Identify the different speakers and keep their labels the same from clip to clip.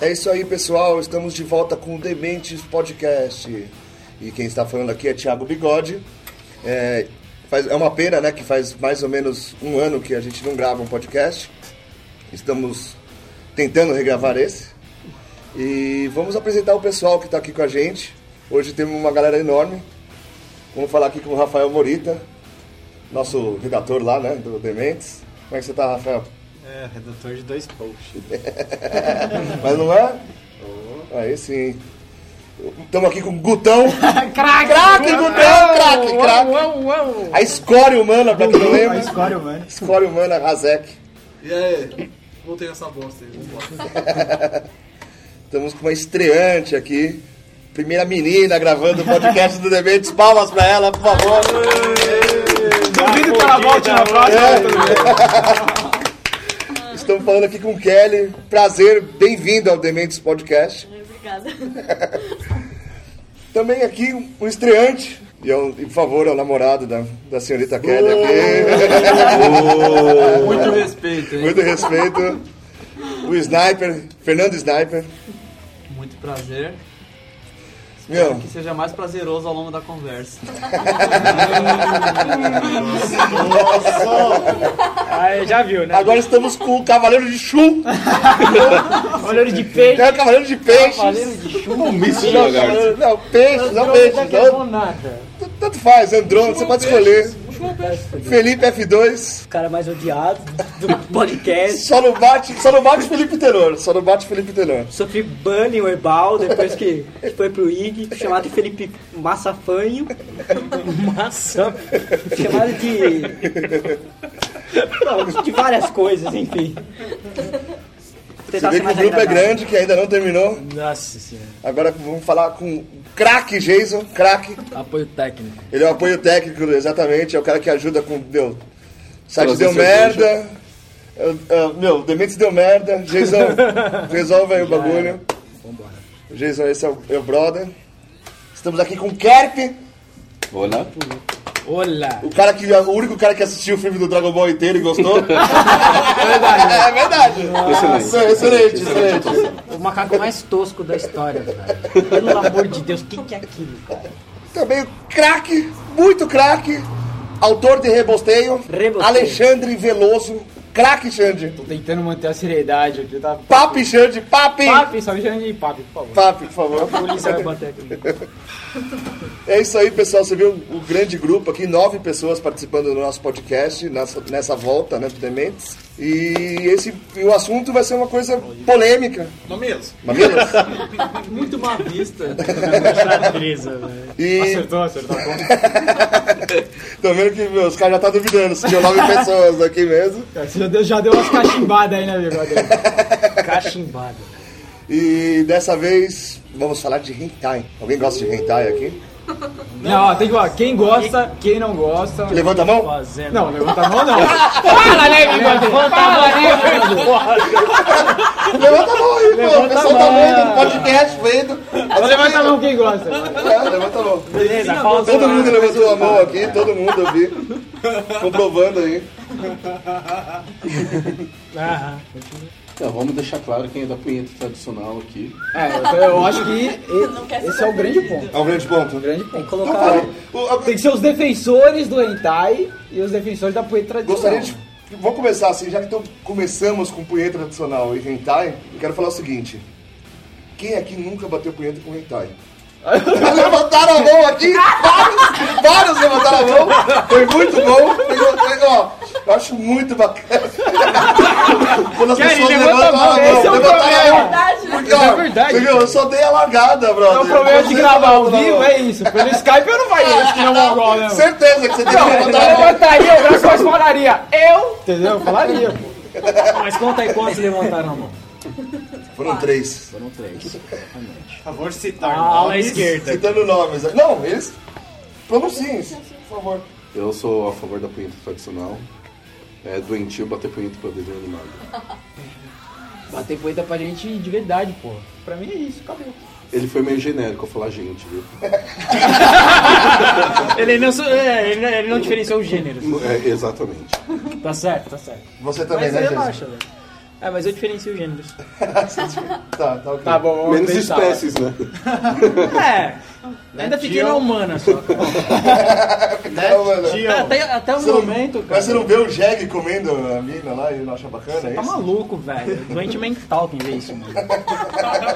Speaker 1: É isso aí, pessoal. Estamos de volta com o Dementes Podcast. E quem está falando aqui é Thiago Bigode. É, faz- é uma pena, né, que faz mais ou menos um ano que a gente não grava um podcast. Estamos tentando regravar esse. E vamos apresentar o pessoal que está aqui com a gente. Hoje temos uma galera enorme. Vamos falar aqui com o Rafael Morita, nosso redator lá, né, do Dementes. Como é que você tá, Rafael?
Speaker 2: É, redator de dois posts.
Speaker 1: Mas não é? Aí sim. Estamos aqui com o Gutão.
Speaker 2: Crack!
Speaker 1: Craque, Gutão, craque, craque.
Speaker 2: Uau, uau!
Speaker 1: A escória humana, pra quem não lembra.
Speaker 2: Escória, mano.
Speaker 1: Escória humana, Razek.
Speaker 3: E aí? Voltei nessa bosta aí, vamos lá.
Speaker 1: Estamos com uma estreante aqui. Primeira menina gravando o podcast do Dementes. Palmas pra ela, por favor.
Speaker 2: Duvido que ela volte na próxima.
Speaker 1: É. Estamos falando aqui com o Kelly. Prazer, bem-vindo ao Dementes Podcast.
Speaker 4: Obrigada.
Speaker 1: Também aqui um estreante. E, é um- e, por favor, é o namorado da, da senhorita Kelly aqui.
Speaker 3: Muito respeito, hein?
Speaker 1: Muito respeito. O Sniper, Fernando Sniper.
Speaker 3: Muito prazer.
Speaker 1: Meu,
Speaker 3: Que seja mais prazeroso ao longo da conversa.
Speaker 2: Ah, já viu, né?
Speaker 1: Agora estamos com o Cavaleiro de Chum,
Speaker 2: Olho de peixe.
Speaker 1: né? o Cavaleiro de Peixes.
Speaker 5: Um misto de
Speaker 1: Não,
Speaker 5: lagarto.
Speaker 1: Não, peixes, não peixes. não.
Speaker 2: nada.
Speaker 1: Tanto faz, Andrômeda, você pode escolher. Felipe F2.
Speaker 6: O cara mais odiado do podcast.
Speaker 1: Só não bate, só não bate Felipe Tenor. Só não bate Felipe Tenor.
Speaker 6: Sofri banning o Ebal depois que que foi pro IG, chamado de Felipe Massafanho. Massa? Chamado de. Não, de várias coisas, enfim.
Speaker 1: Você
Speaker 6: Vou tentar
Speaker 1: vê que
Speaker 6: ser
Speaker 1: o
Speaker 6: mais
Speaker 1: grupo é
Speaker 6: agradável.
Speaker 1: grande, que ainda não terminou.
Speaker 2: Nossa senhora.
Speaker 1: Agora vamos falar com o craque Jason, craque.
Speaker 7: Apoio técnico.
Speaker 1: Ele é o apoio técnico, exatamente. É o cara que ajuda com. Meu, o site
Speaker 5: Trazer
Speaker 1: deu
Speaker 5: cerveja.
Speaker 1: merda. eu- eu- meu, o Dementes deu merda. Jason, resolve aí o bagulho. Jason, esse é o meu brother. Estamos aqui com o Kerp,
Speaker 5: Olá.
Speaker 7: Olá!
Speaker 1: o, cara que, o único cara que assistiu o filme do Dragon Ball inteiro e gostou. é verdade. É verdade.
Speaker 5: Excelente.
Speaker 1: é Excelente, excelente.
Speaker 7: O macaco mais tosco da história, velho. Pelo amor de Deus, quem que é aquilo?
Speaker 1: Também o craque, muito craque, autor de Rebosteio,
Speaker 6: Rebosteio.
Speaker 1: Alexandre Veloso, craque Xande.
Speaker 2: Tô tentando manter a seriedade aqui, tá?
Speaker 1: Papi Xande, papi!
Speaker 2: Papi, só me chama de papi, por favor.
Speaker 1: Papi, por favor.
Speaker 2: A polícia vai bater aqui.
Speaker 1: É isso aí, pessoal. Você viu o grande grupo aqui, nove pessoas participando do nosso podcast nessa, nessa volta, né, do Dementes. E esse, e o assunto vai ser uma coisa polêmica.
Speaker 3: Não mesmo?
Speaker 1: Mamilos?
Speaker 3: Muito má vista.
Speaker 2: Brisa, velho.
Speaker 1: E
Speaker 2: Acertou, acertou.
Speaker 1: tô vendo que meu, os caras já estão duvidando se tinham nove pessoas aqui mesmo.
Speaker 2: Você já deu, já deu umas cachimbadas aí, né, bigode?
Speaker 6: Cachimbado.
Speaker 1: E dessa vez vamos falar de hentai. Alguém gosta de hentai aqui?
Speaker 2: Não, ó, tem que falar. Quem gosta, quem não gosta.
Speaker 1: Levanta a mão.
Speaker 7: Fazendo.
Speaker 2: Não, levanta a mão não.
Speaker 7: Fala, né, Bigode? Levanta a mão, né?
Speaker 1: Levanta a mão aí, pô. O
Speaker 2: Levanta
Speaker 1: pessoal
Speaker 2: a
Speaker 1: tá
Speaker 2: mão.
Speaker 1: vendo o podcast vendo.
Speaker 2: Só levanta a mão quem gosta.
Speaker 1: Tá É, levanta a mão.
Speaker 6: Beleza, falta
Speaker 1: Todo mundo levantou a mão aqui, todo mundo eu vi. Comprovando aí.
Speaker 5: Então, vamos deixar claro quem é da punheta tradicional aqui.
Speaker 2: É, eu- eu acho que
Speaker 4: Não
Speaker 2: e-
Speaker 4: quer
Speaker 2: esse
Speaker 4: saber.
Speaker 2: é o grande ponto.
Speaker 1: É um grande ponto.
Speaker 2: Grande ponto. Então,
Speaker 6: colocar.
Speaker 1: O- a-
Speaker 2: Tem que ser os defensores do hentai e os defensores da punheta tradicional.
Speaker 1: Gostaria de. Vou começar assim, já que tô- começamos com punheta tradicional e hentai, eu quero falar o seguinte. Quem aqui nunca bateu punheta com hentai? levantaram a mão aqui, vários, vários levantaram a mão, foi muito bom, foi, foi- ó, eu acho muito bacana. Quando as pessoas levantam a mão,
Speaker 2: esse é o
Speaker 1: levantaram a mão.
Speaker 4: Verdade, né?
Speaker 1: Porque, ó,
Speaker 2: É verdade.
Speaker 1: você viu, eu só dei a largada, brother.
Speaker 2: Então, o problema de
Speaker 1: Vocês
Speaker 2: gravar ao
Speaker 1: levantaram a
Speaker 2: vivo
Speaker 1: mão.
Speaker 2: é isso. Pelo Skype eu não faria isso que não é igual, né? mano?
Speaker 1: Certeza que você tem que levantar a
Speaker 2: Eu
Speaker 1: mão.
Speaker 2: levantaria, o braço mas falaria. Eu? Entendeu? Eu falaria, pô.
Speaker 6: Mas conta aí quantos levantaram a mão.
Speaker 1: Foram três.
Speaker 7: Foram três.
Speaker 2: Favor citar. Ah,
Speaker 6: Ala esquerda.
Speaker 1: Citando nomes. é- Não, eles. Pronunciem, por favor.
Speaker 5: Eu sou a favor da punheta tradicional. É doentio bater punheta pra desenho animado.
Speaker 7: Bater poeta pra gente de verdade, pô.
Speaker 2: Pra mim é isso, acabou.
Speaker 5: Ele foi meio genérico ao falar gente, viu?
Speaker 6: Ele não, é, ele não, diferenciou os gêneros.
Speaker 5: É, exatamente.
Speaker 6: Tá certo, tá certo.
Speaker 1: Você também, né, Jesus?
Speaker 6: velho. Ah, mas eu diferencio gêneros.
Speaker 1: Tá, tá ok.
Speaker 2: Tá bom, vamos
Speaker 5: Menos
Speaker 2: pensar.
Speaker 5: espécies, né?
Speaker 6: É, ainda fiquei na humana só.
Speaker 1: Não, mano.
Speaker 6: Até, até o
Speaker 1: Então, Você não-
Speaker 6: momento, cara.
Speaker 1: Mas você não vê o Jeg comendo a mina lá e não acha bacana, é
Speaker 6: Tá
Speaker 1: isso?
Speaker 6: maluco, velho. Doente mental quem vê isso, mano.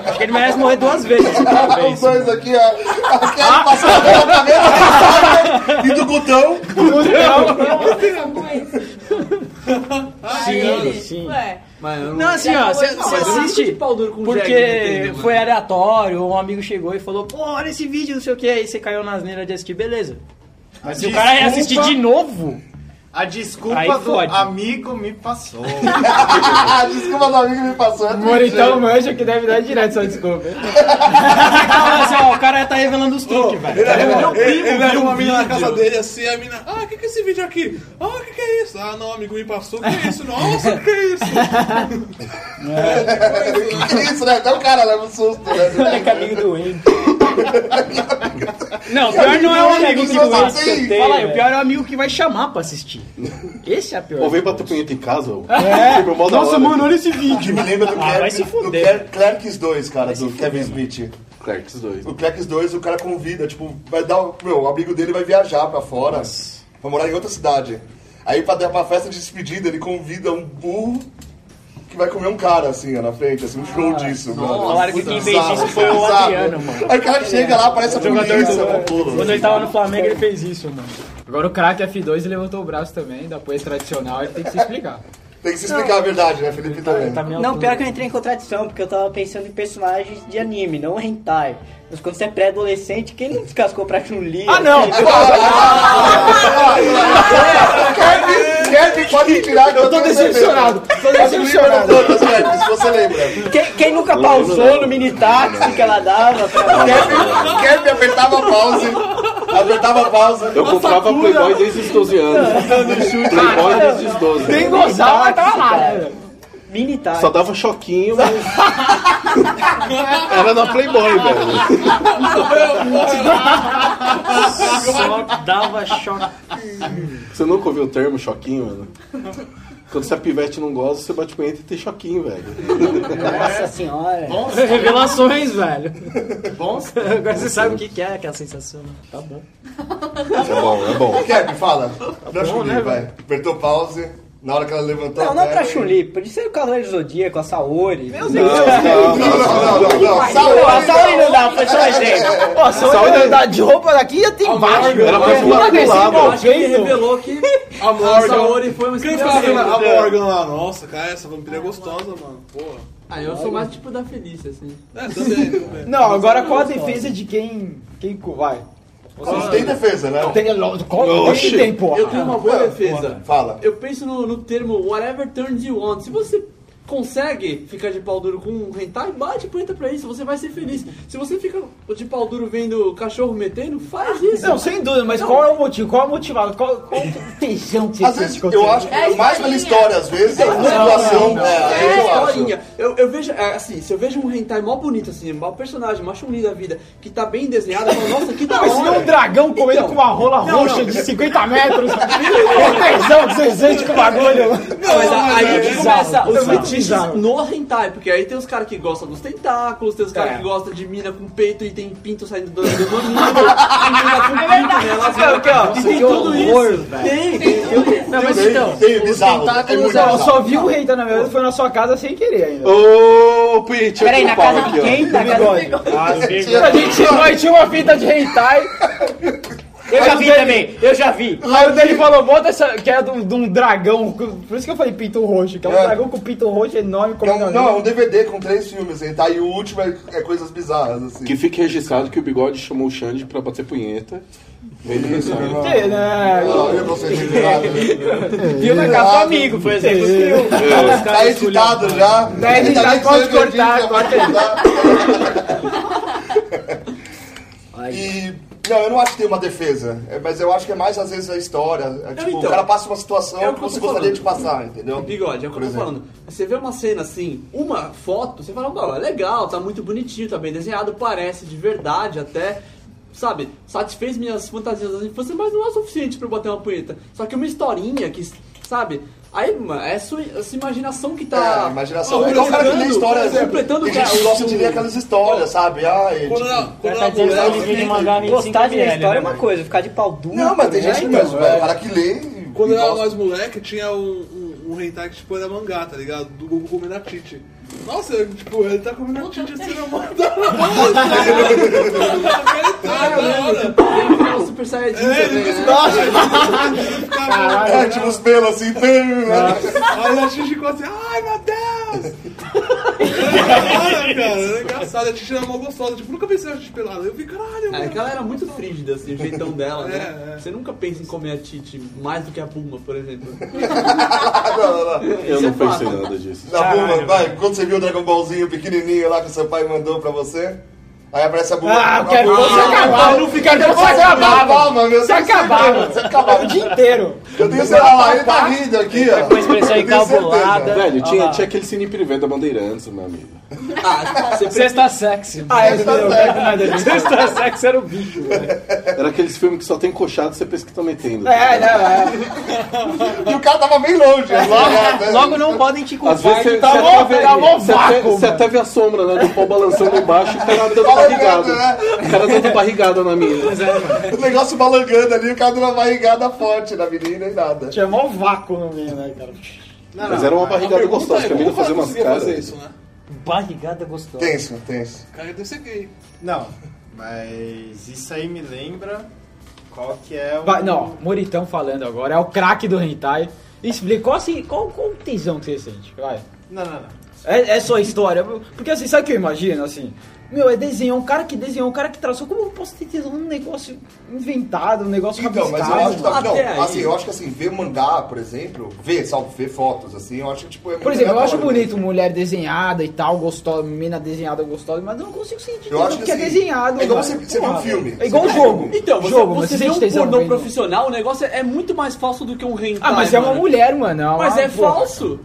Speaker 6: Acho que ele merece morrer duas vezes. Uma
Speaker 1: Ah, Os
Speaker 6: vez.
Speaker 1: dois aqui, ó. Aquele passou a mão na cabeça e do Gutão.
Speaker 6: Sim, sim.
Speaker 8: Ué,
Speaker 9: Mas eu
Speaker 6: Não, assim, ó, você você
Speaker 9: Mas eu não fico
Speaker 6: assiste
Speaker 9: de pau duro com o Jack, não
Speaker 6: porque
Speaker 9: entendo,
Speaker 6: foi
Speaker 9: mano.
Speaker 6: aleatório, ou um amigo chegou e falou, pô, olha esse vídeo, não sei o que, aí você caiu na asneira de assistir, beleza. Mas se o cara
Speaker 2: é-
Speaker 6: ia assistir de novo,
Speaker 10: A desculpa
Speaker 6: Aí
Speaker 10: do
Speaker 6: fode.
Speaker 10: amigo me passou.
Speaker 1: Ah, desculpa do amigo que me passou. é
Speaker 2: O
Speaker 1: do
Speaker 2: Moritão manja que deve dar direto sua desculpa.
Speaker 6: fala assim, ó, o cara tá revelando os truques, velho. é
Speaker 1: um-
Speaker 11: Meu primo viu uma menina na casa dele assim, a menina, ah, o que, que é esse vídeo aqui? Ah, o que, que é isso? Ah, não, amigo me passou, o que é isso? Nossa, o que é isso?
Speaker 1: jeito. Que isso, né? Até o cara leva um susto, né?
Speaker 6: Olha que amigo doente. Não, o pior não é o amigo que
Speaker 1: Nossa,
Speaker 6: gosta.
Speaker 1: sim.
Speaker 6: Fala aí, o pior é o amigo que vai chamar pra assistir. Esse é a pior.
Speaker 5: Ou vem bater punheta em casa, ó. É. Nossa, mano, olha esse vídeo.
Speaker 1: Que me lembra do,
Speaker 6: Ah, vai se
Speaker 1: Clerks- do
Speaker 6: fuder.
Speaker 1: Cler- Clerks 2, cara, do Kevin Smith.
Speaker 5: Clerks 2.
Speaker 1: O Clerks 2, o cara convida, tipo, vai dar. o- Meu, o amigo dele vai viajar pra fora. Vai morar em outra cidade. Aí pra, dar- pra festa de despedida, ele convida um burro que vai comer um cara, assim, ó, na frente, assim, um show disso, mano.
Speaker 6: Falaram que quem fez isso foi o
Speaker 1: Bizarro.
Speaker 6: Adriano, mano.
Speaker 1: Aí o cara chega lá, parece a polícia, né? com tudo.
Speaker 6: Quando ele tá- tava no Flamengo, ele fez isso, mano.
Speaker 2: Agora o craque F2 ele levantou o braço também, da poesia tradicional, ele tem que se explicar.
Speaker 1: Tem que se explicar a verdade, né, Felipe também.
Speaker 6: Tá meio
Speaker 7: Não,
Speaker 6: altura.
Speaker 7: pior que eu entrei em contradição, porque eu tava pensando em personagens de anime, não hentai. Mas quando você é pré-adolescente, quem não descascou pra um assim? Chun-Li?
Speaker 6: Ah, não!
Speaker 1: Kevin, Kevin, pode tirar que eu
Speaker 2: Tô decepcionado, tô
Speaker 1: As meninas eram
Speaker 2: decepcionado.
Speaker 1: todas, Kevin, se você lembra.
Speaker 7: Quem, quem nunca pausou no mini-táxi que ela dava? pra-
Speaker 1: Kevin, Kevin apertava a pause, apertava a pausa.
Speaker 5: Eu comprava Playboy desde os 12 anos. Playboy desde os 12.
Speaker 2: Tem gozado, mas tava lá, né? velho?
Speaker 7: Mini-táxi.
Speaker 5: Só dava choquinho, mas. Era na Playboy, velho.
Speaker 6: Só dava choque.
Speaker 5: Você nunca ouviu o termo choquinho, mano? Quando você é pivete e não gosta, você bate punheta e tem choquinho, velho.
Speaker 7: Nossa senhora.
Speaker 6: Revelações, velho.
Speaker 10: Bons
Speaker 6: Agora você sabe o que que é aquela sensação. né? Tá bom.
Speaker 5: É bom, é bom.
Speaker 1: Kevin, fala.
Speaker 2: Tá
Speaker 1: Pra Chun-Li,
Speaker 2: né,
Speaker 1: vai. Apertou pause, na hora que ela levantou a
Speaker 7: Não,
Speaker 6: é
Speaker 7: não pra
Speaker 1: perna-
Speaker 7: Chun-Li, podia ser o Cavaleiro do Zodíaco, a Saori. Meu Deus,
Speaker 1: Não, não, não, não.
Speaker 7: não, a
Speaker 1: Saúde.
Speaker 7: Saori não dá, foi só exemplo.
Speaker 2: Ó, só
Speaker 5: Saúde.
Speaker 2: eu andar de roupa daqui já tem baixo,
Speaker 5: Era mais uma
Speaker 9: Eu
Speaker 5: pulada.
Speaker 9: acho que ele revelou que a Saori foi uma
Speaker 2: um
Speaker 11: Quem fala
Speaker 9: inspiração.
Speaker 11: a Morgan lá? Nossa, cara, essa vampira é gostosa, mano. Porra.
Speaker 9: Ah, eu sou mais tipo da Felícia, assim.
Speaker 11: É, também, também.
Speaker 2: Não, agora qual a defesa de quem. Quem co- vai?
Speaker 1: Vocês têm defesa, né?
Speaker 2: Tem, lo- qual,
Speaker 5: Oxi.
Speaker 2: quem tem,
Speaker 9: Eu
Speaker 2: porra?
Speaker 9: tenho uma boa defesa.
Speaker 1: Fala.
Speaker 9: Eu penso no, no termo whatever turns you on. Se você consegue ficar de pau duro com um hentai, bate punheta pra isso, você vai ser feliz. Se você fica de pau duro vendo o cachorro metendo, faz isso.
Speaker 2: Não, sem dúvida, mas qual é o motivo? Qual é o motivado? Qual, qual o feijão que você
Speaker 1: Às
Speaker 2: sente
Speaker 1: vezes,
Speaker 2: quando você-
Speaker 1: eu acho
Speaker 8: É a
Speaker 1: que mais pela
Speaker 8: historinha.
Speaker 1: história, às vezes, é uma situação. É,
Speaker 9: É,
Speaker 1: eu acho.
Speaker 9: historinha. Eu, eu vejo, é, assim, se eu vejo um hentai mó bonito, assim, mó personagem, mó chun da vida, que tá bem desenhado, eu falo, nossa, que da
Speaker 2: Mas se é um
Speaker 9: hora.
Speaker 2: dragão comendo
Speaker 9: Então,
Speaker 2: com uma rola
Speaker 9: não,
Speaker 2: roxa
Speaker 9: não.
Speaker 2: de 50 metros, é o feijão que você sente com o bagulho.
Speaker 9: Não, mas a- aí
Speaker 2: é
Speaker 9: que
Speaker 2: bizarro,
Speaker 9: começa os
Speaker 2: bizarro.
Speaker 9: fetiches no hentai, porque aí tem os caras que gostam dos tentáculos, tem os caras
Speaker 2: É.
Speaker 9: que gostam de mina com peito e tem pinto saindo do, do mamilo, tem mina com pinto nelas, e tem tudo isso. Tem, tem tudo isso.
Speaker 6: Não, mas
Speaker 1: Tem-
Speaker 6: então,
Speaker 1: Tem bizarro. É muito
Speaker 2: Eu
Speaker 1: bizarro.
Speaker 2: só vi o rei na minha vida, foi na sua casa sem querer ainda.
Speaker 5: Ô, punheta,
Speaker 7: Peraí, na
Speaker 5: eu pau
Speaker 7: casa
Speaker 5: aqui,
Speaker 7: de
Speaker 5: ó.
Speaker 7: quem? Na casa de
Speaker 2: A gente tirou e tinha uma fita de hentai.
Speaker 7: Eu já vi também, eu já vi.
Speaker 2: Aí o dele falou, bota essa. que é de um- de um dragão. Por isso que eu falei pinto roxo, que é um
Speaker 1: É.
Speaker 2: dragão com pinto roxo enorme
Speaker 1: É um-
Speaker 2: comendo
Speaker 1: Não, é
Speaker 2: anel.
Speaker 1: um DVD com três filmes, hein, tá? E o último é, é coisas bizarras, assim.
Speaker 5: Que fique registrado que o bigode chamou o Xande pra bater punheta. É, Veio do
Speaker 1: Isso, meu
Speaker 5: mensagem.
Speaker 1: irmão.
Speaker 2: Que, né?
Speaker 1: Não, eu não sei de nada.
Speaker 7: Viu na casa
Speaker 6: um
Speaker 7: do amigo, por
Speaker 2: É.
Speaker 7: exemplo. viu?
Speaker 1: Tá editado já.
Speaker 2: Tá editado,
Speaker 1: Ainda bem que
Speaker 2: pode
Speaker 1: você edita,
Speaker 2: cortar,
Speaker 1: pode cortar. E. Não, eu não acho que tem uma defesa, é, mas eu acho que é mais às vezes a história. É, tipo,
Speaker 9: então,
Speaker 1: o cara passa uma situação
Speaker 9: é o que
Speaker 1: que
Speaker 9: eu
Speaker 1: você
Speaker 9: tô
Speaker 1: gostaria
Speaker 9: falando.
Speaker 1: de passar, entendeu?
Speaker 9: Bigode, é o que
Speaker 1: Por
Speaker 9: eu tô
Speaker 1: exemplo.
Speaker 9: falando. Você vê uma cena assim, uma foto, você fala, "Pô, é legal, tá muito bonitinho, tá bem desenhado, parece de verdade até. Sabe, satisfez assim, minhas fantasias da infância, mas não é o suficiente pra eu bater uma punheta. Só que uma historinha que, sabe, Aí, mano, é sua, essa imaginação que
Speaker 1: É,
Speaker 9: tá.
Speaker 1: a imaginação. É igual o cara que lê história.
Speaker 9: Completando
Speaker 1: a gente gosta de ler aquelas histórias, sabe? Ah, e,
Speaker 12: Quando
Speaker 1: tipo,
Speaker 12: ela, quando
Speaker 4: tá
Speaker 12: ela
Speaker 4: dizendo que
Speaker 12: mulher,
Speaker 4: tá livrinho de mangá 25
Speaker 13: Gostar de ler
Speaker 4: ml,
Speaker 13: história é
Speaker 4: né,
Speaker 13: uma coisa, ficar de pau duro.
Speaker 1: Não, mas tem
Speaker 13: também,
Speaker 1: gente que
Speaker 13: então,
Speaker 1: mesmo, é. O cara que lê. e-
Speaker 12: Quando
Speaker 1: e
Speaker 12: eu era
Speaker 1: gosta.
Speaker 12: mais moleque, tinha um, um, um hentai que tipo era mangá, tá ligado? Do Goku comendo a Tite. Nossa, eu, tipo, ele tá comendo a Tite assim na mão.
Speaker 9: Ele virou é Super Saiyajin também, né?
Speaker 1: É, tipo os pelos assim. tum, né?
Speaker 12: Aí a Tite ficou assim, ai meu Deus! Cara, cara, era engraçado, a Tite era mó gostosa, tipo, nunca pensei na Tite pelada. Eu fiquei, caralho,
Speaker 9: É
Speaker 12: mano.
Speaker 9: que ela era muito frígida, assim, o jeitão dela, né?
Speaker 12: É, é.
Speaker 9: Você nunca pensa em comer a Titi mais do que a Puma, por exemplo.
Speaker 1: Ah, não, não, não.
Speaker 5: Eu não
Speaker 9: Isso é
Speaker 5: pensei
Speaker 9: fato.
Speaker 5: nada disso.
Speaker 1: Na
Speaker 4: Caralho,
Speaker 1: bunda, vai. Quando você viu o Dragon Ballzinho pequenininho lá que seu pai mandou pra você. Aí aparece a bunda.
Speaker 7: é
Speaker 1: ah,
Speaker 6: Ah,
Speaker 1: a
Speaker 6: quero
Speaker 1: bunda-
Speaker 6: você acabar, não ficar de você
Speaker 1: Você
Speaker 6: acabava.
Speaker 1: acabava, meu.
Speaker 6: Você acabava.
Speaker 1: Você acabava.
Speaker 6: O dia inteiro.
Speaker 1: Eu tenho certeza. Ah, ele tá rindo aqui, ó.
Speaker 4: Uma expressão
Speaker 1: Eu tenho certeza.
Speaker 4: encabulada.
Speaker 5: Velho,
Speaker 4: Ah
Speaker 5: tinha,
Speaker 4: lá.
Speaker 5: tinha aquele cine privê da Bandeirantes, meu amigo.
Speaker 9: Ah, você
Speaker 4: Você está sexy.
Speaker 6: Ah, é, entendeu?
Speaker 4: Você está sexy era o bicho, velho.
Speaker 5: Era aqueles filmes que só tem coxado e você pensa que tá metendo.
Speaker 6: É, não, é.
Speaker 1: E o cara tava bem longe. Logo,
Speaker 4: É.
Speaker 1: né?
Speaker 4: Logo não podem te
Speaker 5: Às
Speaker 4: culpar.
Speaker 5: vezes você,
Speaker 6: tá
Speaker 5: você
Speaker 6: mó-
Speaker 5: até vê,
Speaker 6: tá mó
Speaker 5: você,
Speaker 6: vácuo,
Speaker 5: até, você
Speaker 6: mano.
Speaker 5: até vê a sombra, né? Do pau balançando embaixo e o cara dando
Speaker 1: Balangando,
Speaker 5: barrigada.
Speaker 1: Tá né?
Speaker 5: O cara dando barrigada na mina.
Speaker 12: é-
Speaker 1: O negócio balangando ali, o cara deu uma barrigada forte na menina e nada.
Speaker 2: é
Speaker 6: Tinha mó vácuo no meio, né, cara?
Speaker 5: Mas era uma barrigada
Speaker 12: é,
Speaker 5: gostosa, que a mina fazia umas caras.
Speaker 12: fazer isso, né?
Speaker 4: Barrigada gostosa.
Speaker 1: Tenso, tenso.
Speaker 12: Cara, deve ser gay.
Speaker 2: Não, mas isso aí me lembra qual que é o...
Speaker 6: Vai, não, Moritão falando agora, é o craque do hentai. Explica, qual, assim, qual, qual tesão que você sente? Vai.
Speaker 2: Não, não, não.
Speaker 6: É, é só história. Porque assim, sabe o que eu imagino? Assim, meu, é desenhar um cara que desenhou, um cara que traçou. Como eu posso ter tesão num negócio inventado, um negócio
Speaker 1: Então, mas eu
Speaker 6: rabiscado,
Speaker 1: acho que tá,
Speaker 9: mano. Até aí.
Speaker 1: não, assim, eu acho que assim, ver mangá, por exemplo, ver, salvo, ver fotos, assim, eu acho que tipo é muito
Speaker 6: Por exemplo, eu acho
Speaker 1: aleatório
Speaker 6: bonito um
Speaker 1: mesmo.
Speaker 6: mulher desenhada e tal, gostosa, mina desenhada gostosa, mas eu não consigo sentir
Speaker 1: Eu
Speaker 6: tesão,
Speaker 1: acho que,
Speaker 6: porque é
Speaker 1: assim,
Speaker 6: desenhado.
Speaker 1: é igual
Speaker 6: mano.
Speaker 1: você- você vê um
Speaker 6: Porra,
Speaker 1: filme.
Speaker 6: É igual
Speaker 1: Você vê um
Speaker 6: jogo.
Speaker 1: filme.
Speaker 9: Então, você,
Speaker 6: jogo,
Speaker 9: você
Speaker 6: mas
Speaker 9: vê
Speaker 6: sente
Speaker 9: um
Speaker 6: tesão
Speaker 9: pornô
Speaker 6: vendo.
Speaker 9: profissional, o negócio é muito mais falso do que um hentai,
Speaker 6: Ah, mas é uma
Speaker 9: mano.
Speaker 6: mulher, Ah, mano. uma-
Speaker 9: Mas é
Speaker 6: porra.
Speaker 9: falso.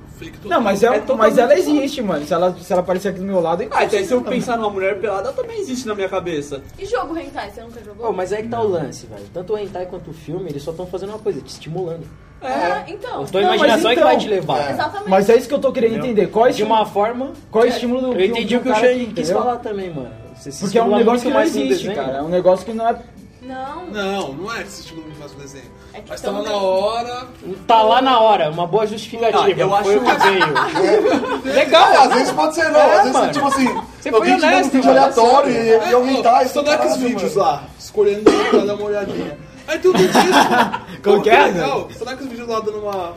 Speaker 6: Não, mas, é,
Speaker 9: É
Speaker 6: mas
Speaker 9: totalmente
Speaker 6: ela
Speaker 9: falso.
Speaker 6: existe, mano. Se ela, se ela aparecer aqui do meu lado, é eu
Speaker 4: é
Speaker 9: Ah, então aí se eu
Speaker 6: Não,
Speaker 9: pensar numa mulher pelada, ela também existe na minha cabeça.
Speaker 7: E jogo hentai, você nunca jogou?
Speaker 4: Pô, mas aí que tá o lance, velho. Tanto o hentai quanto o filme, eles só estão fazendo uma coisa, te estimulando.
Speaker 1: É.
Speaker 7: Ah, então.
Speaker 4: A tua
Speaker 6: Não, mas
Speaker 4: imaginação é que
Speaker 6: então-
Speaker 4: vai te levar.
Speaker 7: Exatamente.
Speaker 6: Mas é isso que eu tô querendo entender. Qual é o
Speaker 4: De
Speaker 6: estímulo,
Speaker 4: uma forma...
Speaker 6: qual é o estímulo do
Speaker 4: Eu entendi o que o
Speaker 6: cara
Speaker 4: Shane quis
Speaker 6: entendeu?
Speaker 4: falar também, mano. Você se
Speaker 6: Porque é um
Speaker 4: estimula
Speaker 6: negócio que
Speaker 4: muito
Speaker 6: não
Speaker 4: mais no
Speaker 6: existe,
Speaker 4: desenho.
Speaker 6: cara. É um negócio que não é.
Speaker 7: Não.
Speaker 12: Não, não é que esse estimula muito mais o desenho.
Speaker 7: É que
Speaker 12: Mas tava
Speaker 7: também.
Speaker 12: Então na hora.
Speaker 4: Tá lá na hora, uma boa justificativa.
Speaker 9: Ah, eu
Speaker 4: Foi
Speaker 9: acho-
Speaker 4: o que veio.
Speaker 1: É, às vezes pode ser não, às vezes é, tipo assim,
Speaker 4: foi
Speaker 1: alguém te dando um
Speaker 4: honesto,
Speaker 1: vídeo
Speaker 4: mano, é
Speaker 1: aleatório e
Speaker 12: É,
Speaker 1: e eu
Speaker 5: Então,
Speaker 1: me dá
Speaker 12: ó,
Speaker 1: isso.
Speaker 12: Só dá aqueles
Speaker 1: caralho,
Speaker 12: vídeos
Speaker 1: mano.
Speaker 12: lá, escolhendo um pra dar uma olhadinha. Aí tem um vídeo disso.
Speaker 6: Como
Speaker 12: Pô,
Speaker 6: que é,
Speaker 12: legal. Só dá aqueles vídeos lá dando uma.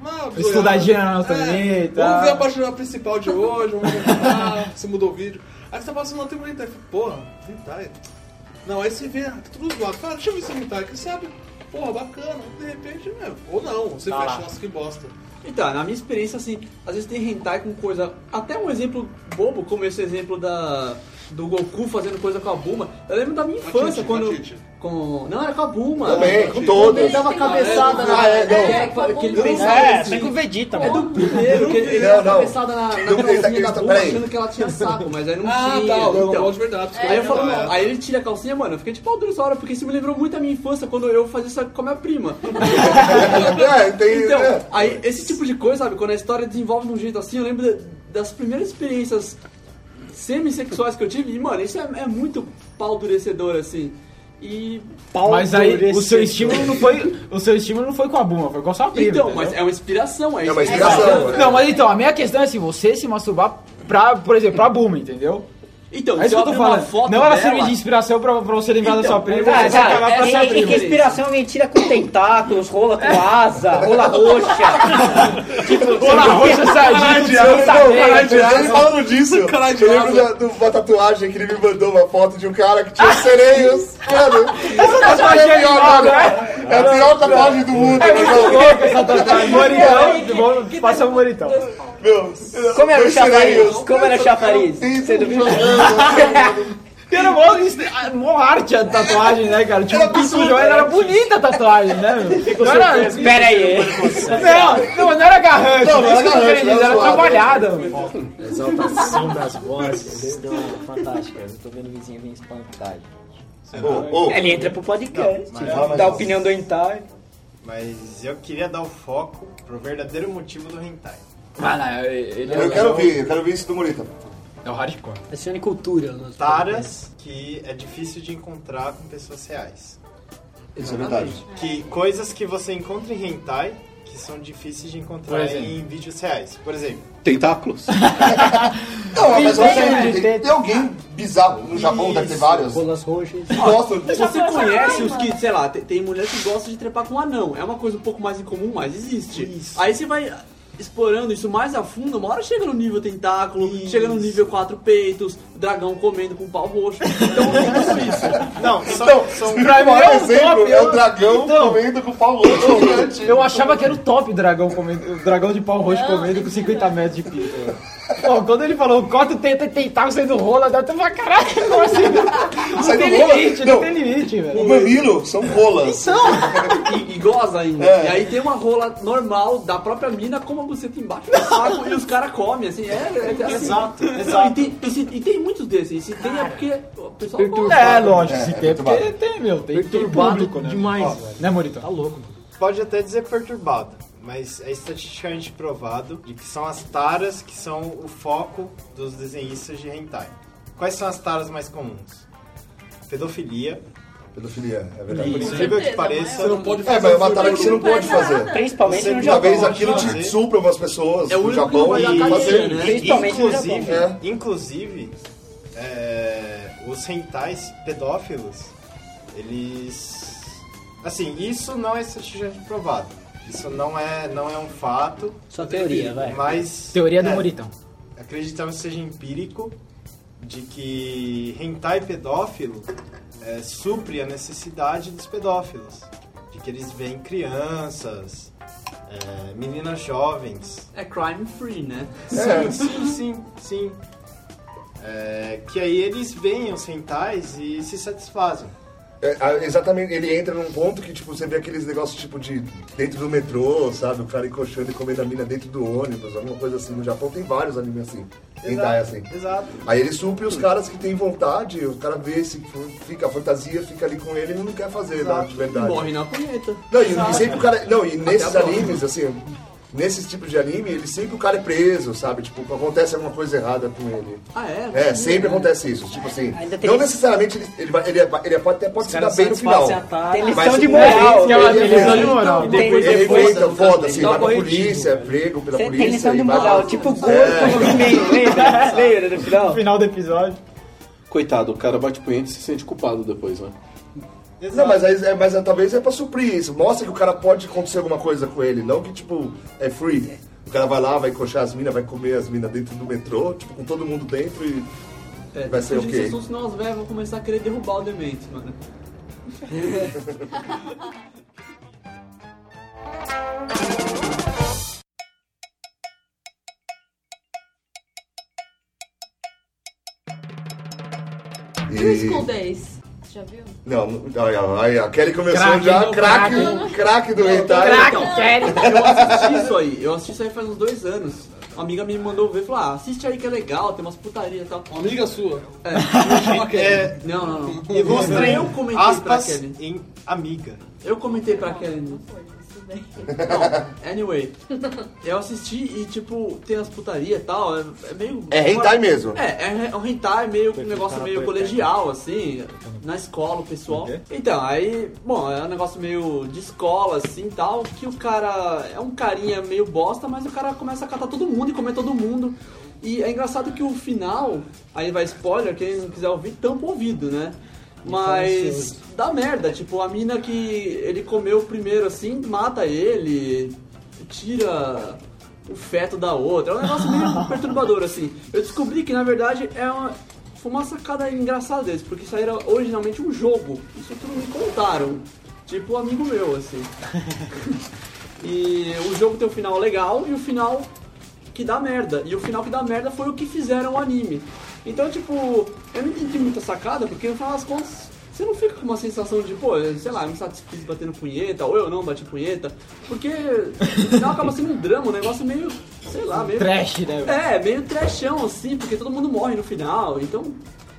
Speaker 12: Uma zoiada.
Speaker 6: Estudadinha na nota ali e tal.
Speaker 12: Vamos ver a página principal de hoje, vamos ver tá, se mudou o vídeo. Aí você tá passando lá, tem um hentai. Fala, Porra, hentai. Não, aí você vê, ah, tá tudo zoado. Cara, deixa eu ver esse hentai, que sabe? Porra, bacana. De repente, meu. Ou não, você
Speaker 4: Tá
Speaker 12: fecha, nossa, que bosta.
Speaker 9: Então, na minha experiência, assim, às vezes tem hentai com coisa. Até um exemplo bobo, como esse exemplo da. Do Goku fazendo coisa com a Buma. Eu lembro da minha infância,
Speaker 12: Tite,
Speaker 9: quando.
Speaker 12: com a Tite.
Speaker 9: Com... Não, era com a Buma.
Speaker 1: Também, com
Speaker 9: Ele
Speaker 1: todas.
Speaker 9: dava cabeçada na.
Speaker 1: Ah, é, não.
Speaker 9: É, que ele
Speaker 1: né?
Speaker 9: pensava
Speaker 4: É,
Speaker 9: assim.
Speaker 4: tem com o Vegeta,
Speaker 9: É
Speaker 4: mano.
Speaker 9: do primeiro, que ele
Speaker 1: Não,
Speaker 9: dava
Speaker 1: não.
Speaker 9: cabeçada na, na
Speaker 1: Não, ele tá- ele
Speaker 9: calcinha da
Speaker 1: tá-
Speaker 9: Buma,
Speaker 1: peraí.
Speaker 9: achando que ela tinha saco, mas aí não tinha.
Speaker 12: Ah, tá, o Dragon
Speaker 9: então.
Speaker 12: Ball de verdade.
Speaker 7: É,
Speaker 9: Aí eu falo,
Speaker 12: não,
Speaker 9: não. Aí ele tira a calcinha, mano. Eu fiquei tipo pau duro essa hora, porque isso me lembrou muito a minha infância quando eu fazia isso com a minha prima.
Speaker 1: É, tem.
Speaker 9: Então,
Speaker 1: né?
Speaker 9: aí esse tipo de coisa, sabe? Quando a história desenvolve de um jeito assim, eu lembro da- das primeiras experiências semissexuais que eu tive. E, mano, isso é, é muito pau durecedor, assim. E.
Speaker 6: Mas aí o seu estímulo não foi. O seu estímulo não foi com a buma, foi com a sua prima.
Speaker 9: Então,
Speaker 6: entendeu?
Speaker 9: mas é uma inspiração, é,
Speaker 1: É uma
Speaker 9: isso.
Speaker 1: inspiração.
Speaker 6: Não, mas então, a minha questão é se você se masturbar pra, por exemplo, pra buma, entendeu?
Speaker 9: Então,
Speaker 6: É
Speaker 9: se
Speaker 6: isso
Speaker 9: eu
Speaker 6: que eu
Speaker 9: abrir
Speaker 6: tô
Speaker 9: uma
Speaker 6: falando.
Speaker 9: foto
Speaker 6: Não assim, ela
Speaker 9: dela,
Speaker 6: serve de inspiração pra, pra você lembrar da
Speaker 9: Então,
Speaker 6: sua prima.
Speaker 9: tá,
Speaker 6: você
Speaker 9: tá,
Speaker 6: vai cagar pra
Speaker 13: É,
Speaker 6: sua
Speaker 13: é, é que
Speaker 6: prima.
Speaker 13: a inspiração alguém tira com tentáculos, rola com asa, rola roxa.
Speaker 6: Olha lá, roxa,
Speaker 1: Caralho,
Speaker 6: sargento,
Speaker 1: Diário, não, caralho,
Speaker 6: sargento.
Speaker 1: Diário, falando disso.
Speaker 12: Caralho,
Speaker 1: Eu lembro
Speaker 12: Diário.
Speaker 1: da, do- da tatuagem que ele me mandou uma foto de um cara que tinha sereios. Mano, essa
Speaker 6: tatuagem
Speaker 1: é a pior,
Speaker 6: animal,
Speaker 1: mano. É a pior tatuagem do mundo.
Speaker 6: Muito louco essa tatuagem. Moritão, vamos- passa o Moritão.
Speaker 1: Meu,
Speaker 13: Como era o
Speaker 1: dois
Speaker 13: chafariz?
Speaker 1: sereios.
Speaker 13: Como era o chafariz?
Speaker 1: Isso, jogando.
Speaker 6: Era mó, ah, mó arte a tatuagem, né, cara? Tinha um
Speaker 1: Era
Speaker 6: pico joia, era bonita a tatuagem, né? meu? Não era,
Speaker 13: Pera aí.
Speaker 6: não, não, não era garrante,
Speaker 1: Não, não era
Speaker 6: isso que eu tô
Speaker 1: garrante,
Speaker 6: querendo
Speaker 1: era
Speaker 6: dizer, era
Speaker 1: zoado.
Speaker 6: trabalhada. mano.
Speaker 4: Exaltação das vozes. Não, fantástica. Eu tô vendo o vizinho vir espancar.
Speaker 1: Ô, ô,
Speaker 13: Ele entra pro podcast.
Speaker 1: fala mais
Speaker 13: Dá a
Speaker 1: não.
Speaker 13: opinião do hentai.
Speaker 2: Mas eu queria dar o foco pro verdadeiro motivo do hentai.
Speaker 14: Ah, não, ele é
Speaker 1: Eu
Speaker 14: o-
Speaker 1: quero ver, eu quero ver isso do Morita.
Speaker 14: É o hardcore.
Speaker 15: É cinecultura. nós-
Speaker 1: Tá,
Speaker 2: Taras que é difícil de encontrar com pessoas reais.
Speaker 1: Isso é verdade.
Speaker 2: Que coisas que você encontra em hentai que são difíceis de
Speaker 5: Por
Speaker 2: encontrar
Speaker 5: exemplo.
Speaker 2: em vídeos reais. Por exemplo,
Speaker 5: Tentáculos.
Speaker 1: Não, mas
Speaker 2: Isso,
Speaker 1: olha,
Speaker 2: né?
Speaker 1: tem, tem alguém bizarro. No Japão deve ter vários.
Speaker 15: Rolas roxas.
Speaker 1: Nossa,
Speaker 9: Você conhece os que, sei lá, tem, tem mulher que gosta de trepar com um anão. É uma coisa um pouco mais incomum, mas existe. Aí você vai explorando isso mais a fundo, uma hora chega no nível tentáculo, chega no nível quatro peitos, dragão comendo com pau roxo. Então, tudo isso.
Speaker 2: Não, só,
Speaker 1: Então,
Speaker 2: só
Speaker 1: o maior exemplo é o
Speaker 6: eu-
Speaker 1: dragão comendo com o pau louco gigante.
Speaker 6: Eu achava que era o top dragão comendo, o dragão de pau roxo comendo com 50 metros de pico. né? Pô, quando ele falou, corta o tenta tentar saindo rola, dá até pra caralho, como assim? Não
Speaker 1: Sai do
Speaker 6: tem
Speaker 1: rola?
Speaker 6: limite, não
Speaker 1: Não.
Speaker 6: tem limite,
Speaker 1: O
Speaker 6: velho.
Speaker 1: mamilo são rolas.
Speaker 6: São!
Speaker 9: E, e goza ainda.
Speaker 1: É.
Speaker 9: E aí tem uma rola normal da própria mina com uma buceta embaixo do saco e os caras comem, assim. É, é, é assim.
Speaker 2: Exato,
Speaker 9: Não,
Speaker 2: exato.
Speaker 9: E tem, e se- e tem muitos desses. E se tem é porque o pessoal gosta.
Speaker 6: É, lógico,
Speaker 1: É,
Speaker 6: se
Speaker 1: é
Speaker 6: tem, porque
Speaker 1: perturbado.
Speaker 6: tem, meu, tem, tem
Speaker 9: Perturbado
Speaker 6: público, né?
Speaker 9: demais,
Speaker 6: Ó,
Speaker 9: velho.
Speaker 6: Né, Morito?
Speaker 15: Tá louco, mano.
Speaker 2: pode até dizer perturbado, mas é estatisticamente provado de que são as taras que são o foco dos desenhistas de hentai. Quais são as taras mais comuns? Pedofilia,
Speaker 1: Pedofilia, é verdade.
Speaker 2: por
Speaker 7: Com
Speaker 2: incrível que
Speaker 7: certeza,
Speaker 2: pareça.
Speaker 7: mas-
Speaker 12: Não pode
Speaker 1: É,
Speaker 12: fazer
Speaker 1: mas é uma
Speaker 12: isso.
Speaker 1: tarefa que você não pode fazer.
Speaker 13: Principalmente
Speaker 2: Você
Speaker 13: no Japão.
Speaker 1: Talvez
Speaker 2: Não,
Speaker 1: aquilo
Speaker 2: não.
Speaker 1: te supra umas pessoas
Speaker 9: É o
Speaker 1: no
Speaker 9: único que não
Speaker 1: Japão
Speaker 9: vai
Speaker 1: e
Speaker 9: dar cadeia,
Speaker 1: fazer.
Speaker 9: né?
Speaker 13: Principalmente no Japão.
Speaker 2: Inclusive,
Speaker 1: É.
Speaker 2: inclusive é, os rentais pedófilos, eles. Assim, isso não é estatisticamente provado. Isso não é, não é um fato,
Speaker 15: Só teoria, vai.
Speaker 2: mas.
Speaker 6: Teoria do
Speaker 2: é,
Speaker 6: Moritão.
Speaker 2: Acreditamos que seja empírico de que hentai pedófilo é, supre a necessidade dos pedófilos. De que eles veem crianças, é, meninas jovens.
Speaker 9: É crime free, né?
Speaker 1: É.
Speaker 2: Sim, sim, sim, sim. É, que aí eles veem os rentais e se satisfazem.
Speaker 1: É, ah, exatamente, ele entra num ponto que tipo, você vê aqueles negócios tipo de dentro do metrô, sabe? O cara encoxando e comendo a mina dentro do ônibus, alguma coisa assim. No Japão tem vários animes assim, hentai assim.
Speaker 2: Exato.
Speaker 1: Aí ele supre os caras que têm vontade, o cara vê se fica a fantasia, fica ali com ele e não quer fazer nada de verdade.
Speaker 9: Morre na punheta.
Speaker 1: Não, e, e sempre o cara. Não, e nesses
Speaker 9: agora.
Speaker 1: animes, assim, nesses tipos de anime, ele sempre o cara é preso, sabe? Tipo, acontece alguma coisa errada com ele.
Speaker 9: Ah, é?
Speaker 1: É, sempre acontece isso. Tipo assim,
Speaker 13: Ainda tem
Speaker 1: não
Speaker 13: esse-
Speaker 1: necessariamente ele, ele, vai- ele, vai- ele é, pode, até pode se dar
Speaker 4: caras
Speaker 1: bem no final.
Speaker 4: satisfazem a tara.
Speaker 13: Tem lição
Speaker 1: Mas
Speaker 13: de
Speaker 1: o- é
Speaker 13: moral.
Speaker 1: Ele- ele-
Speaker 6: Eles são de moral.
Speaker 1: ele-
Speaker 13: Depois-
Speaker 1: Ele
Speaker 13: depois-
Speaker 1: inventa,
Speaker 9: Tá
Speaker 1: foda-se,
Speaker 4: Dá
Speaker 1: vai pra
Speaker 4: corretivo,
Speaker 1: polícia, é prego pela
Speaker 13: Tem
Speaker 1: polícia.
Speaker 13: tem lição de
Speaker 1: e vai- É.
Speaker 13: moral. Tipo gordo no meio. Lembra? Lembra no final?
Speaker 6: No final do episódio.
Speaker 5: Coitado, o cara bate punheta e se sente culpado depois, né?
Speaker 1: Não, mas, aí, é, mas é- talvez é pra suprir isso. Mostra que o cara pode acontecer alguma coisa com ele, não que, tipo, é free. O cara vai lá, vai coxar as minas, vai comer as minas dentro do metrô, tipo, com todo mundo dentro e.
Speaker 9: É,
Speaker 1: Vai ser o
Speaker 9: fugir
Speaker 1: quê?
Speaker 9: desse assunto, senão as velhas vão começar a querer derrubar o demente, mano.
Speaker 7: True
Speaker 1: e...
Speaker 7: School Days. Você Já viu?
Speaker 1: Não, não- aí, ó, aí, ó, a Kelly começou
Speaker 6: Craque,
Speaker 1: já,
Speaker 6: não,
Speaker 1: craque, craque do hentai.
Speaker 9: Então, eu assisti isso aí, eu assisti isso aí faz uns dois anos. Uma amiga minha me mandou ver e falou: ah, assiste aí que é legal, tem umas putarias e tal.
Speaker 12: Uma amiga sua.
Speaker 9: É,
Speaker 2: É,
Speaker 9: não, não, não.
Speaker 2: ilustrem
Speaker 9: Eu comentei pra
Speaker 2: aspas
Speaker 9: Kelly.
Speaker 2: em amiga.
Speaker 9: Eu comentei pra Kelly.
Speaker 7: Não
Speaker 9: Não,
Speaker 7: foi, tudo bem.
Speaker 9: anyway. Eu assisti e, tipo, tem as putarias e tal. É, é meio.
Speaker 1: É hentai mesmo.
Speaker 9: É, é um hentai meio um negócio meio colegial, assim, na escola, o pessoal. Então, aí, bom, é um negócio meio de escola, assim tal, que o cara é um carinha meio bosta, mas o cara começa a catar todo mundo e comer todo mundo. E é engraçado que o final, aí vai spoiler, quem não quiser ouvir, tampa o ouvido, né? Mas dá merda, tipo, a mina que ele comeu primeiro assim, mata ele, tira o um feto da outra. É um negócio meio perturbador, assim. Eu descobri que, na verdade, é uma, foi uma sacada engraçada deles, porque isso aí era originalmente um jogo. Isso tudo me contaram. Tipo, um amigo meu, assim. E o jogo tem um final legal e o final que dá merda. E o final que dá merda foi o que fizeram o anime. Então, tipo, eu não entendi muita sacada, porque no final das contas, você não fica com uma sensação de, pô, eu, sei lá, eu me satisfiz batendo punheta, ou eu não bati punheta, porque no final acaba sendo um drama, um negócio meio, sei lá, meio.
Speaker 6: Trash, né, velho?
Speaker 9: É, meio trashão assim, porque todo mundo morre no final, então.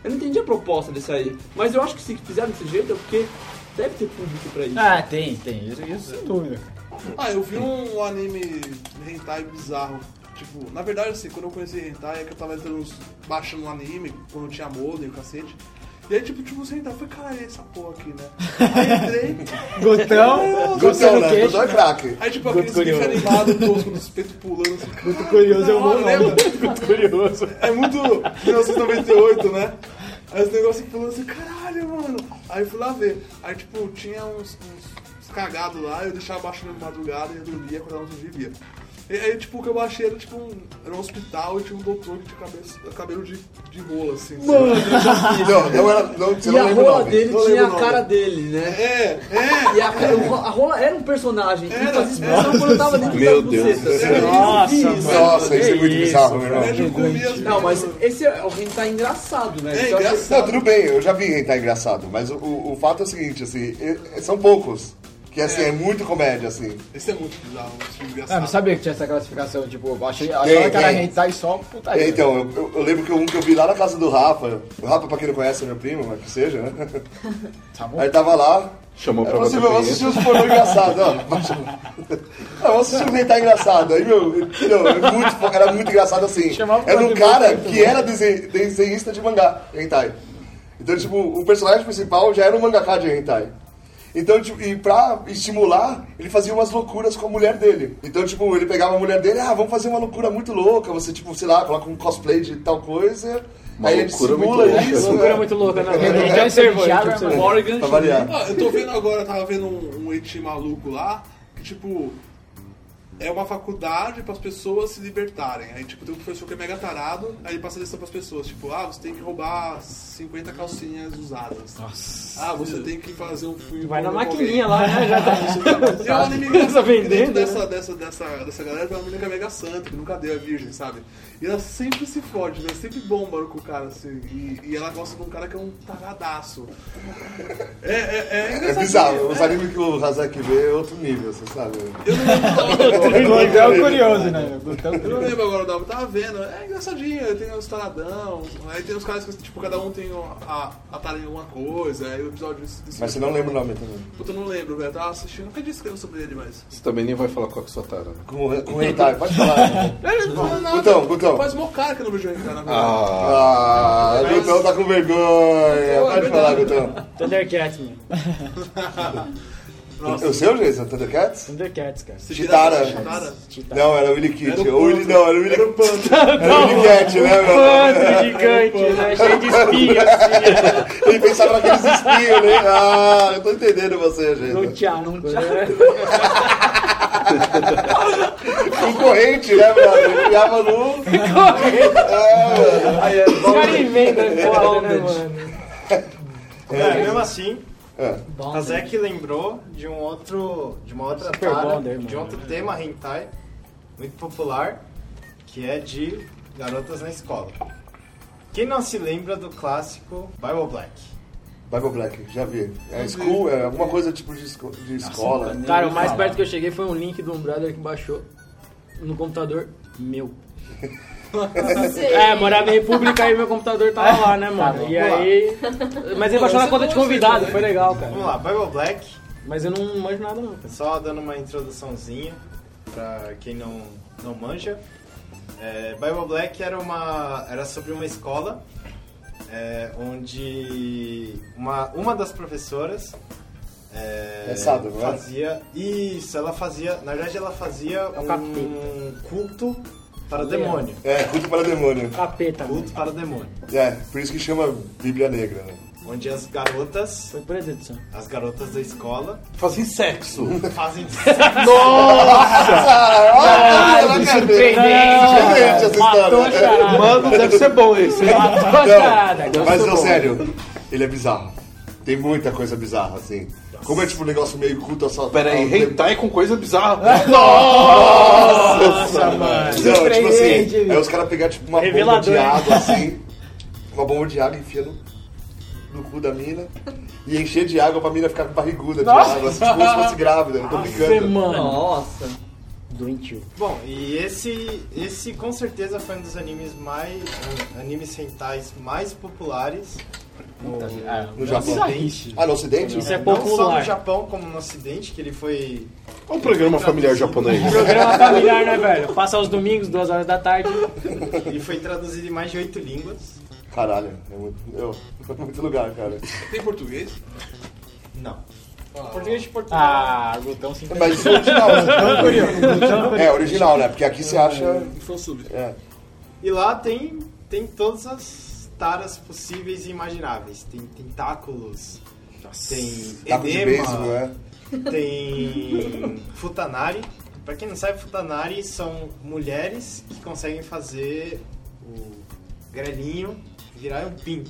Speaker 9: Eu não entendi a proposta desse aí. Mas eu acho que se fizeram desse jeito é porque Deve ter público pra isso.
Speaker 6: Ah, tem, tem. Isso, isso sem dúvida.
Speaker 12: Ah, eu vi um anime hentai bizarro. Tipo, na verdade, assim, quando eu conheci hentai, é que eu tava entrando uns, baixando um anime, quando tinha modem, o cacete. E aí, tipo, tipo, você hentai, eu falei, caralho, é essa porra aqui, né? Aí entrei...
Speaker 6: Gotão,
Speaker 12: Nossa,
Speaker 6: gotão no
Speaker 12: cara.
Speaker 6: queixo.
Speaker 1: Gotão é craque.
Speaker 12: Aí, tipo, aqueles
Speaker 6: Guto
Speaker 12: bichos
Speaker 6: curioso.
Speaker 12: animados, tosco, dos peitos pulando, assim,
Speaker 6: Muito curioso, eu
Speaker 12: Não,
Speaker 6: vou
Speaker 12: lembra?
Speaker 6: Muito curioso.
Speaker 12: É muito 1998, né? Aí os negócios pulando assim, caralho, mano. Aí eu fui lá ver. Aí, tipo, tinha uns, uns cagados lá, eu deixava baixando de madrugada e eu dormia quando ela não vivia. E aí, tipo, o que eu baixei era, tipo, um, era um hospital e tinha um doutor que tinha cabeça, cabelo de, de rola, assim.
Speaker 9: Mano,
Speaker 12: sabe?
Speaker 9: eu já vi.
Speaker 1: Não, não era- não, você
Speaker 9: e
Speaker 1: não
Speaker 9: a
Speaker 1: lembra o
Speaker 9: rola
Speaker 1: nome.
Speaker 9: dele
Speaker 1: Não
Speaker 9: tinha
Speaker 1: lembra o
Speaker 9: a
Speaker 1: nome.
Speaker 9: cara dele, né?
Speaker 12: É, é.
Speaker 9: E a, a rola era um personagem. Era, era quando eu tava dentro assim.
Speaker 1: Meu
Speaker 9: das
Speaker 1: Deus
Speaker 9: bucetas.
Speaker 1: do céu.
Speaker 9: Era isso,
Speaker 1: Nossa,
Speaker 9: isso,
Speaker 1: mano.
Speaker 9: mano.
Speaker 1: Nossa, isso é
Speaker 9: Que
Speaker 1: muito bizarro, meu irmão.
Speaker 12: Eu tipo, comia as
Speaker 9: Não, mas esse é o hentai engraçado, né?
Speaker 12: É
Speaker 9: Esse eu acho-
Speaker 1: Não, tudo bem, eu já vi tá engraçado, mas o, o, o fato é o seguinte, assim, e- e- são poucos. Que assim, é, muito comédia, assim.
Speaker 12: Esse é muito bizarro, esse filme
Speaker 6: Ah, não
Speaker 12: engraçado.
Speaker 6: sabia que tinha essa classificação, tipo, eu achei,
Speaker 1: Tem,
Speaker 6: achava que era
Speaker 1: tem.
Speaker 6: hentai só putaria.
Speaker 1: É, então, eu- eu, eu lembro que um que eu vi lá na casa do Rafa, o Rafa, pra quem não conhece, é meu primo, mas que seja, né?
Speaker 6: Tá bom.
Speaker 1: Aí tava lá.
Speaker 5: Chamou
Speaker 1: Aí
Speaker 5: pra
Speaker 1: eu falei assim,
Speaker 5: você.
Speaker 1: meu, vamos assistir os pornô engraçado, ó. Baixa- Ah, Vamos assistir os hentai engraçado. Aí, meu, não, é muito fo- era muito engraçado assim.
Speaker 6: Chamava pra
Speaker 1: Era um
Speaker 6: ver
Speaker 1: cara
Speaker 6: muito,
Speaker 1: que
Speaker 6: né?
Speaker 1: era desen- desenhista de mangá, hentai. Então, tipo, o personagem principal já era um mangaká de hentai. Então, tipo, e pra estimular, ele fazia umas loucuras com a mulher dele. Então, tipo, ele pegava a mulher dele, ah, vamos fazer uma loucura muito louca, você, tipo, sei lá, coloca um cosplay de tal coisa.
Speaker 5: Uma
Speaker 1: aí ele
Speaker 5: loucura muito
Speaker 1: simula
Speaker 5: louca.
Speaker 1: isso.
Speaker 4: Loucura
Speaker 1: né?
Speaker 4: muito louca, né?
Speaker 6: Ele já tipo, observou, ele já observou.
Speaker 9: Morgan
Speaker 1: Pra variar.
Speaker 12: Ah, eu tô vendo agora, eu tava vendo um, um ET maluco lá, que tipo. É uma faculdade para as pessoas se libertarem. Aí, tipo, tem um professor que é mega tarado, aí ele passa a lição para as pessoas. Tipo, ah, você tem que roubar 50 calcinhas usadas. Nossa. Ah, você tem que fazer um filme.
Speaker 15: Vai na
Speaker 12: com alguém.
Speaker 15: maquininha lá, né? Já tá-
Speaker 12: Tem uma menina
Speaker 15: Começa
Speaker 12: que dentro
Speaker 15: vendendo, né?
Speaker 12: dessa, dessa, dessa, dessa galera tem uma menina que é mega santa, que nunca deu a virgem, sabe? E ela sempre se fode, né? Sempre bomba com o cara, assim. E, e ela gosta de um cara que é um taradaço. É, é, é
Speaker 1: É
Speaker 12: engraçadinho,
Speaker 1: bizarro,
Speaker 12: né?
Speaker 1: os animes que o Hazek vê é outro nível, você sabe?
Speaker 12: Eu não lembro o nome agora.
Speaker 6: Gotão curioso, né? Gotão
Speaker 12: Eu não
Speaker 6: curioso.
Speaker 12: lembro agora o nome, eu tava vendo. É engraçadinho, aí tem os taradão, aí tem os caras que, tipo, cada um tem a, a tara em alguma coisa, aí o episódio desse. desse-
Speaker 1: Mas você não lembra né? o nome também.
Speaker 12: Puta, eu não lembro, velho. Eu tava assistindo, nunca descrevo sobre ele, mas.
Speaker 5: Você também nem vai falar qual que é a sua tara, né?
Speaker 1: Com, com hentai, pode falar.
Speaker 12: Eu não falo nada.
Speaker 1: Gutão, Gutão.
Speaker 12: Faz mó cara que eu não vejo entrar na verdade.
Speaker 5: Ah,
Speaker 1: Ah, o Gutão tá com vergonha. Pode falar, Gutão.
Speaker 4: Thundercats, mano.
Speaker 1: O seu, Jason? Thundercats?
Speaker 4: Thundercats, cara.
Speaker 1: Chitara.
Speaker 12: Chitara.
Speaker 4: Titã.
Speaker 1: Não, era o Willy Kit.
Speaker 12: Era o
Speaker 1: Ou Willy, não, era o Willy,
Speaker 12: Era o Panther.
Speaker 1: era o Willy Cat, né, meu?
Speaker 4: Pantro gigante, né? Cheio de espinhos, assim.
Speaker 1: Ele pensava naqueles espinhos, né? Ah, eu tô entendendo você,
Speaker 15: Não
Speaker 1: gente.
Speaker 15: te não te
Speaker 1: Concorrente, né, mano? Ele criava no...
Speaker 9: Aí é
Speaker 4: Os caras inventam
Speaker 6: é
Speaker 4: foda, né,
Speaker 9: Bondage.
Speaker 4: mano?
Speaker 2: É, mesmo assim,
Speaker 1: É.
Speaker 2: a Zek
Speaker 9: né?
Speaker 2: lembrou de um outro, de uma outra
Speaker 4: Super
Speaker 2: tara,
Speaker 4: Bonder,
Speaker 2: de
Speaker 9: né?
Speaker 4: mano.
Speaker 2: outro tema hentai muito popular, que é de garotas na escola. Quem não se lembra do clássico Bible Black?
Speaker 1: Bible Black, já vi. É school, é alguma coisa tipo de, esco- de escola.
Speaker 15: Cara, o mais perto que eu cheguei foi um link de um brother que baixou no computador meu. É, morava em República e meu computador tava lá, né, mano? E aí. Mas ele baixou na conta de convidado,
Speaker 9: né?
Speaker 15: foi legal,
Speaker 2: Vamos
Speaker 15: cara.
Speaker 2: lá, Bible Black,
Speaker 15: Mas eu não manjo nada, não. cara.
Speaker 2: só dando uma introduçãozinha pra quem não, não manja. É, Bible Black era, uma, era sobre uma escola é, onde uma, uma das professoras é,
Speaker 1: É sábado, não é?
Speaker 2: fazia. Isso, ela fazia. Na verdade, ela fazia
Speaker 15: o
Speaker 2: um culto para o demônio.
Speaker 1: É, culto para demônio.
Speaker 15: Capeta, mano.
Speaker 2: Culto para o demônio.
Speaker 1: É, por isso que chama Bíblia Negra, né?
Speaker 2: Onde as garotas,
Speaker 15: Foi por edição.
Speaker 2: as garotas da escola,
Speaker 5: fazem sexo.
Speaker 2: fazem
Speaker 1: Caralho, Diferente essa
Speaker 15: Matou a
Speaker 1: história.
Speaker 15: charada.
Speaker 5: Mano, deve ser bom esse.
Speaker 15: Matou a charada.
Speaker 1: Não, mas não, sério, ele é bizarro. Tem muita coisa bizarra, assim. Como é tipo um negócio meio culto só.
Speaker 5: Pera aí,
Speaker 1: ao tempo-
Speaker 5: hentai com coisa bizarra.
Speaker 1: Não, tipo
Speaker 6: Surpreendente,
Speaker 1: assim, aí os caras pegaram tipo uma bomba de
Speaker 15: Revelador.
Speaker 1: água assim, uma bomba de água e enfia no, no cu da mina e encher de água pra mina ficar com barriguda de água, assim, tipo como se fosse grávida, eu não tô brincando.
Speaker 15: Mano,
Speaker 9: Nossa.
Speaker 15: doentio.
Speaker 2: Bom, e esse, esse com certeza foi um dos animes mais. um- animes rentais mais populares
Speaker 1: no,
Speaker 2: é,
Speaker 1: no
Speaker 2: no
Speaker 1: Japão.
Speaker 2: Ocidente.
Speaker 1: Ah, no Ocidente?
Speaker 15: É
Speaker 2: não só no Japão, como no Ocidente, que ele foi...
Speaker 5: Olha o programa familiar japonês.
Speaker 15: Programa familiar, né, velho? Passa aos domingos, duas horas da tarde.
Speaker 2: E foi traduzido em mais de oito línguas.
Speaker 1: Caralho, é muito, eu, é muito lugar, cara.
Speaker 12: Tem português?
Speaker 2: Não.
Speaker 15: Português de Portugal.
Speaker 14: Ah, Glutão sim.
Speaker 1: Mas original, né? É, original, né? Porque aqui você acha...
Speaker 12: Foi sub.
Speaker 1: É.
Speaker 2: E lá tem, tem todas as taras possíveis e imagináveis. Tem tentáculos, tem
Speaker 1: Taco de beisebol,
Speaker 2: edema,
Speaker 1: né?
Speaker 2: tem futanari. Pra quem não sabe, futanari são mulheres que conseguem fazer o grelinho virar um pinto.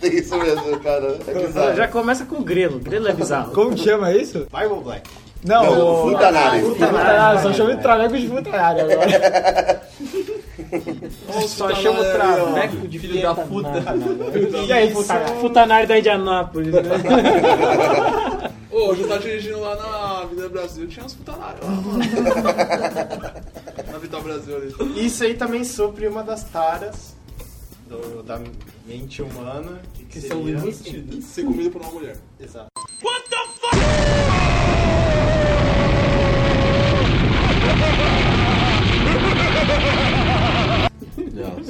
Speaker 1: Tem isso mesmo, cara. É bizarro.
Speaker 15: Já começa com o grelo. Grelo é bizarro.
Speaker 6: Como que chama isso?
Speaker 2: Bible Black.
Speaker 6: Não,
Speaker 13: um
Speaker 1: Não,
Speaker 6: o-
Speaker 1: Futanari.
Speaker 6: Futanari, só chama de traveco de Futanari agora.
Speaker 15: Só chama o traveco de
Speaker 9: Filho da puta.
Speaker 15: E aí, Futanari? Futanari da Indianápolis. né?
Speaker 12: Ô, eu tava dirigindo lá na Avenida Brasil, tinha uns putanários lá, mano. na Vital Brasil ali.
Speaker 2: Isso aí também supre uma das taras do- da mente humana. Que, que
Speaker 9: são
Speaker 2: seria-
Speaker 9: embutidos.
Speaker 12: Ser comida por uma mulher.
Speaker 2: Exato.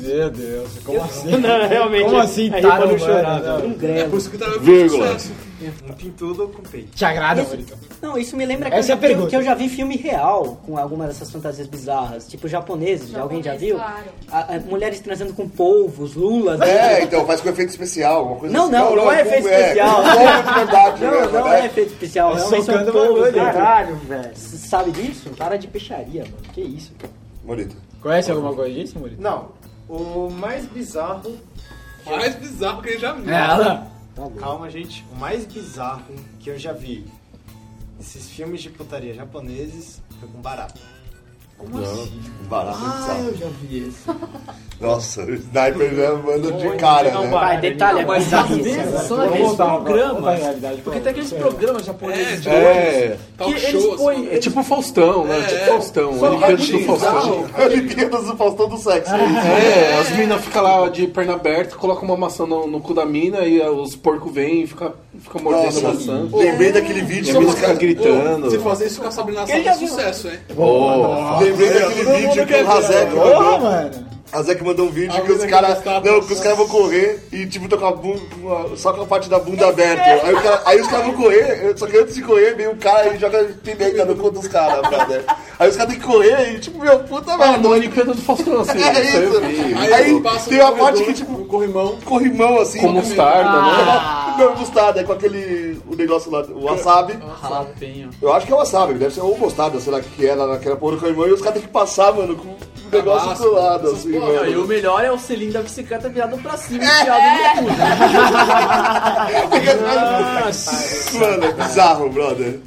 Speaker 6: Meu Deus, como assim?
Speaker 15: Não, realmente.
Speaker 6: Como assim,
Speaker 15: aí pra
Speaker 6: tara
Speaker 15: não
Speaker 6: humana?
Speaker 15: chorar,
Speaker 6: Não.
Speaker 15: velho.
Speaker 12: Por isso que tava
Speaker 5: Vírgula.
Speaker 12: sucesso.
Speaker 2: Um pintudo com peito.
Speaker 6: Te agrada,
Speaker 13: Isso-
Speaker 6: Maurício?
Speaker 13: Não, isso me lembra
Speaker 6: Essa
Speaker 13: que,
Speaker 6: é a
Speaker 13: eu, já- que eu-
Speaker 6: pergunta.
Speaker 13: que eu já vi filme real com alguma dessas fantasias bizarras. Tipo japoneses, já alguém já
Speaker 7: Japonês,
Speaker 13: viu?
Speaker 7: claro.
Speaker 13: A- a- mulheres transando com polvos, lulas. né?
Speaker 1: É, então faz com efeito especial, alguma coisa
Speaker 13: Não,
Speaker 1: assim.
Speaker 13: não, não é efeito especial.
Speaker 1: É, não, é de verdade, né?
Speaker 13: Não, não é efeito especial, realmente são
Speaker 6: Tá socando
Speaker 13: polvos.
Speaker 6: bagulho,
Speaker 13: cara.
Speaker 15: Caralho, velho.
Speaker 13: S- Sabe disso? Cara de peixaria, mano. Que isso, cara.
Speaker 1: Bonito.
Speaker 6: Conhece alguma coisa disso, Murilo?
Speaker 2: Não, o mais bizarro.
Speaker 12: Mais bizarro que ele já viu.
Speaker 6: É, Ela?
Speaker 2: Calma, gente. O mais bizarro que eu já vi nesses filmes de putaria japoneses foi com barata.
Speaker 1: assim? Barato,
Speaker 13: Ah,
Speaker 1: bizarro.
Speaker 9: já vi esse.
Speaker 1: Nossa, o sniper né, manda de cara,
Speaker 15: Não,
Speaker 1: né?
Speaker 15: vai.
Speaker 13: Vai, detalhe, é
Speaker 9: Mas às vezes
Speaker 13: bizarro.
Speaker 9: são aqueles programas. Porque tem aqueles
Speaker 6: que
Speaker 9: programas japoneses
Speaker 1: tipo
Speaker 12: É,
Speaker 5: É,
Speaker 12: Tal
Speaker 9: que
Speaker 12: show,
Speaker 9: eles
Speaker 12: assim,
Speaker 9: põem.
Speaker 5: é tipo Faustão, né? Tipo
Speaker 1: É.
Speaker 5: Faustão, Olimpíadas do Faustão.
Speaker 1: Olimpíadas do Faustão do Sexo.
Speaker 5: É, as minas ficam lá de perna aberta, colocam uma maçã no, no cu da mina e ah, os porcos vêm e ficam fica mordendo
Speaker 1: Nossa, é
Speaker 5: a maçã.
Speaker 1: lembrei daquele
Speaker 5: E
Speaker 1: vídeo.
Speaker 5: a mina fica gritando.
Speaker 12: Ô, Se fazer isso com a Sabrina Sato é sucesso, hein?
Speaker 5: Oh,
Speaker 1: Lembrei daquele vídeo que o Razek
Speaker 6: Porra,
Speaker 1: mandou.
Speaker 6: mano.
Speaker 1: Razek mandou um vídeo que
Speaker 12: mina
Speaker 1: os
Speaker 12: que
Speaker 1: caras.
Speaker 12: gostava.
Speaker 1: Não, que os caras vão correr e tipo, tô com a bunda. com a- Só com a parte da bunda aberta. Aí, o cara- aí os caras vão correr, só que antes de correr, vem um cara e joga pimenta no cu dos caras, brother. Aí os caras têm que correr e tipo, meu puta
Speaker 5: ah, no
Speaker 1: merda.
Speaker 5: Olimpíadas do Faustão, assim.
Speaker 1: É
Speaker 5: isso aí eu vi.
Speaker 1: isso. Aí,
Speaker 12: eles passam
Speaker 1: tem
Speaker 12: no
Speaker 1: a parte
Speaker 12: corredor,
Speaker 1: que tipo,
Speaker 12: no corrimão.
Speaker 1: corrimão assim.
Speaker 5: Com mostarda, né?
Speaker 1: Não, mostarda, é com aquele. O negócio lá, o wasabi.
Speaker 13: É.
Speaker 9: Jalapeno.
Speaker 1: Eu acho que é wasabi, deve ser ou mostarda, sei lá o que que é, lá naquela porra do caimão, e os caras têm que passar, mano, com o negócio
Speaker 12: Tabasco,
Speaker 1: do lado,
Speaker 12: essas
Speaker 1: assim,
Speaker 12: porra,
Speaker 1: mano.
Speaker 9: Não, E o melhor é o selim da bicicleta virado pra cima,
Speaker 6: É.
Speaker 9: enfiado no cu. né?
Speaker 1: Mano, é bizarro, brother.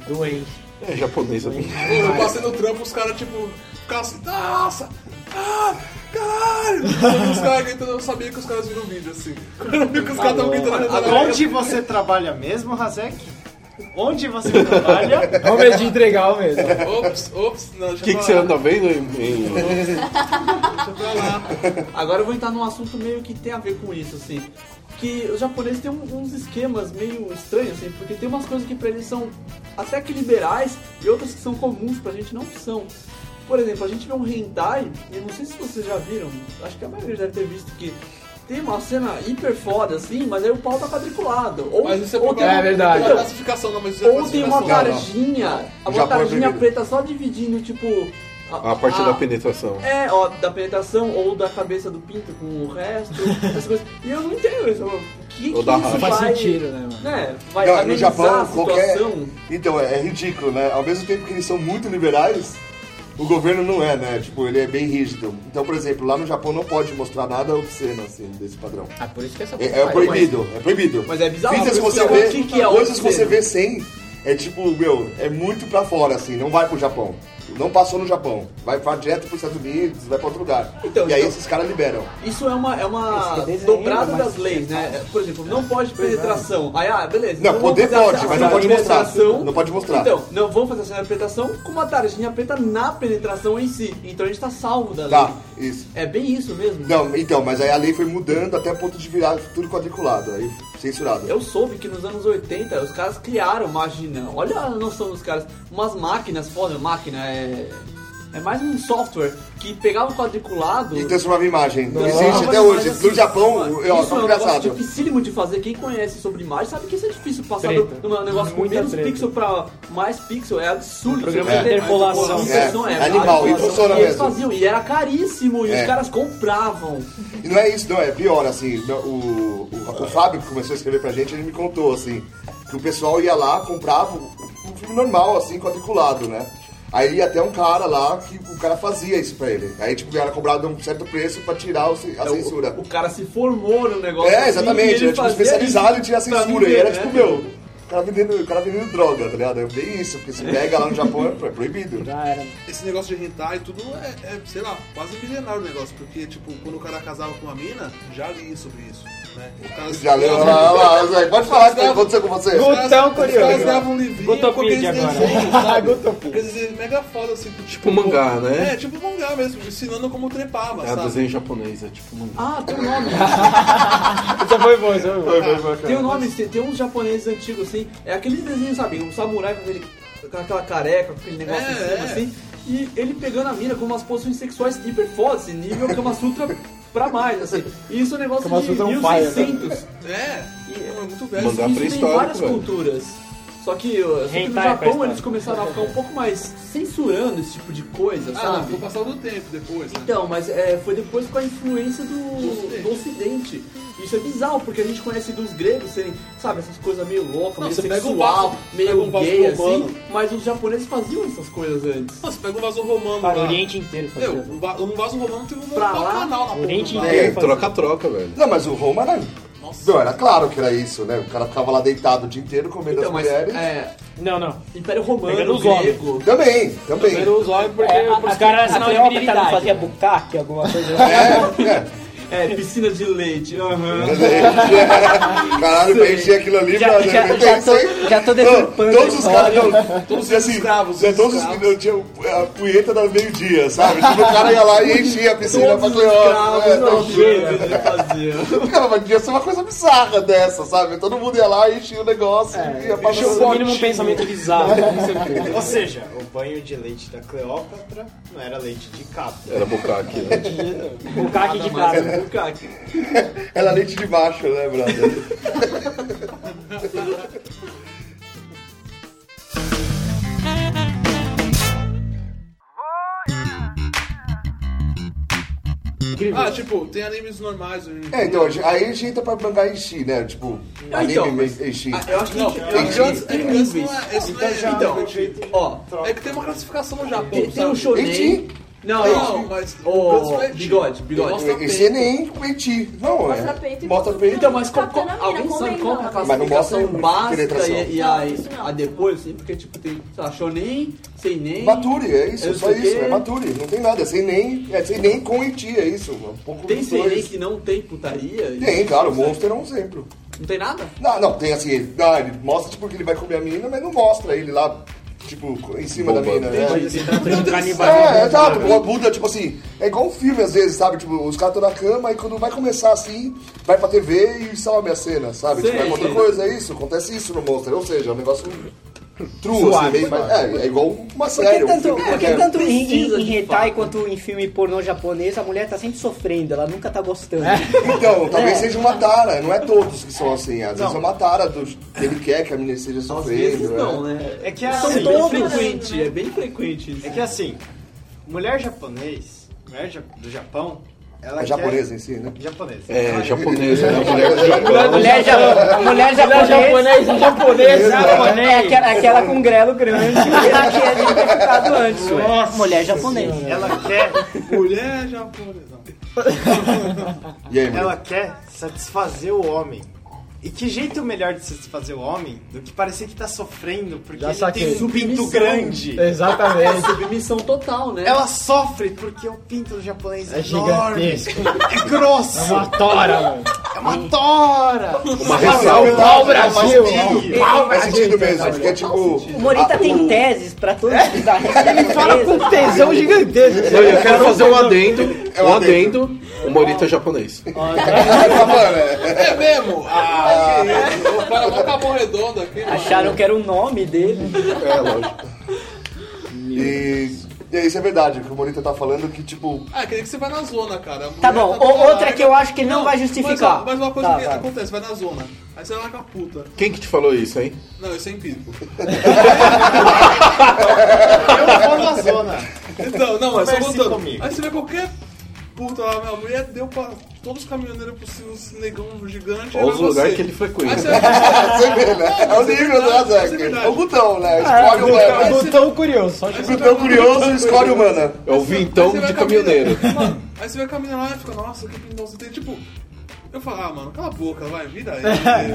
Speaker 5: É japonês. né?
Speaker 12: Pô, eu passei no trampo, os caras, tipo, ficavam assim, nossa, ah, caralho. E os caras gritando, eu sabia que os caras viram o vídeo, assim. Quando eu vi que os caras estavam gritando, né? eu falei,
Speaker 2: Onde você trabalha mesmo, Razek? Onde você trabalha?
Speaker 6: Vamos ver de entregar o mesmo.
Speaker 12: ops, ops, não,
Speaker 5: O
Speaker 12: deixa
Speaker 5: que, que
Speaker 12: pra
Speaker 5: você
Speaker 12: lá,
Speaker 5: anda vendo em, em-
Speaker 12: deixa pra lá.
Speaker 9: Agora eu vou entrar num assunto meio que tem a ver com isso, assim. Que os japoneses têm um- uns esquemas meio estranhos, assim, porque tem umas coisas que pra eles são até que liberais e outras que são comuns pra gente não são. Por exemplo, a gente vê um hentai, e não sei se vocês já viram, acho que a maioria deve ter visto que tem uma cena hiper foda, assim, mas aí o pau tá quadriculado. Ou,
Speaker 12: Mas isso é
Speaker 9: ou
Speaker 12: porque
Speaker 9: tem
Speaker 6: É
Speaker 9: um-
Speaker 6: verdade.
Speaker 12: Não é classificação, não, mas isso é
Speaker 9: Ou tem uma
Speaker 12: classificação.
Speaker 9: tarjinha,
Speaker 1: O
Speaker 9: uma
Speaker 1: Japão é
Speaker 9: tarjinha
Speaker 1: proibido.
Speaker 9: preta só dividindo, tipo.
Speaker 5: a parte
Speaker 9: Ah.
Speaker 5: da penetração?
Speaker 9: É, ó, da penetração ou da cabeça do pinto com o resto, essas coisas. E eu não entendo isso. mano. O que,
Speaker 5: Ou
Speaker 9: que
Speaker 5: da
Speaker 9: isso
Speaker 5: raba.
Speaker 9: vai,
Speaker 6: Faz sentido, né, mano?
Speaker 9: né? Vai
Speaker 1: Não, no
Speaker 9: amenizar
Speaker 1: Japão,
Speaker 9: a
Speaker 1: qualquer.
Speaker 9: situação.
Speaker 1: Então, é, é ridículo, né? Ao mesmo tempo que eles são muito liberais, o governo não é, né? Tipo, ele é bem rígido. Então, por exemplo, lá no Japão não pode mostrar nada obsceno, assim, desse padrão.
Speaker 14: Ah, por isso que essa
Speaker 1: É, é
Speaker 14: porra-
Speaker 1: proibido, é proibido.
Speaker 9: Mas é bizarro,
Speaker 1: Coisas que
Speaker 9: porque
Speaker 1: você
Speaker 9: o
Speaker 1: vê,
Speaker 9: que que é
Speaker 1: coisas que
Speaker 9: obsceno?
Speaker 1: você vê sem, é tipo, meu, é muito pra fora, assim, não vai pro Japão. Não passou no Japão, vai pra direto pros Estados Unidos, vai pra outro lugar.
Speaker 9: Então,
Speaker 1: e aí
Speaker 9: então-
Speaker 1: esses caras liberam.
Speaker 9: Isso é uma, é uma
Speaker 13: Esse desenho,
Speaker 9: dobrada
Speaker 13: mas-
Speaker 9: das leis, né? Por exemplo, não pode penetração. Aí, ah, beleza.
Speaker 1: Não,
Speaker 9: então
Speaker 1: poder
Speaker 9: vamos fazer
Speaker 1: pode,
Speaker 9: a-
Speaker 1: mas não
Speaker 9: a
Speaker 1: pode mostrar.
Speaker 9: penetração.
Speaker 1: Não pode mostrar.
Speaker 9: Então, não vamos fazer essa penetração com uma tarjinha preta na penetração em si. Então a gente tá salvo da lei.
Speaker 1: Tá, Isso.
Speaker 9: É bem isso mesmo.
Speaker 1: Não, então, mas aí a lei foi mudando até o ponto de virar tudo quadriculado, aí censurado.
Speaker 9: Eu soube que nos anos 80 os caras criaram, imagina, olha a noção dos caras, umas máquinas, foda, máquina é. É mais um software que pegava o quadriculado.
Speaker 1: E transformava em imagem. Existe até hoje. No Japão, Então, eu,
Speaker 9: assim, isso é
Speaker 1: só
Speaker 9: um negócio
Speaker 1: engraçado.
Speaker 9: dificílimo de fazer. Quem conhece sobre imagem sabe que isso é difícil. Passar
Speaker 1: Treta.
Speaker 9: do, num negócio com
Speaker 1: Muita
Speaker 9: menos
Speaker 1: treta.
Speaker 9: pixel pra mais pixel é absurdo.
Speaker 1: programa
Speaker 9: Isso
Speaker 1: de interpolação.
Speaker 9: É, interpolação,
Speaker 1: É, animal, e
Speaker 9: manipulação.
Speaker 1: funciona
Speaker 9: E eles
Speaker 1: mesmo.
Speaker 9: faziam, e era caríssimo, e
Speaker 1: É.
Speaker 9: os caras compravam.
Speaker 1: E não é isso, não, é pior, assim, não, o, o, o Fábio que começou a escrever pra gente, ele me contou, assim, que o pessoal ia lá, comprava um filme normal, assim, quadriculado, né? Aí ia até um cara lá que o cara fazia isso pra ele. Aí, tipo, era cobrado um certo preço pra tirar o ce- a censura.
Speaker 9: É, Então, O cara se formou no negócio.
Speaker 1: É,
Speaker 9: assim,
Speaker 1: exatamente,
Speaker 9: e ele
Speaker 1: era, tipo,
Speaker 9: fazia
Speaker 1: especializado
Speaker 9: isso
Speaker 1: em tirar
Speaker 9: pra
Speaker 1: censura, e
Speaker 9: viver,
Speaker 1: era
Speaker 9: né?
Speaker 1: tipo, meu, o cara vendendo, o cara vendendo droga, tá ligado? É bem isso, porque se pega lá no Japão é proibido.
Speaker 12: Esse negócio de hentai e tudo é, é, sei lá, quase milenário o negócio. Porque, tipo, quando o cara casava com uma mina, já li sobre isso. Né? O cara-
Speaker 1: Já leu, olha lá, olha lá, Zé, pode falar o que aconteceu com você.
Speaker 12: Gutão curioso. Os caras davam um
Speaker 1: Gutopide
Speaker 12: livrinho com aqueles
Speaker 1: agora.
Speaker 12: desenhos, sabe? Aqueles desenhos mega foda, assim.
Speaker 5: Tipo mangá, né?
Speaker 12: É, tipo mangá mesmo, ensinando como trepava,
Speaker 5: É
Speaker 12: sabe?
Speaker 5: desenho japonês, é tipo mangá.
Speaker 9: Ah, tem um nome.
Speaker 5: Já foi bom, já foi bom. Foi, foi, foi,
Speaker 9: Tem um nome, tem, tem uns japoneses antigos assim. É aquele desenho, sabe? Um samurai com, aquele, com aquela careca, com aquele negócio
Speaker 12: É,
Speaker 9: em cima
Speaker 12: é.
Speaker 9: assim. E ele pegando a mina com umas posições sexuais hiper fodas, assim, nível Kama Sutra pra mais, assim. E isso é um negócio
Speaker 6: Kama
Speaker 9: de
Speaker 6: Sutra on fire, né?
Speaker 9: 1600.
Speaker 12: É,
Speaker 9: e é
Speaker 12: muito
Speaker 9: velho.
Speaker 5: Mandar
Speaker 9: isso tem
Speaker 5: pré-histórico,
Speaker 9: várias
Speaker 5: velho.
Speaker 9: culturas. Só que, ó, só que no
Speaker 5: Hentai
Speaker 9: Japão
Speaker 5: pré-histórico.
Speaker 9: eles começaram a ficar um pouco mais censurando esse tipo de coisa,
Speaker 12: Ah, não,
Speaker 9: sabe?
Speaker 12: vou passar do tempo depois, né?
Speaker 9: Então, mas é, foi depois com a influência do, do Ocidente. Isso é bizarro, porque a gente conhece dos gregos serem, sabe, essas coisas meio loucas,
Speaker 12: Não,
Speaker 9: meio
Speaker 12: você pega um
Speaker 9: sexual,
Speaker 12: vaso- pega
Speaker 9: meio
Speaker 12: um vaso
Speaker 9: gay,
Speaker 12: romano.
Speaker 9: assim. Mas os japoneses faziam essas coisas antes.
Speaker 12: Nossa, pega um vaso romano
Speaker 9: Cara,
Speaker 12: lá.
Speaker 9: o Oriente inteiro fazia.
Speaker 12: Meu, um va- um vaso romano teve um
Speaker 9: Pra lá,
Speaker 12: canal na
Speaker 9: Oriente
Speaker 12: porra.
Speaker 1: É,
Speaker 5: troca-troca, velho.
Speaker 1: Não, mas o Roma era. Não, era claro que era isso, né? O cara ficava lá deitado o dia inteiro comendo
Speaker 9: Então,
Speaker 1: as
Speaker 9: mas,
Speaker 1: mulheres.
Speaker 9: é,
Speaker 15: Não, não.
Speaker 9: Império Romano,
Speaker 15: Pegando os
Speaker 9: grego.
Speaker 15: homens.
Speaker 1: Também, também.
Speaker 12: um-
Speaker 15: Pegando os homens porque
Speaker 13: É,
Speaker 12: ah,
Speaker 15: os caras
Speaker 13: a
Speaker 15: sinal de
Speaker 13: Cleópatra não fazia
Speaker 15: virilidade.
Speaker 13: bucaque, alguma coisa
Speaker 9: É, piscina de leite, aham.
Speaker 1: Caralho,
Speaker 9: Sei.
Speaker 1: preencher aquilo ali
Speaker 9: Já-
Speaker 1: pra.
Speaker 9: já-
Speaker 1: não
Speaker 9: já
Speaker 1: tem
Speaker 9: tô-
Speaker 1: sem-
Speaker 9: já tô
Speaker 1: Não,
Speaker 9: deturpando
Speaker 1: Todos os
Speaker 9: a
Speaker 1: caras.
Speaker 9: história.
Speaker 1: não,
Speaker 12: Todos os
Speaker 1: assim,
Speaker 12: escravos,
Speaker 1: é,
Speaker 12: os
Speaker 1: Todos os
Speaker 12: escravos.
Speaker 1: Eu tinha a punheta da meio-dia, sabe? Tipo, o cara ia lá e enchia a piscina
Speaker 12: Todos
Speaker 1: pra
Speaker 12: os
Speaker 1: Cleópatra.
Speaker 12: escravos
Speaker 1: É, não,
Speaker 12: nojentos
Speaker 1: não. Cara, mas devia ser uma coisa bizarra dessa, sabe? Todo mundo ia lá e enchia o negócio. e ia pra-
Speaker 15: encheu o mínimo um pensamento bizarro, com certeza.
Speaker 2: Ou seja, o banho de leite da Cleópatra não era leite de cabra.
Speaker 5: Era bucaque, né?
Speaker 15: Bucaque de
Speaker 9: né?
Speaker 15: cabra.
Speaker 9: Bucaque.
Speaker 1: Ela é leite de baixo, né, brother?
Speaker 12: Ah, tipo, tem animes normais. né?
Speaker 1: É, então, aí a gente entra pra mangá enchi, né? Tipo,
Speaker 12: Ah,
Speaker 1: anime
Speaker 12: então,
Speaker 1: mas... enchi.
Speaker 9: Ah, Eu acho que
Speaker 12: Não,
Speaker 9: eu
Speaker 12: é
Speaker 9: acho que eles
Speaker 12: que
Speaker 9: têm
Speaker 12: esse
Speaker 9: níveis.
Speaker 12: não é- esse não é-
Speaker 9: Então, ó,
Speaker 12: É que tem uma classificação no Japão,
Speaker 9: tem, tem um o
Speaker 12: sabe?
Speaker 9: shonen. Não,
Speaker 12: Não,
Speaker 9: não,
Speaker 12: mas-
Speaker 9: Ô,
Speaker 12: mas-
Speaker 9: bigode, bigode.
Speaker 12: Mostra
Speaker 1: Esse é nem Eti. Não, é.
Speaker 9: Mostra
Speaker 7: peito e
Speaker 1: Mostra peito.
Speaker 9: Então, mas qual, qual,
Speaker 7: Capitana
Speaker 9: alguém
Speaker 7: Mira,
Speaker 9: sabe qual que é a
Speaker 7: convenhamos.
Speaker 1: Mas não
Speaker 9: classificação
Speaker 1: mostra
Speaker 9: básica
Speaker 1: penetração.
Speaker 9: e, e
Speaker 7: Não,
Speaker 9: a,
Speaker 7: isso não.
Speaker 9: a depois, assim, porque tipo, tem, sei lá, shonen, sem nem...
Speaker 1: Maturi, é isso, só isso, é
Speaker 9: Maturi.
Speaker 1: Maturi, não tem nada, é sem nem, é sem nem com Eti, é isso. Um pouco
Speaker 9: Tem
Speaker 1: dos
Speaker 9: sem nem
Speaker 1: dois.
Speaker 9: que não tem putaria?
Speaker 1: Tem, claro, o Monster é um exemplo.
Speaker 9: Não tem nada?
Speaker 1: Não, não, tem assim, ele, não, ele mostra tipo que ele vai comer a menina, mas não mostra ele lá, tipo, em cima da menina, né?
Speaker 9: assim,
Speaker 1: É, exato, o Buda, tipo assim, é igual um filme às vezes, sabe? Tipo, os caras estão na cama e quando vai começar assim, vai pra TV e salve a cena, sabe?
Speaker 9: Sei,
Speaker 1: tipo, é outra
Speaker 9: sei.
Speaker 1: coisa, é isso, acontece isso no Monster, ou seja, é um negócio true, assim,
Speaker 13: Suave,
Speaker 1: meio, mas, é, é igual uma
Speaker 13: Por que
Speaker 1: série. um
Speaker 13: tanto,
Speaker 1: filme
Speaker 13: por que
Speaker 1: qualquer.
Speaker 13: tanto em, em,
Speaker 9: Precisa
Speaker 13: em
Speaker 9: de
Speaker 13: hentai quanto em filme pornô japonês, a mulher tá sempre sofrendo, ela nunca tá gostando.
Speaker 1: Então, talvez
Speaker 13: É.
Speaker 1: seja uma tara, não é todos que são assim, às vezes é uma tara do que ele quer que a menina esteja sofrendo.
Speaker 9: Não,
Speaker 1: é.
Speaker 9: né?
Speaker 2: É que é
Speaker 9: São
Speaker 2: assim.
Speaker 9: bem frequente, é bem frequente isso.
Speaker 2: É que assim, mulher japonês, mulher ja- do Japão, ela
Speaker 1: É japonesa em si, né?
Speaker 2: quer... Japonesa.
Speaker 5: É, japonesa, né? Mulher do Japão.
Speaker 13: Mulher, ja- mulher
Speaker 15: japonês,
Speaker 13: japonesa,
Speaker 15: japonês, japonês.
Speaker 13: É aquela, aquela com grelo grande que a gente tinha citado antes. ué. Mulher japonesa.
Speaker 2: Ela quer,
Speaker 12: Mulher japonesa.
Speaker 1: E aí,
Speaker 2: ela quer satisfazer o homem. E que jeito melhor de satisfazer o homem do que parecer que tá sofrendo porque
Speaker 6: Já
Speaker 2: ele
Speaker 6: saquei.
Speaker 2: tem um pinto
Speaker 6: Submissão.
Speaker 2: grande.
Speaker 9: É
Speaker 6: Exatamente.
Speaker 9: submissão total, né?
Speaker 2: Ela sofre porque o pinto do japonês é,
Speaker 6: É
Speaker 2: enorme.
Speaker 6: gigantesco.
Speaker 2: É grosso.
Speaker 6: É uma tora, mano.
Speaker 2: É
Speaker 6: uma tora!
Speaker 1: Uma ressalva.
Speaker 2: tá
Speaker 6: Pau Brasil!
Speaker 1: Faz sentido,
Speaker 6: Pau
Speaker 1: Faz
Speaker 6: Brasil!
Speaker 1: sentido mesmo, porque é tipo.
Speaker 13: O Morita tem teses pra todos os barristas.
Speaker 6: Ele fala com tesão gigantesco.
Speaker 5: Não, eu quero fazer um adendo.
Speaker 1: É um
Speaker 5: Um adendo. O Morita é japonês.
Speaker 12: É mesmo? Ah, que
Speaker 9: é.
Speaker 12: isso. Para lá pra Mão Redonda aqui. mano.
Speaker 13: Acharam que era o nome dele.
Speaker 5: É, lógico.
Speaker 1: E, e isso é verdade, o que o Morita tá falando que, tipo,
Speaker 12: Ah, quer dizer que você vai na zona, cara. A
Speaker 13: Tá
Speaker 12: mulher
Speaker 13: bom,
Speaker 12: na
Speaker 13: o-
Speaker 12: zona
Speaker 13: outra
Speaker 12: larga.
Speaker 13: que eu acho que ele não vai
Speaker 12: Mas, ó,
Speaker 13: justificar.
Speaker 12: mas uma coisa
Speaker 13: Tá,
Speaker 12: que
Speaker 13: vai.
Speaker 12: acontece, vai na zona. Aí você larga a puta.
Speaker 5: Quem que te falou isso, hein?
Speaker 12: Não, isso é empírico.
Speaker 2: Eu não vou na zona.
Speaker 12: Então, não, mas só
Speaker 2: Converse
Speaker 12: contando.
Speaker 2: comigo.
Speaker 12: Aí você vê qualquer puta lá, minha mulher deu pra todos os caminhoneiros possíveis, esse negão gigante.
Speaker 5: Olha
Speaker 12: aí
Speaker 5: os
Speaker 12: vai
Speaker 5: lugares
Speaker 12: você.
Speaker 5: que ele frequenta.
Speaker 12: Aí você vai-
Speaker 1: você vê, né? É o nível do
Speaker 12: Isso é
Speaker 1: Azek.
Speaker 12: verdade.
Speaker 1: É o botão, né?
Speaker 6: Ah,
Speaker 1: Escolhe o
Speaker 6: botão-
Speaker 1: mana.
Speaker 6: Botão curioso. Só de-
Speaker 1: Botão curioso, escolhe o mana.
Speaker 5: É o vintão
Speaker 12: Aí você
Speaker 5: de
Speaker 12: vai caminhando.
Speaker 5: caminhoneiro.
Speaker 12: Mano, aí você vai caminhando lá e fica, nossa, que pintão você tem. Tipo, eu falo, ah, mano, cala a boca, vai, vira aí.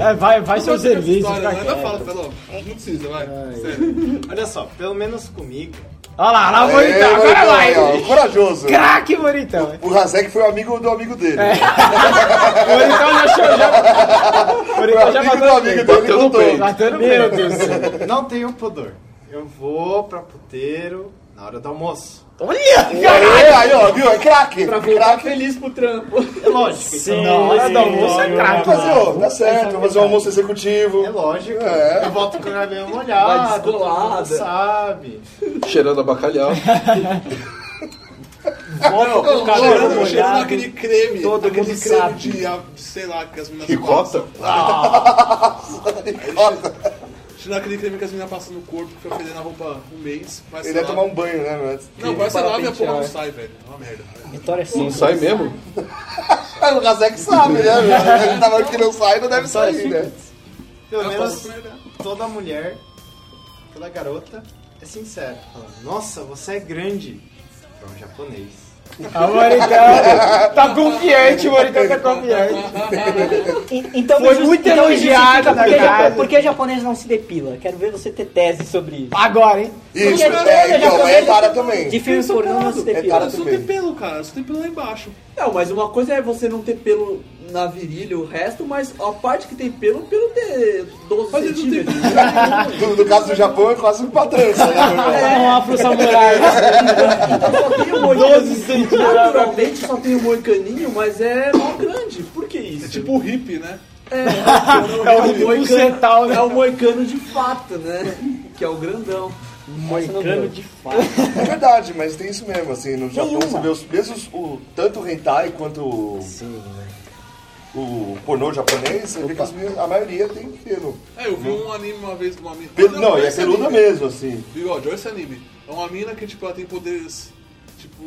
Speaker 6: É, vai, vai é. seu
Speaker 12: Não gosto dessa
Speaker 6: serviço. fica
Speaker 12: história, não. Eu
Speaker 6: quieto.
Speaker 12: falo, Pelô, não precisa, vai. Sério.
Speaker 2: Olha só, pelo menos comigo.
Speaker 6: Olha lá, lá,
Speaker 1: É,
Speaker 6: Moritão, Ah, agora
Speaker 1: Moritão, aí,
Speaker 6: vai!
Speaker 1: ó, Corajoso.
Speaker 6: Craque, Moritão!
Speaker 1: O Razek foi o amigo do amigo dele.
Speaker 6: Moritão já achou, já... Moritão já
Speaker 1: amigo do
Speaker 6: matou o
Speaker 1: amigo
Speaker 6: peito.
Speaker 1: dele
Speaker 5: Bateu no
Speaker 1: contou.
Speaker 5: peito.
Speaker 6: Bateu no
Speaker 2: Meu
Speaker 6: peito.
Speaker 2: Deus do céu. Não tenho pudor. Eu vou pra puteiro na hora do almoço.
Speaker 6: Olha!
Speaker 1: É, aí, ó, viu? É craque.
Speaker 9: Pra voltar
Speaker 1: Craque.
Speaker 9: feliz pro trampo.
Speaker 2: É lógico.
Speaker 6: Sim,
Speaker 2: então-
Speaker 6: na hora do almoço é craque.
Speaker 1: Fazer, ó, tá certo, vou fazer um almoço executivo.
Speaker 2: É lógico.
Speaker 1: É.
Speaker 2: Eu volto com o cabelo
Speaker 9: Vai
Speaker 2: molhado. todo
Speaker 9: descolada.
Speaker 2: mundo sabe.
Speaker 5: Cheirando a bacalhau.
Speaker 12: Não,
Speaker 2: cabelo
Speaker 12: cheirando-
Speaker 2: molhado.
Speaker 12: cheirando aquele creme.
Speaker 2: Todo
Speaker 12: aquele
Speaker 2: mundo
Speaker 12: creme
Speaker 2: sabe.
Speaker 12: de, ah, sei lá, que as meninas
Speaker 5: Ricota?
Speaker 12: Cheirando aquele creme que as meninas passam no corpo, que foi perdendo a roupa um mês. Mas
Speaker 1: Ele
Speaker 12: sei
Speaker 1: vai
Speaker 12: lá-
Speaker 1: tomar um banho, né, mano?
Speaker 12: Não, parece que você lava e a porra não
Speaker 9: pentear.
Speaker 12: sai, velho. É uma merda.
Speaker 13: Vitória
Speaker 5: Não
Speaker 13: sim.
Speaker 5: sai mesmo?
Speaker 1: O Razek sabe, né? velho? Ele tá falando que não sai, não deve sair, né?
Speaker 2: Pelo
Speaker 12: Eu
Speaker 2: menos
Speaker 12: faço merda.
Speaker 2: toda mulher, toda garota é sincera. Fala, Nossa, você é grande. Pra um japonês.
Speaker 6: Ah, Moritão tá confiante, Moritão tá confiante.
Speaker 13: E- Então,
Speaker 6: Foi
Speaker 13: me
Speaker 6: muito
Speaker 13: então me
Speaker 6: elogiado,
Speaker 13: justifica
Speaker 6: na
Speaker 13: por que
Speaker 6: verdade.
Speaker 13: japo- Por que japonês não se depila? Quero ver você ter tese sobre isso.
Speaker 6: Agora, hein?
Speaker 1: Isso,
Speaker 13: Porque
Speaker 1: é,
Speaker 13: ele já
Speaker 1: então,
Speaker 13: foi-
Speaker 1: é tara também.
Speaker 13: De filme pornô não se
Speaker 1: É tara
Speaker 13: depila.
Speaker 12: Só tem
Speaker 1: também.
Speaker 12: pelo, cara. Só tem pelo lá embaixo.
Speaker 9: Não, mas uma coisa é você não ter pelo na virilha, o resto, mas a parte que tem pelo, pelo ter 12
Speaker 12: Mas eles não têm
Speaker 9: centímetros.
Speaker 1: No, no caso do Japão, é quase uma trança, né?
Speaker 6: É um afro samurai.
Speaker 9: Só tem
Speaker 13: um
Speaker 9: o
Speaker 6: 12
Speaker 9: moicaninho.
Speaker 6: centímetros.
Speaker 9: Naturalmente só tem o moicaninho, mas é mal grande. Por que isso?
Speaker 12: É tipo o hippie, né?
Speaker 6: É o bucetal, né?
Speaker 9: um é o moicano de fato, né? Que é o grandão.
Speaker 13: Moicano de fato.
Speaker 1: É verdade, mas tem isso mesmo, assim, no Japão
Speaker 13: Nenhuma.
Speaker 1: você vê os mesmos, o, tanto o hentai quanto o,
Speaker 12: né?
Speaker 1: o pornô japonês, você vê que as meninas- a maioria tem pelo.
Speaker 12: É, eu vi um anime uma vez, uma mina.
Speaker 1: Hum. Pelo- não, e é
Speaker 12: esse
Speaker 1: peluda
Speaker 12: anime.
Speaker 1: mesmo, assim.
Speaker 12: Bigode, olha esse anime. É uma mina que, tipo, ela tem poderes, tipo,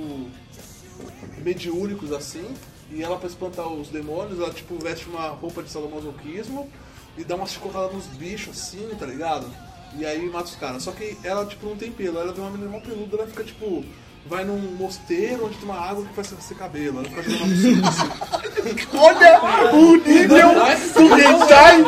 Speaker 12: mediúnicos, assim. E ela, pra espantar os demônios, ela, tipo, veste uma roupa de sadomasoquismo e dá uma chicotada nos bichos, assim, tá ligado? E aí mata os caras. Só que ela, tipo, não tem pelo. Ela tem uma menina mó peluda, ela fica, tipo... Vai num mosteiro onde tem uma água que vai ser cabelo. Ela fica jogando uma piscina, assim.
Speaker 1: Olha o nível
Speaker 12: é
Speaker 1: do hentai!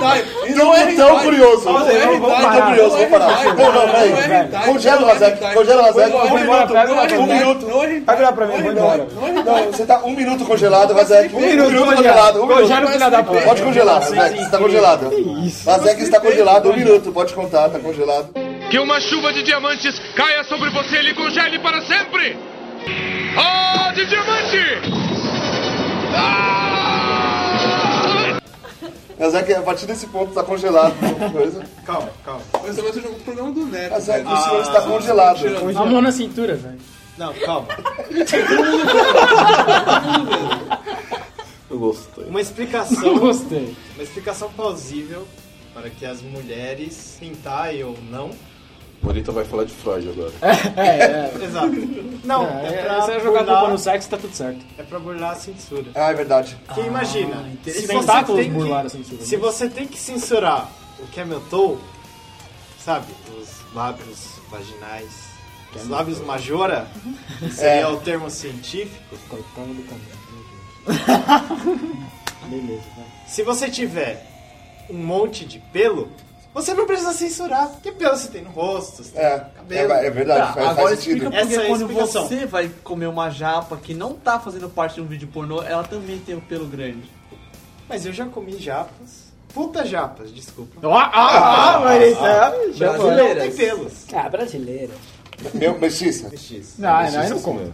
Speaker 1: Não é tão curioso. Não
Speaker 12: Olha,
Speaker 1: é
Speaker 12: vamos
Speaker 1: tão
Speaker 12: parar,
Speaker 1: curioso,
Speaker 12: não é
Speaker 1: vamos parar.
Speaker 12: hentai,
Speaker 1: Bom, não,
Speaker 12: cara,
Speaker 1: peraí.
Speaker 12: não é hentai,
Speaker 1: Congela o
Speaker 12: não é
Speaker 1: Razek,
Speaker 12: hentai.
Speaker 1: congela o Razek.
Speaker 12: Vai
Speaker 1: Um
Speaker 12: embora,
Speaker 1: minuto,
Speaker 6: vai embora,
Speaker 1: um
Speaker 6: vai
Speaker 1: minuto.
Speaker 12: Não é
Speaker 6: Vai virar pra mim, vai embora.
Speaker 1: Não, você tá um minuto congelado, Razek. Um minuto congelado, um
Speaker 6: Congela o
Speaker 1: minuto.
Speaker 6: filho da puta.
Speaker 1: Pode congelar, Razek, você tá congelado.
Speaker 6: isso?
Speaker 1: Razek está congelado, um minuto, pode contar, tá congelado.
Speaker 16: Que uma chuva de diamantes caia sobre você e lhe congele para sempre! Oh, de diamante!
Speaker 1: Ah! Razek, é a partir desse ponto, tá congelado. alguma coisa.
Speaker 2: Calma, calma.
Speaker 12: Mas você vai ser um programa do Neto.
Speaker 1: Razek,
Speaker 12: velho.
Speaker 1: o senhor
Speaker 9: Ah,
Speaker 1: está congelado.
Speaker 15: A mão na cintura, velho.
Speaker 2: Não, calma.
Speaker 5: Eu gostei.
Speaker 2: Uma explicação.
Speaker 15: Gostei.
Speaker 2: Uma explicação plausível para que as mulheres pintai ou não.
Speaker 5: O Morita vai falar de Freud agora.
Speaker 2: Exato. Não, é,
Speaker 15: É,
Speaker 2: pra
Speaker 15: você vai jogar a
Speaker 2: burlar,
Speaker 15: culpa no sexo, tá tudo certo.
Speaker 2: é pra burlar a censura.
Speaker 1: Ah, é verdade.
Speaker 2: Porque
Speaker 15: Ah,
Speaker 2: imagina, se você,
Speaker 15: Tentáculos
Speaker 2: tem
Speaker 15: burlaram né? a
Speaker 2: que,
Speaker 15: censura.
Speaker 2: se você tem que censurar o Kementou, sabe, os lábios vaginais, os lábios majora,
Speaker 15: Uhum.
Speaker 2: que
Speaker 15: É.
Speaker 2: seria o termo científico.
Speaker 15: Coitado do caminho. Beleza, vai.
Speaker 2: Se você tiver um monte de pelo, você não precisa censurar. Porque pelo você tem no rosto, você tem
Speaker 1: É,
Speaker 2: no cabelo.
Speaker 1: é, é verdade, faz,
Speaker 9: Tá, Agora
Speaker 1: faz
Speaker 9: explica
Speaker 1: sentido.
Speaker 2: Essa
Speaker 9: porque
Speaker 2: é a
Speaker 9: quando
Speaker 2: explicação.
Speaker 9: você vai comer uma japa que não tá fazendo parte de um vídeo pornô, ela também tem o pelo grande.
Speaker 2: Mas eu já comi japas. Puta japas, desculpa.
Speaker 6: Ah, ah, ah, mas
Speaker 2: ah,
Speaker 6: é
Speaker 2: japas não
Speaker 6: brasileiras.
Speaker 2: tem pelos.
Speaker 13: Ah, brasileira.
Speaker 1: Meu, mestiça.
Speaker 2: Mestiça.
Speaker 6: Não, é,
Speaker 1: Mestiça
Speaker 6: não, aí não
Speaker 1: sim.
Speaker 6: conta.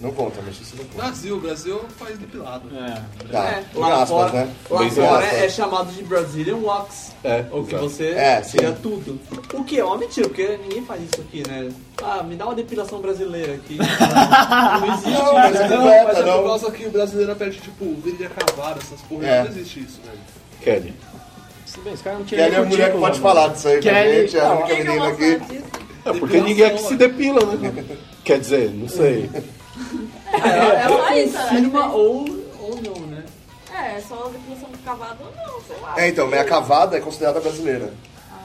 Speaker 1: Não conta, mestiça não conta.
Speaker 12: Brasil, Brasil é um país depilado.
Speaker 1: É. Tá,
Speaker 9: É,
Speaker 1: em
Speaker 9: lá
Speaker 1: aspas,
Speaker 9: fora,
Speaker 1: né?
Speaker 9: lá
Speaker 1: Bem
Speaker 9: fora
Speaker 1: aspas.
Speaker 9: é chamado de Brazilian Wax.
Speaker 5: É,
Speaker 9: O que
Speaker 5: exato.
Speaker 9: você
Speaker 1: É,
Speaker 9: tira
Speaker 1: sim.
Speaker 9: tudo. O que é uma mentira, porque ninguém faz isso aqui, né? Ah, me dá uma depilação brasileira aqui. não existe.
Speaker 12: Não,
Speaker 9: né?
Speaker 12: mas,
Speaker 1: mas
Speaker 12: não,
Speaker 1: completa,
Speaker 12: mas é
Speaker 1: não.
Speaker 12: por causa que o brasileiro perde, tipo, virilha cavada, essas porra,
Speaker 1: É.
Speaker 12: não existe isso, velho.
Speaker 5: Kelly. É,
Speaker 15: Se bem, esse cara não tinha
Speaker 1: Kelly é a
Speaker 15: nem
Speaker 1: mulher que
Speaker 15: cutícula,
Speaker 1: pode
Speaker 15: mano.
Speaker 1: falar disso aí pra
Speaker 15: Kelly-
Speaker 1: gente, é a
Speaker 15: Não,
Speaker 1: única menina aqui.
Speaker 5: É porque ninguém aqui se depila, né? Quer dizer, não sei.
Speaker 7: É só isso, né?
Speaker 9: Confirma ou, ou não, né?
Speaker 7: É, só a depilação do cavado ou não, sei lá.
Speaker 1: É, então, mas a cavada é considerada brasileira.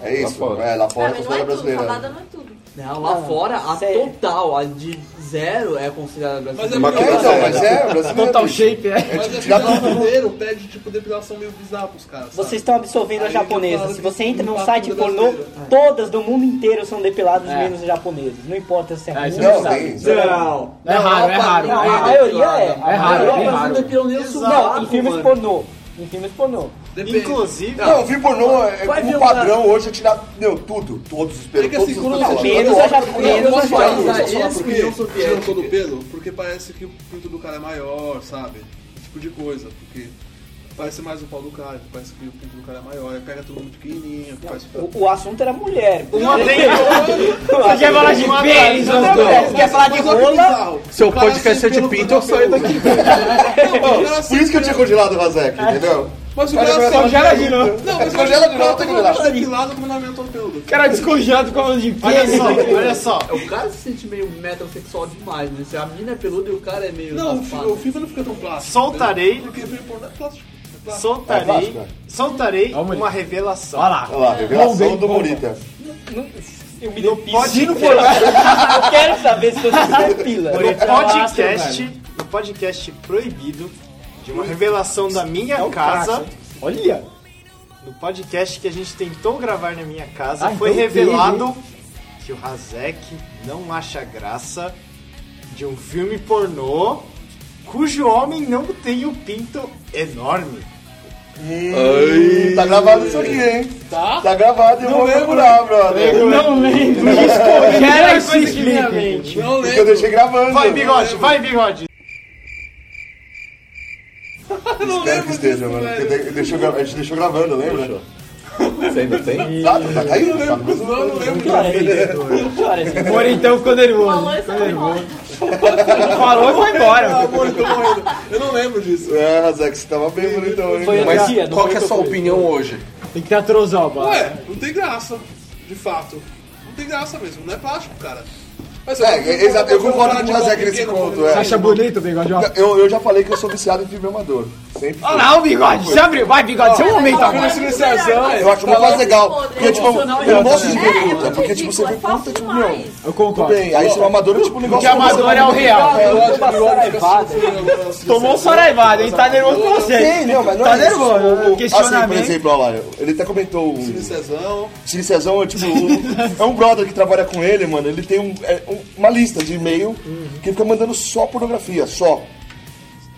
Speaker 1: É isso?
Speaker 5: fora.
Speaker 1: É, lá
Speaker 7: Ah,
Speaker 1: fora é
Speaker 7: mas não
Speaker 1: considerada
Speaker 7: é tudo,
Speaker 1: brasileira.
Speaker 7: cavada não é tudo.
Speaker 9: Não, lá
Speaker 13: Não,
Speaker 9: fora a
Speaker 13: sério.
Speaker 9: total, a de zero é considerada
Speaker 12: Mas é
Speaker 1: É,
Speaker 9: brasileira.
Speaker 12: melhor,
Speaker 1: então, mas é brasileira.
Speaker 6: Total
Speaker 15: Tá
Speaker 1: bicho.
Speaker 6: shape, é.
Speaker 12: mas é
Speaker 1: tipo,
Speaker 12: que
Speaker 1: dá
Speaker 12: o
Speaker 1: pra-
Speaker 12: brasileiro pede, tipo, depilação meio bizarra pros caras, sabe?
Speaker 13: Vocês estão absorvendo a
Speaker 12: Aí eu
Speaker 13: japonesa.
Speaker 12: falo
Speaker 13: Se
Speaker 12: que
Speaker 13: você entra num
Speaker 12: não tá
Speaker 13: site
Speaker 12: tudo
Speaker 13: pornô,
Speaker 12: brasileiro.
Speaker 13: todas do mundo inteiro são depiladas,
Speaker 15: É.
Speaker 13: menos os japoneses. Não importa se é
Speaker 6: Ah,
Speaker 15: É, isso
Speaker 13: ruim,
Speaker 15: é
Speaker 1: Não,
Speaker 13: sabe?
Speaker 1: tem.
Speaker 9: Não,
Speaker 6: É raro, é raro.
Speaker 13: Não,
Speaker 6: é
Speaker 13: a
Speaker 6: raro.
Speaker 13: maioria é.
Speaker 9: depilada.
Speaker 6: É raro,
Speaker 9: Europa um
Speaker 6: é raro.
Speaker 9: não depilam nem o
Speaker 12: Exato.
Speaker 13: Não, em
Speaker 9: sovaco,
Speaker 13: filmes
Speaker 9: mano.
Speaker 13: pornô. Em filmes pornô.
Speaker 12: Depende.
Speaker 2: Inclusive,
Speaker 1: Não, vi pornô, é,
Speaker 9: Vai ver
Speaker 1: o
Speaker 9: um
Speaker 1: padrão hoje é tirar, meu, tudo, todos os pelos,
Speaker 12: É que
Speaker 1: todos
Speaker 12: assim,
Speaker 1: os
Speaker 12: quando
Speaker 1: pelos.
Speaker 12: você-
Speaker 13: Menos a
Speaker 1: um
Speaker 13: japonesa.
Speaker 9: Eu posso falar
Speaker 12: Sabe
Speaker 9: isso,
Speaker 12: falar
Speaker 9: isso,
Speaker 12: por quê?
Speaker 9: União
Speaker 12: Tirou
Speaker 9: Soviética.
Speaker 12: todo o pelo? Porque parece que o pinto do cara é maior, sabe? Esse tipo de coisa, porque parece mais o pau do cara, parece que o pinto do cara é maior, aí pega todo mundo pequenininho, faz...
Speaker 13: O, o assunto era mulher.
Speaker 6: Uma vez. Você quer falar de pênis,
Speaker 13: Não, mulher, Você quer falar de
Speaker 12: Mas olha que
Speaker 13: rola?
Speaker 12: bizarro,
Speaker 5: Seu
Speaker 12: o cara
Speaker 5: podcast
Speaker 12: sem
Speaker 5: é de
Speaker 12: pelo
Speaker 5: pinto, eu
Speaker 12: fica
Speaker 5: saio
Speaker 12: peludo.
Speaker 5: daqui.
Speaker 12: Não, o cara
Speaker 1: Por
Speaker 12: sem
Speaker 1: isso que eu tinha congelado o Razek, entendeu?
Speaker 12: Mas o
Speaker 1: Cara,
Speaker 12: cara
Speaker 1: agora
Speaker 12: sem
Speaker 6: Congela de novo.
Speaker 12: Não, mas
Speaker 1: Congela de novo, tem que
Speaker 12: o cara
Speaker 1: congelar.
Speaker 12: tá depilado como na minha todo peludo.
Speaker 6: Cara descongelado com a de
Speaker 2: olha
Speaker 6: pênis.
Speaker 2: só, olha só.
Speaker 9: O cara se sente meio metrosexual demais, né? Se a mina é peluda e o cara é meio.
Speaker 12: Não, o fi-
Speaker 9: safado.
Speaker 12: o FIFA não fica tão plástico.
Speaker 2: Soltarei.
Speaker 12: Porque o filme pornô é plástico. é plástico.
Speaker 1: É
Speaker 2: Soltarei,
Speaker 1: plástico,
Speaker 2: soltarei
Speaker 6: Ó, Murilo.
Speaker 2: uma revelação. Um
Speaker 6: Olha lá.
Speaker 1: Olha lá, revelação
Speaker 6: Bomba,
Speaker 1: do
Speaker 6: bomba.
Speaker 1: Morita.
Speaker 13: Eu me dou
Speaker 2: Pode ir no
Speaker 13: Eu quero saber se você depila.
Speaker 2: No podcast, no um podcast proibido de uma revelação da
Speaker 6: É
Speaker 2: minha casa,
Speaker 6: Olha.
Speaker 2: no podcast que a gente tentou gravar na minha casa,
Speaker 6: Ah,
Speaker 2: foi
Speaker 6: então teve.
Speaker 2: revelado que o Hazek não acha graça de um filme pornô cujo homem não tem o pinto enorme.
Speaker 1: Hum, tá gravado isso aqui, hein? Tá? Tá gravado e eu vou procurar, brother.
Speaker 6: Não lembro. Descongela e se explica.
Speaker 12: Não
Speaker 1: Porque eu
Speaker 12: lembro.
Speaker 1: deixei gravando.
Speaker 2: Vai, bigode, vai, bigode.
Speaker 12: não
Speaker 1: Espero que
Speaker 12: lembro
Speaker 1: esteja,
Speaker 12: disso,
Speaker 1: mano.
Speaker 12: velho.
Speaker 1: porque eu de- eu deixei gra- A gente deixou gravando, lembra?
Speaker 5: Fechou. Você ainda tem?
Speaker 1: Tá, tá caindo,
Speaker 12: Não lembro,
Speaker 1: tá?
Speaker 12: não, não lembro.
Speaker 6: Moritão então, ficou nervoso.
Speaker 7: Falou isso
Speaker 6: Ficou
Speaker 7: aí,
Speaker 6: nervoso. Falou e foi
Speaker 12: Ah,
Speaker 6: embora.
Speaker 12: amor, eu tô morrendo. Eu não lembro disso.
Speaker 1: É, Razek, você tava bem bonitão, hein?
Speaker 13: Foi
Speaker 1: Mas
Speaker 13: outro dia, não
Speaker 5: Qual
Speaker 13: foi
Speaker 5: que é a
Speaker 13: outra
Speaker 5: sua
Speaker 13: coisa.
Speaker 5: opinião hoje?
Speaker 6: Tem que ter a trozoba.
Speaker 12: Ué, não tem graça, de fato. Não tem graça mesmo, não é plástico, cara. Mas,
Speaker 1: É,
Speaker 12: eu-
Speaker 1: é, exato, eu concordo com o
Speaker 12: de
Speaker 1: Lazec
Speaker 12: qualquer
Speaker 1: nesse
Speaker 12: pequeno,
Speaker 1: ponto, é.
Speaker 6: Você acha bonito o bigode? ó?
Speaker 1: eu, eu já falei que eu sou viciado em filme amador. Sempre.
Speaker 6: Olha lá É o bigode. Se abriu. Vai, bigode.
Speaker 2: é
Speaker 6: Seu
Speaker 2: um
Speaker 6: momento
Speaker 7: Tá
Speaker 6: agora.
Speaker 7: vendo esse ação?
Speaker 1: Eu acho muito mais é. legal.
Speaker 7: podre,
Speaker 1: Porque, tipo,
Speaker 9: emocional
Speaker 1: eu não
Speaker 9: e
Speaker 1: gosto de
Speaker 7: É, é
Speaker 1: ver
Speaker 7: muito
Speaker 1: puta. Porque, tipo, você
Speaker 7: ridículo,
Speaker 1: vê
Speaker 7: é falso
Speaker 1: puta, tipo, meu.
Speaker 7: demais.
Speaker 6: Eu
Speaker 1: Tudo
Speaker 6: concordo.
Speaker 1: bem, aí você é amador, é tipo um negócio.
Speaker 6: Porque amador é o real.
Speaker 12: Eu acho que
Speaker 13: Uma
Speaker 12: eu não acho que
Speaker 13: saraivada.
Speaker 12: eu sou agora, assim,
Speaker 6: Tomou um
Speaker 12: assim.
Speaker 6: saraivado, hein? Tá nervoso com
Speaker 1: Sim,
Speaker 6: você.
Speaker 1: não, mas não
Speaker 6: Tá
Speaker 1: é isso.
Speaker 6: nervoso,
Speaker 1: O- o- Assim, por
Speaker 6: questionamento.
Speaker 1: exemplo, olha lá, ele até comentou um.
Speaker 12: Cine Cezão.
Speaker 1: Cine Cezão é tipo. um- é um brother que trabalha com ele, mano. Ele tem um- é, um- uma lista de e-mail que ele fica mandando só pornografia, só.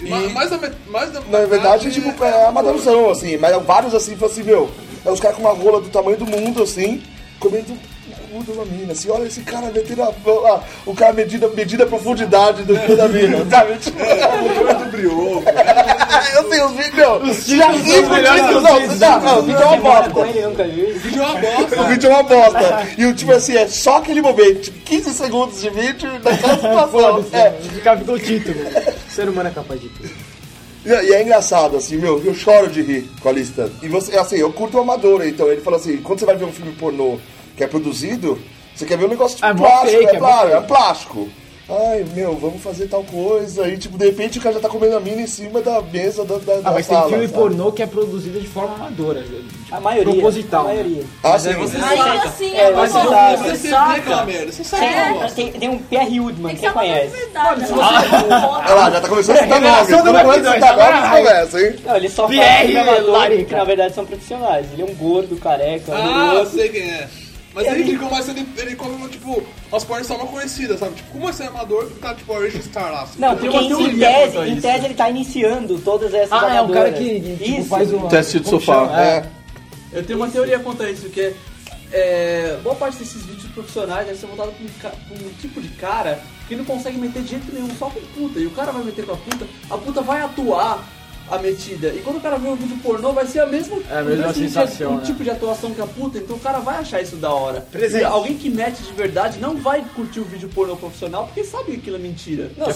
Speaker 12: E ma- Mais da met- mais da
Speaker 1: Na verdade,
Speaker 12: metade
Speaker 1: tipo, é amadorzão, assim, mas vários assim, falam assim, meu, é os caras com uma rola do tamanho do mundo, assim, comendo o cu de uma mina, assim, olha esse cara metendo a lá, o cara medida, medida a profundidade do cu da mina, sabe? Tipo,
Speaker 12: Muito brioco.
Speaker 1: eu tenho os vídeos, meu, já vi
Speaker 6: são os melhores
Speaker 1: vídeo,
Speaker 6: dos
Speaker 1: não,
Speaker 6: vídeos,
Speaker 1: não, não, o vídeo é uma
Speaker 13: Com
Speaker 1: bosta.
Speaker 13: ele nunca viu
Speaker 12: O
Speaker 13: isso.
Speaker 12: vídeo é uma bosta.
Speaker 1: O vídeo é uma bosta. E o tipo assim, é só aquele momento, tipo, 15 segundos de vídeo daquela situação.
Speaker 6: né?
Speaker 1: É.
Speaker 6: Ficar ficou o título.
Speaker 15: O ser humano é capaz de tudo.
Speaker 1: E e é engraçado, assim, meu, eu choro de rir com a lista. E você, assim, eu curto o Amador, então ele fala assim, quando você vai ver um filme pornô que é produzido, você quer ver um negócio tipo
Speaker 6: É mó
Speaker 1: plástico,
Speaker 6: fake,
Speaker 1: é,
Speaker 6: é mó
Speaker 1: claro, é
Speaker 6: fake.
Speaker 1: plástico. Ai, meu, vamos fazer tal coisa. E, tipo, de repente o cara já tá comendo a mina em cima da mesa da, da, da
Speaker 6: Ah, mas tem
Speaker 1: sala.
Speaker 6: filme
Speaker 1: sabe?
Speaker 6: pornô que é produzido de forma amadora.
Speaker 13: A maioria.
Speaker 6: Proposital.
Speaker 13: A maioria.
Speaker 1: Ah, sim.
Speaker 7: Ainda assim,
Speaker 13: É,
Speaker 7: é uma
Speaker 13: mas
Speaker 7: bosta.
Speaker 13: não-
Speaker 12: Você
Speaker 13: Você
Speaker 12: sempre vê aquela merda. Você sabe que é uma bosta.
Speaker 13: Tem, tem um Pierre
Speaker 7: Tem
Speaker 13: Woodman,
Speaker 7: que ser
Speaker 13: quem
Speaker 7: uma coisa de
Speaker 13: conhece?
Speaker 7: verdade. se você é um
Speaker 1: Olha lá, já tá começando a citar nomes.
Speaker 6: Revelação do
Speaker 1: Quando começa a
Speaker 6: McDonald's,
Speaker 1: citar nomes,
Speaker 6: agora
Speaker 1: começa, hein?
Speaker 13: Não, ele só fala
Speaker 6: Pierre
Speaker 13: que é amador,
Speaker 6: Larica.
Speaker 13: que na verdade são profissionais. Ele é um gordo, careca,
Speaker 12: Ah, eu
Speaker 13: horroroso.
Speaker 12: sei quem é. Mas ele que começa, ele, ele come, tipo, as portas são mal conhecidas, sabe? Tipo, como esse amador que tá, tipo, a Orange Star lá? assim?
Speaker 13: Não, porque em tese, em tese ele tá iniciando todas essas
Speaker 6: Ah, é o cara
Speaker 13: amadoras.
Speaker 6: que, que, tipo,
Speaker 13: Isso.
Speaker 6: faz o...
Speaker 5: Teste de
Speaker 6: como
Speaker 5: sofá.
Speaker 6: chama? É.
Speaker 9: Eu tenho uma teoria contra isso, que é, é, boa parte desses vídeos profissionais deve ser voltado pra um, ca- pra um tipo de cara que não consegue meter de jeito nenhum, só com puta. E o cara vai meter com a puta, a puta vai atuar a metida. E quando o cara vê um vídeo pornô, vai ser a mesma,
Speaker 15: É a mesma
Speaker 9: o mesmo jeito,
Speaker 15: sensação,
Speaker 9: o
Speaker 15: né?
Speaker 9: tipo de atuação que a puta, então o cara vai achar isso da hora.
Speaker 15: Presente.
Speaker 9: E alguém que mete de verdade não vai curtir o vídeo pornô profissional porque sabe que aquilo é mentira.
Speaker 13: Não, cê-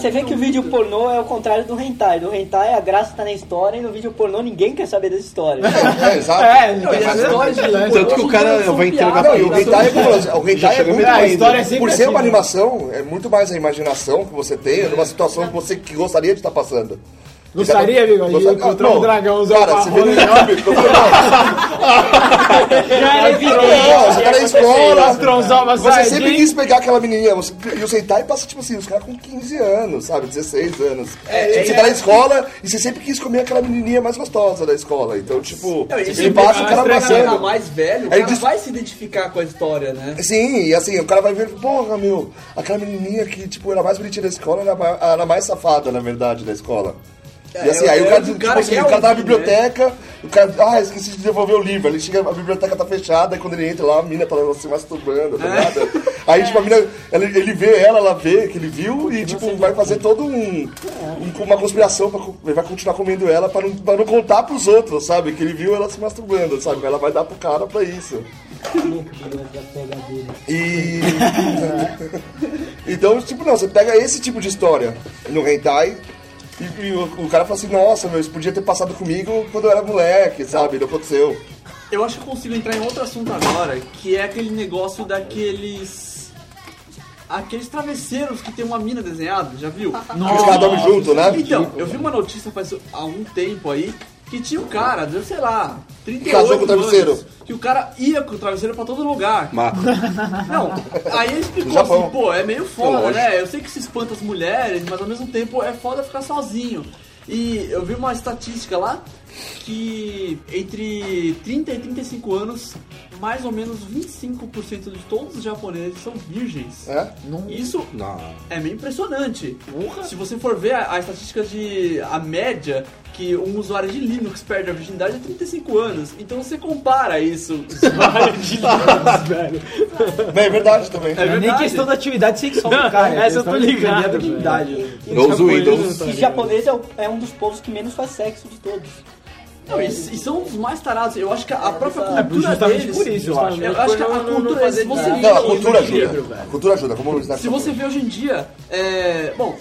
Speaker 13: Você vê que o vídeo pornô é o contrário do hentai. No hentai a graça tá na história e no vídeo pornô ninguém quer saber dessa história.
Speaker 1: É,
Speaker 6: Tá.
Speaker 1: exato.
Speaker 13: Não, e as histórias de lance,
Speaker 5: Tanto que o cara
Speaker 13: são
Speaker 5: vai entregar
Speaker 1: Não,
Speaker 5: pra
Speaker 1: e o hentai é
Speaker 5: ele.
Speaker 1: muito, o hentai
Speaker 5: Já
Speaker 1: é
Speaker 5: chega
Speaker 1: muito
Speaker 5: muito
Speaker 1: mais-
Speaker 5: ainda.
Speaker 1: Por ser uma
Speaker 5: assim, né?
Speaker 1: animação, é muito mais a imaginação que você tem numa situação que você que gostaria de estar passando.
Speaker 6: Gostaria, amigo, de
Speaker 1: Gostaria-
Speaker 6: encontrar um
Speaker 1: Não,
Speaker 6: dragãozão
Speaker 1: Cara,
Speaker 6: com a
Speaker 1: você vê no
Speaker 6: rola
Speaker 1: filme,
Speaker 6: Já era
Speaker 1: Não, os caras
Speaker 6: é
Speaker 1: exploram.
Speaker 6: Tronzão, uma
Speaker 1: Você sempre
Speaker 6: saidinha.
Speaker 1: quis pegar aquela menininha. você- E o Sentai passa, tipo assim, os caras com 15 anos, sabe? 16 anos.
Speaker 12: É,
Speaker 1: Tipo,
Speaker 12: é,
Speaker 1: você
Speaker 12: é.
Speaker 1: tá na escola e você sempre quis comer aquela menininha mais gostosa da escola. Então, tipo,
Speaker 9: é
Speaker 1: você passa o cara
Speaker 9: tá
Speaker 1: passando.
Speaker 9: mais velho, o
Speaker 1: Aí
Speaker 9: cara
Speaker 1: diz-
Speaker 9: vai se identificar com a história, né?
Speaker 1: Sim, e assim, o cara vai ver, porra, meu, aquela menininha que, tipo, era mais bonitinha da escola, era, ma- era mais safada, na verdade, da escola.
Speaker 9: É,
Speaker 1: e assim,
Speaker 9: é,
Speaker 1: aí
Speaker 9: é
Speaker 1: o cara,
Speaker 9: do
Speaker 1: tipo
Speaker 9: cara
Speaker 1: assim,
Speaker 9: que é
Speaker 1: o cara tá na
Speaker 9: ouvinte, né?
Speaker 1: biblioteca, o cara, ah, esqueci de devolver o livro. Ele chega, a biblioteca tá fechada, e quando ele entra lá, a mina tá lá se masturbando,
Speaker 9: É.
Speaker 1: tá ligado? Aí, tipo, a mina, ela- ele vê ela, ela vê que ele viu e, tipo, vai fazer todo um, um- uma conspiração, pra, co- ele vai continuar comendo ela pra não, pra não contar pros outros, sabe? Que ele viu ela se masturbando, sabe? Ela vai dar pro cara pra isso. E. então, tipo, não, você pega esse tipo de história no hentai. E, e o, o cara fala assim, nossa, meu, isso podia ter passado comigo quando eu era moleque, sabe? Não aconteceu.
Speaker 9: Eu acho que eu consigo entrar em outro assunto agora, que é aquele negócio daqueles. Aqueles travesseiros que tem uma mina desenhada, já viu?
Speaker 1: Nossa. Os caras dormem junto, né?
Speaker 9: Então, eu vi uma notícia faz algum tempo aí que tinha um cara, deu, sei lá, 38
Speaker 1: Casou com o travesseiro.
Speaker 9: anos, que o cara ia com o travesseiro pra todo lugar.
Speaker 1: Mato.
Speaker 9: Não, aí ele
Speaker 1: No
Speaker 9: explicou
Speaker 1: Japão.
Speaker 9: assim, pô, é meio foda,
Speaker 1: lógico.
Speaker 9: né? Eu sei que isso espanta as mulheres, mas ao mesmo tempo é foda ficar sozinho. E eu vi uma estatística lá que entre 30 e 35 anos, mais ou menos 25% de todos os japoneses são virgens.
Speaker 1: É?
Speaker 9: Isso é meio impressionante. Se você for ver a, a estatística de a média que um usuário de Linux perde a virgindade é 35 anos. Então você compara isso. Usuário de Linux, velho.
Speaker 1: Mas é verdade também.
Speaker 6: Não É nem questão da atividade sexual do cara. é
Speaker 15: essa eu
Speaker 6: questão
Speaker 15: tô
Speaker 6: de
Speaker 15: ligado,
Speaker 6: entender a
Speaker 15: velho.
Speaker 6: habilidade.
Speaker 5: Windows, Windows.
Speaker 13: E japonês é, o- é um dos povos que menos faz sexo de todos.
Speaker 9: Não, e, e são os mais tarados. Eu acho que a própria
Speaker 13: bizarro.
Speaker 9: cultura
Speaker 6: É, justamente
Speaker 9: deles...
Speaker 6: por isso, eu acho.
Speaker 9: Eu acho que a
Speaker 15: Não, não, não
Speaker 9: cultura...
Speaker 15: fazer
Speaker 9: se você
Speaker 15: nada.
Speaker 9: lê
Speaker 1: Não, a
Speaker 9: hoje
Speaker 1: cultura
Speaker 9: em dia,
Speaker 1: ajuda. A cultura ajuda, como o Luiz tá
Speaker 9: Se você vê hoje em dia, é, Bom,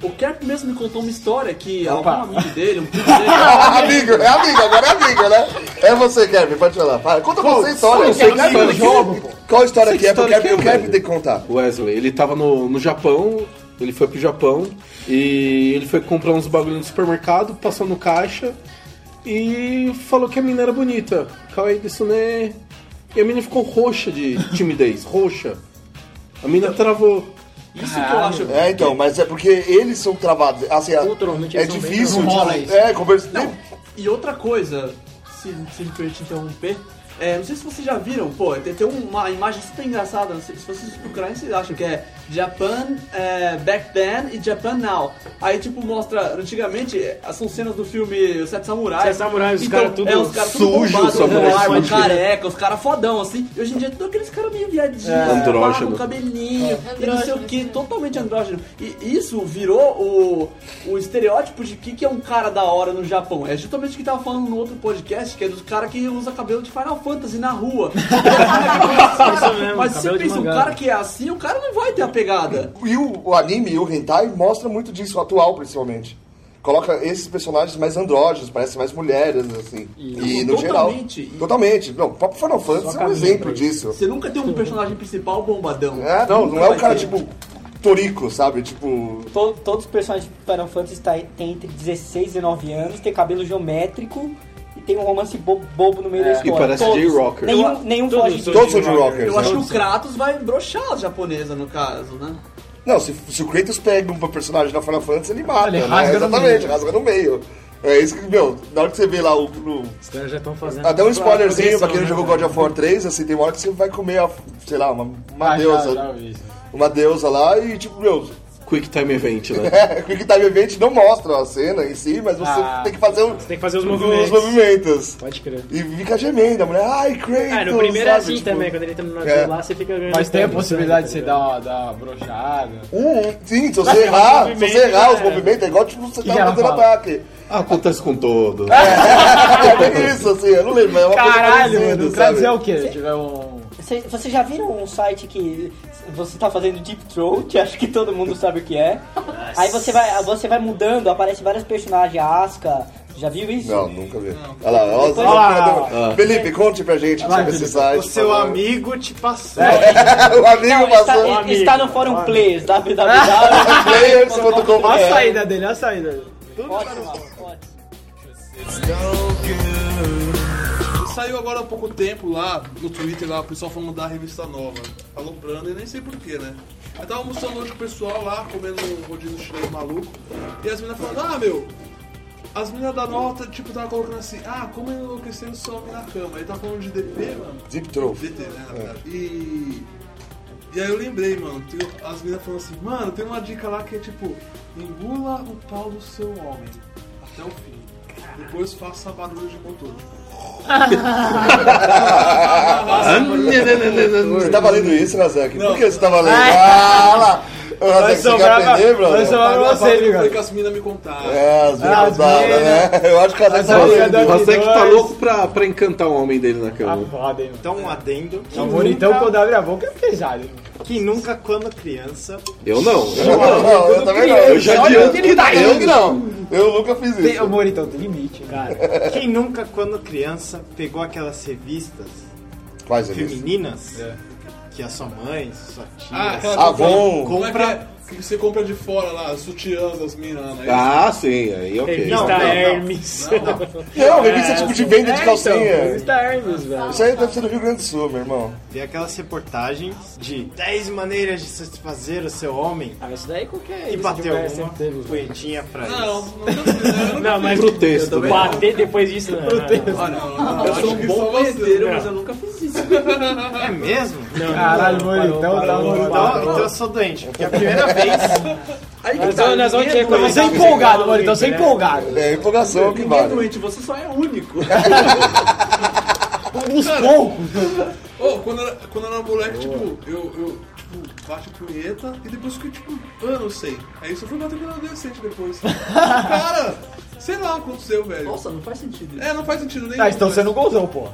Speaker 9: o Kerp mesmo me contou uma história que algum amigo dele, um primo dele...
Speaker 1: amigo, é amigo, agora é amigo, né? É você, Kevin, pode falar. Fala. Conta pra você a história.
Speaker 5: eu sei que história que é,
Speaker 1: Qual história que é? Porque
Speaker 5: história que é,
Speaker 1: o Kevin
Speaker 5: velho?
Speaker 1: tem que contar.
Speaker 5: Wesley, ele tava no, no Japão, ele foi pro Japão e ele foi comprar uns bagulho no supermercado, passou no caixa e falou que a mina era bonita. Kawaii desu né? E a mina ficou roxa de timidez, roxa. A mina travou.
Speaker 9: Isso
Speaker 5: que eu acho.
Speaker 1: É, então, mas é porque eles são travados. Assim, a-
Speaker 5: Culturalmente,
Speaker 1: é
Speaker 5: eles são bem
Speaker 1: difícil.
Speaker 5: travados. Não
Speaker 1: tipo,
Speaker 5: rola
Speaker 1: É, conversa. Não,
Speaker 9: E outra coisa, se, se me permite interromper, é, não sei se vocês já viram, pô, tem, tem uma imagem super engraçada, não sei, se vocês procurarem, vocês acham que é Japan é, Back Then e Japan Now. Aí, tipo, mostra, antigamente, é, são cenas do filme Os Sete Samurais.
Speaker 15: Sete Samurais, os cara tudo
Speaker 9: é, os cara tudo
Speaker 5: sujo,
Speaker 9: bombado, com
Speaker 5: samurai
Speaker 9: arma,
Speaker 5: sujo.
Speaker 9: careca, os caras fodão, assim. E hoje em dia, tudo aqueles caras meio viadinhos,
Speaker 5: É.
Speaker 9: barba,
Speaker 5: Andrógeno.
Speaker 9: cabelinho, e não sei o que, totalmente andrógeno. E isso virou o, o estereótipo de que, que é um cara da hora no Japão. É justamente o que tava falando no outro podcast, que é dos caras que usa cabelo de Final Fantasy na rua. Mas se você
Speaker 15: cabelo de
Speaker 9: pensa, um
Speaker 15: mangá.
Speaker 9: cara que é assim, o cara não vai ter a pegada.
Speaker 1: E o, o anime e o hentai mostra muito disso, o atual principalmente. Coloca esses personagens mais andrógenos, parecem mais mulheres, assim. E, no
Speaker 9: Totalmente.
Speaker 1: geral. Totalmente. Não, o próprio Final Fantasy é um exemplo disso.
Speaker 9: Você nunca tem um personagem principal bombadão.
Speaker 1: É, não,
Speaker 9: Nunca
Speaker 1: não é
Speaker 9: vai
Speaker 1: um cara
Speaker 9: ter.
Speaker 1: tipo Torico, sabe? Tipo.
Speaker 13: To- todos os personagens do Final Fantasy tá- têm entre 16 e 19 anos, tem cabelo geométrico e tem um romance bo- bobo no meio da
Speaker 5: E
Speaker 13: história.
Speaker 5: parece
Speaker 13: Todos.
Speaker 5: J-Rocker.
Speaker 13: Nenhum, nenhum foge disso.
Speaker 1: Todos são J-Rockers.
Speaker 9: Eu acho que
Speaker 1: né?
Speaker 9: o Kratos vai broxar a japonesa, no caso, né?
Speaker 1: Não, se, se o Kratos pega um personagem da Final Fantasy, ele mata.
Speaker 6: Ele
Speaker 1: né?
Speaker 6: rasga no
Speaker 1: Exatamente,
Speaker 6: meio.
Speaker 1: rasga no meio. É isso que, meu, na hora que você vê lá o. no-
Speaker 4: Os caras já estão fazendo.
Speaker 1: Até um
Speaker 4: pra-
Speaker 1: spoilerzinho
Speaker 4: proteção,
Speaker 1: pra quem não
Speaker 4: né,
Speaker 1: jogou
Speaker 4: cara?
Speaker 1: God of War 3, assim, tem uma hora que você vai comer, a- sei lá, uma, uma
Speaker 6: Ah, já,
Speaker 1: deusa.
Speaker 6: já vi isso.
Speaker 1: Uma deusa lá e, tipo, meu,
Speaker 5: Quick Time Event, né?
Speaker 1: É, Quick Time Event não mostra a cena em si, mas você
Speaker 4: Ah,
Speaker 1: tem que fazer o-
Speaker 4: Você tem que fazer os movimentos.
Speaker 1: movimentos.
Speaker 4: Pode crer.
Speaker 1: E fica gemendo, a mulher, ai, Kratos!
Speaker 4: Ah, no primeiro é
Speaker 1: sabe?
Speaker 4: assim
Speaker 1: Tipo,
Speaker 4: também, quando ele tá no navio
Speaker 1: é.
Speaker 4: lá, você fica ganhando.
Speaker 6: Mas tem a
Speaker 4: tempo,
Speaker 6: possibilidade de
Speaker 4: sabe?
Speaker 6: você dar uma, dar uma brochada.
Speaker 1: Hum, sim, se você errar, se você errar os movimentos, é igual tipo, você
Speaker 6: E
Speaker 1: tá
Speaker 6: ela
Speaker 1: fazendo
Speaker 6: fala?
Speaker 1: ataque.
Speaker 5: Acontece com todo.
Speaker 1: É bem isso, assim, eu não lembro, mas é uma
Speaker 6: Caralho,
Speaker 1: coisa
Speaker 6: mano.
Speaker 1: parecida,
Speaker 6: O cara
Speaker 1: sabe?
Speaker 6: dizer o quê? Tiver um.
Speaker 13: Vocês vocês já viram um site que você tá fazendo deep throat, acho que todo mundo sabe o que é. Aí você vai, você vai mudando, aparece vários personagens, Asca. Já viu isso?
Speaker 1: Não, nunca vi. Olha lá, olha
Speaker 13: Olha lá.
Speaker 1: lá. Ah. Felipe, conte pra gente sobre esse site.
Speaker 2: O seu
Speaker 1: por favor.
Speaker 2: amigo te passou.
Speaker 6: É.
Speaker 1: o amigo
Speaker 4: tá-
Speaker 13: Não, está,
Speaker 1: passou.
Speaker 13: está no fórum Players,
Speaker 1: Players.com.br.
Speaker 6: Olha a
Speaker 4: é.
Speaker 6: saída dele, olha a saída dele.
Speaker 12: Saiu agora há pouco tempo lá no Twitter, lá, o pessoal falando da revista nova. Aloprando, e nem sei porquê, né? Aí tava almoçando hoje com o pessoal lá, comendo um rodízio chinês maluco. E as meninas falando, ah, meu, as meninas da nota, tipo, tava colocando assim, ah, como eu enlouqueceu e some na cama. Aí tava falando de DP, mano.
Speaker 1: Deep Throat.
Speaker 12: DT, né, na verdade. E... E aí eu lembrei, mano, tem as meninas falando assim, mano, tem uma dica lá que é tipo, engula o pau do seu homem até o fim. Depois faça barulho de motor.
Speaker 1: Você tá valendo isso, Razak? Por
Speaker 12: Não.
Speaker 1: que você tá valendo? Ah, lá. Ô, Razak, você quer aprender, brother?
Speaker 12: Agora Foi que as meninas me contaram.
Speaker 1: É, as
Speaker 12: Ah,
Speaker 1: meninas falam, né? Eu acho que o Razak tá valendo.
Speaker 5: Você que tá louco pra, pra encantar o homem dele na cama.
Speaker 6: Foda, hein, mano.
Speaker 2: Então, um adendo. que
Speaker 6: Tá bonitão
Speaker 2: nunca-
Speaker 6: quando abre a boca é queijado. hein?
Speaker 2: Que nunca, quando criança,
Speaker 5: Eu não. Eu
Speaker 1: Não, não, eu também não.
Speaker 5: Eu já
Speaker 1: Olha,
Speaker 5: adianto
Speaker 1: eu
Speaker 5: que tá
Speaker 1: eu
Speaker 5: indo.
Speaker 1: não. Eu nunca fiz
Speaker 6: Tem,
Speaker 1: isso.
Speaker 6: ô, Moritão, tem limite, cara.
Speaker 2: cara, quem nunca, quando criança, pegou aquelas revistas
Speaker 1: Quais é isso?
Speaker 2: femininas que a sua mãe, sua tia,
Speaker 12: Ah,
Speaker 2: sua
Speaker 12: aquela
Speaker 1: Avon.
Speaker 12: compra- Como é que
Speaker 2: compra.
Speaker 12: é? Que você compra de fora lá, sutiãs das minas, né?
Speaker 5: Ah, sim, aí ok.
Speaker 2: Não,
Speaker 4: Revista
Speaker 2: não, não.
Speaker 4: Hermes.
Speaker 1: Não, revista tipo de venda de calcinha.
Speaker 4: Revista Hermes, velho.
Speaker 1: Isso aí deve ser do Rio Grande do Sul, meu irmão.
Speaker 2: Tem aquelas reportagens de 10 maneiras de satisfazer o seu homem
Speaker 4: Ah, isso daí qualquer.
Speaker 2: e
Speaker 4: revista de
Speaker 2: bateu
Speaker 4: mulher
Speaker 2: uma
Speaker 4: sempre teve, velho.
Speaker 2: punhetinha pra isso.
Speaker 12: Não, não, não,
Speaker 4: Não, mas
Speaker 5: Pro texto, né?
Speaker 4: bater depois disso, né?
Speaker 12: não, não, não, não.
Speaker 9: Eu sou
Speaker 12: Acho
Speaker 9: um
Speaker 12: que
Speaker 9: bom
Speaker 12: só você,
Speaker 9: punheteiro,
Speaker 12: né?
Speaker 9: mas eu nunca fiz isso.
Speaker 2: É mesmo?
Speaker 6: Caralho, Moritão, tá
Speaker 2: Então,
Speaker 6: Moritão.
Speaker 2: então eu sou doente, porque a primeira vez.
Speaker 9: Aí que
Speaker 4: Nós
Speaker 9: tá,
Speaker 4: vamos- nós vamos
Speaker 9: ninguém é
Speaker 4: ter que
Speaker 6: Você é
Speaker 9: doente.
Speaker 6: empolgado, Moritão, você é
Speaker 4: É.
Speaker 6: empolgado.
Speaker 1: É empolgação que
Speaker 9: Ninguém é
Speaker 1: vale.
Speaker 9: doente, você só é único.
Speaker 6: Uns poucos.
Speaker 12: Ô, quando, eu era- quando eu era moleque, tipo, eu, eu tipo, bate punheta e depois fiquei, tipo, anos sem. Aí só fui bater quando eu era adolescente depois. Cara, sei lá o que aconteceu, velho.
Speaker 9: Nossa, não faz sentido isso.
Speaker 12: É, não faz sentido nenhum.
Speaker 6: Ah, então
Speaker 12: mas-
Speaker 6: você não gozou, pô.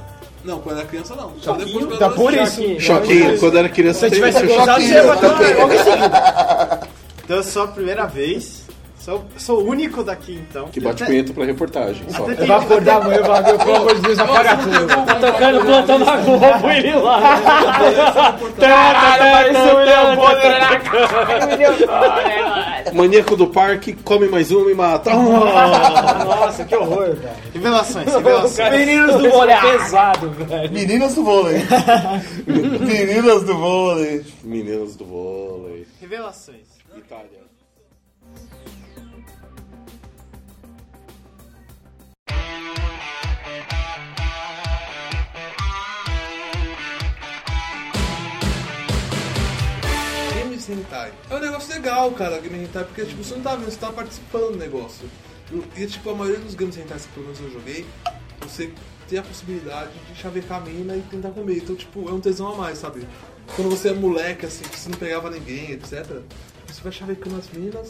Speaker 12: Não, quando eu era criança, não. Só depois quando eu
Speaker 6: Tá
Speaker 12: era
Speaker 6: por
Speaker 12: adolescente.
Speaker 6: isso.
Speaker 5: Choquinho, quando era criança,
Speaker 6: Se você
Speaker 5: teve
Speaker 6: tivesse
Speaker 5: seu
Speaker 6: gozado,
Speaker 5: choquinho.
Speaker 6: você ia matar um homem sim.
Speaker 2: Então eu sou a primeira vez. Sou, sou o único daqui então.
Speaker 5: Que bate
Speaker 2: até,
Speaker 5: punheta pra reportagem. Só.
Speaker 2: até
Speaker 6: Eu
Speaker 2: tem-
Speaker 6: vou acordar amanhã e falar, meu, pelo amor de Deus, apaga tudo.
Speaker 4: Tá tocando o plantão da Globo ele lá.
Speaker 6: Caralho, parece o William Bonner.
Speaker 5: Maníaco do parque, come mais uma e
Speaker 1: Ah.
Speaker 5: mata.
Speaker 6: Nossa, que horror, velho.
Speaker 2: Revelações, revelações.
Speaker 4: Meninos do Bolé. pesado, velho.
Speaker 1: Meninas do vôlei. Meninas do vôlei.
Speaker 5: Meninas do vôlei.
Speaker 2: Revelações.
Speaker 5: Itália.
Speaker 12: Games Hentai. É um negócio legal, cara, Game Hentai, porque tipo, você não tá vendo, você tá participando do negócio. E tipo, a maioria dos Games Hentai que pelo menos eu joguei, você tem a possibilidade de chavecar a mina e tentar comer. Então, tipo, é um tesão a mais, sabe? Quando você é moleque, assim, que você não pegava ninguém, etc. Você vai chavecando as minas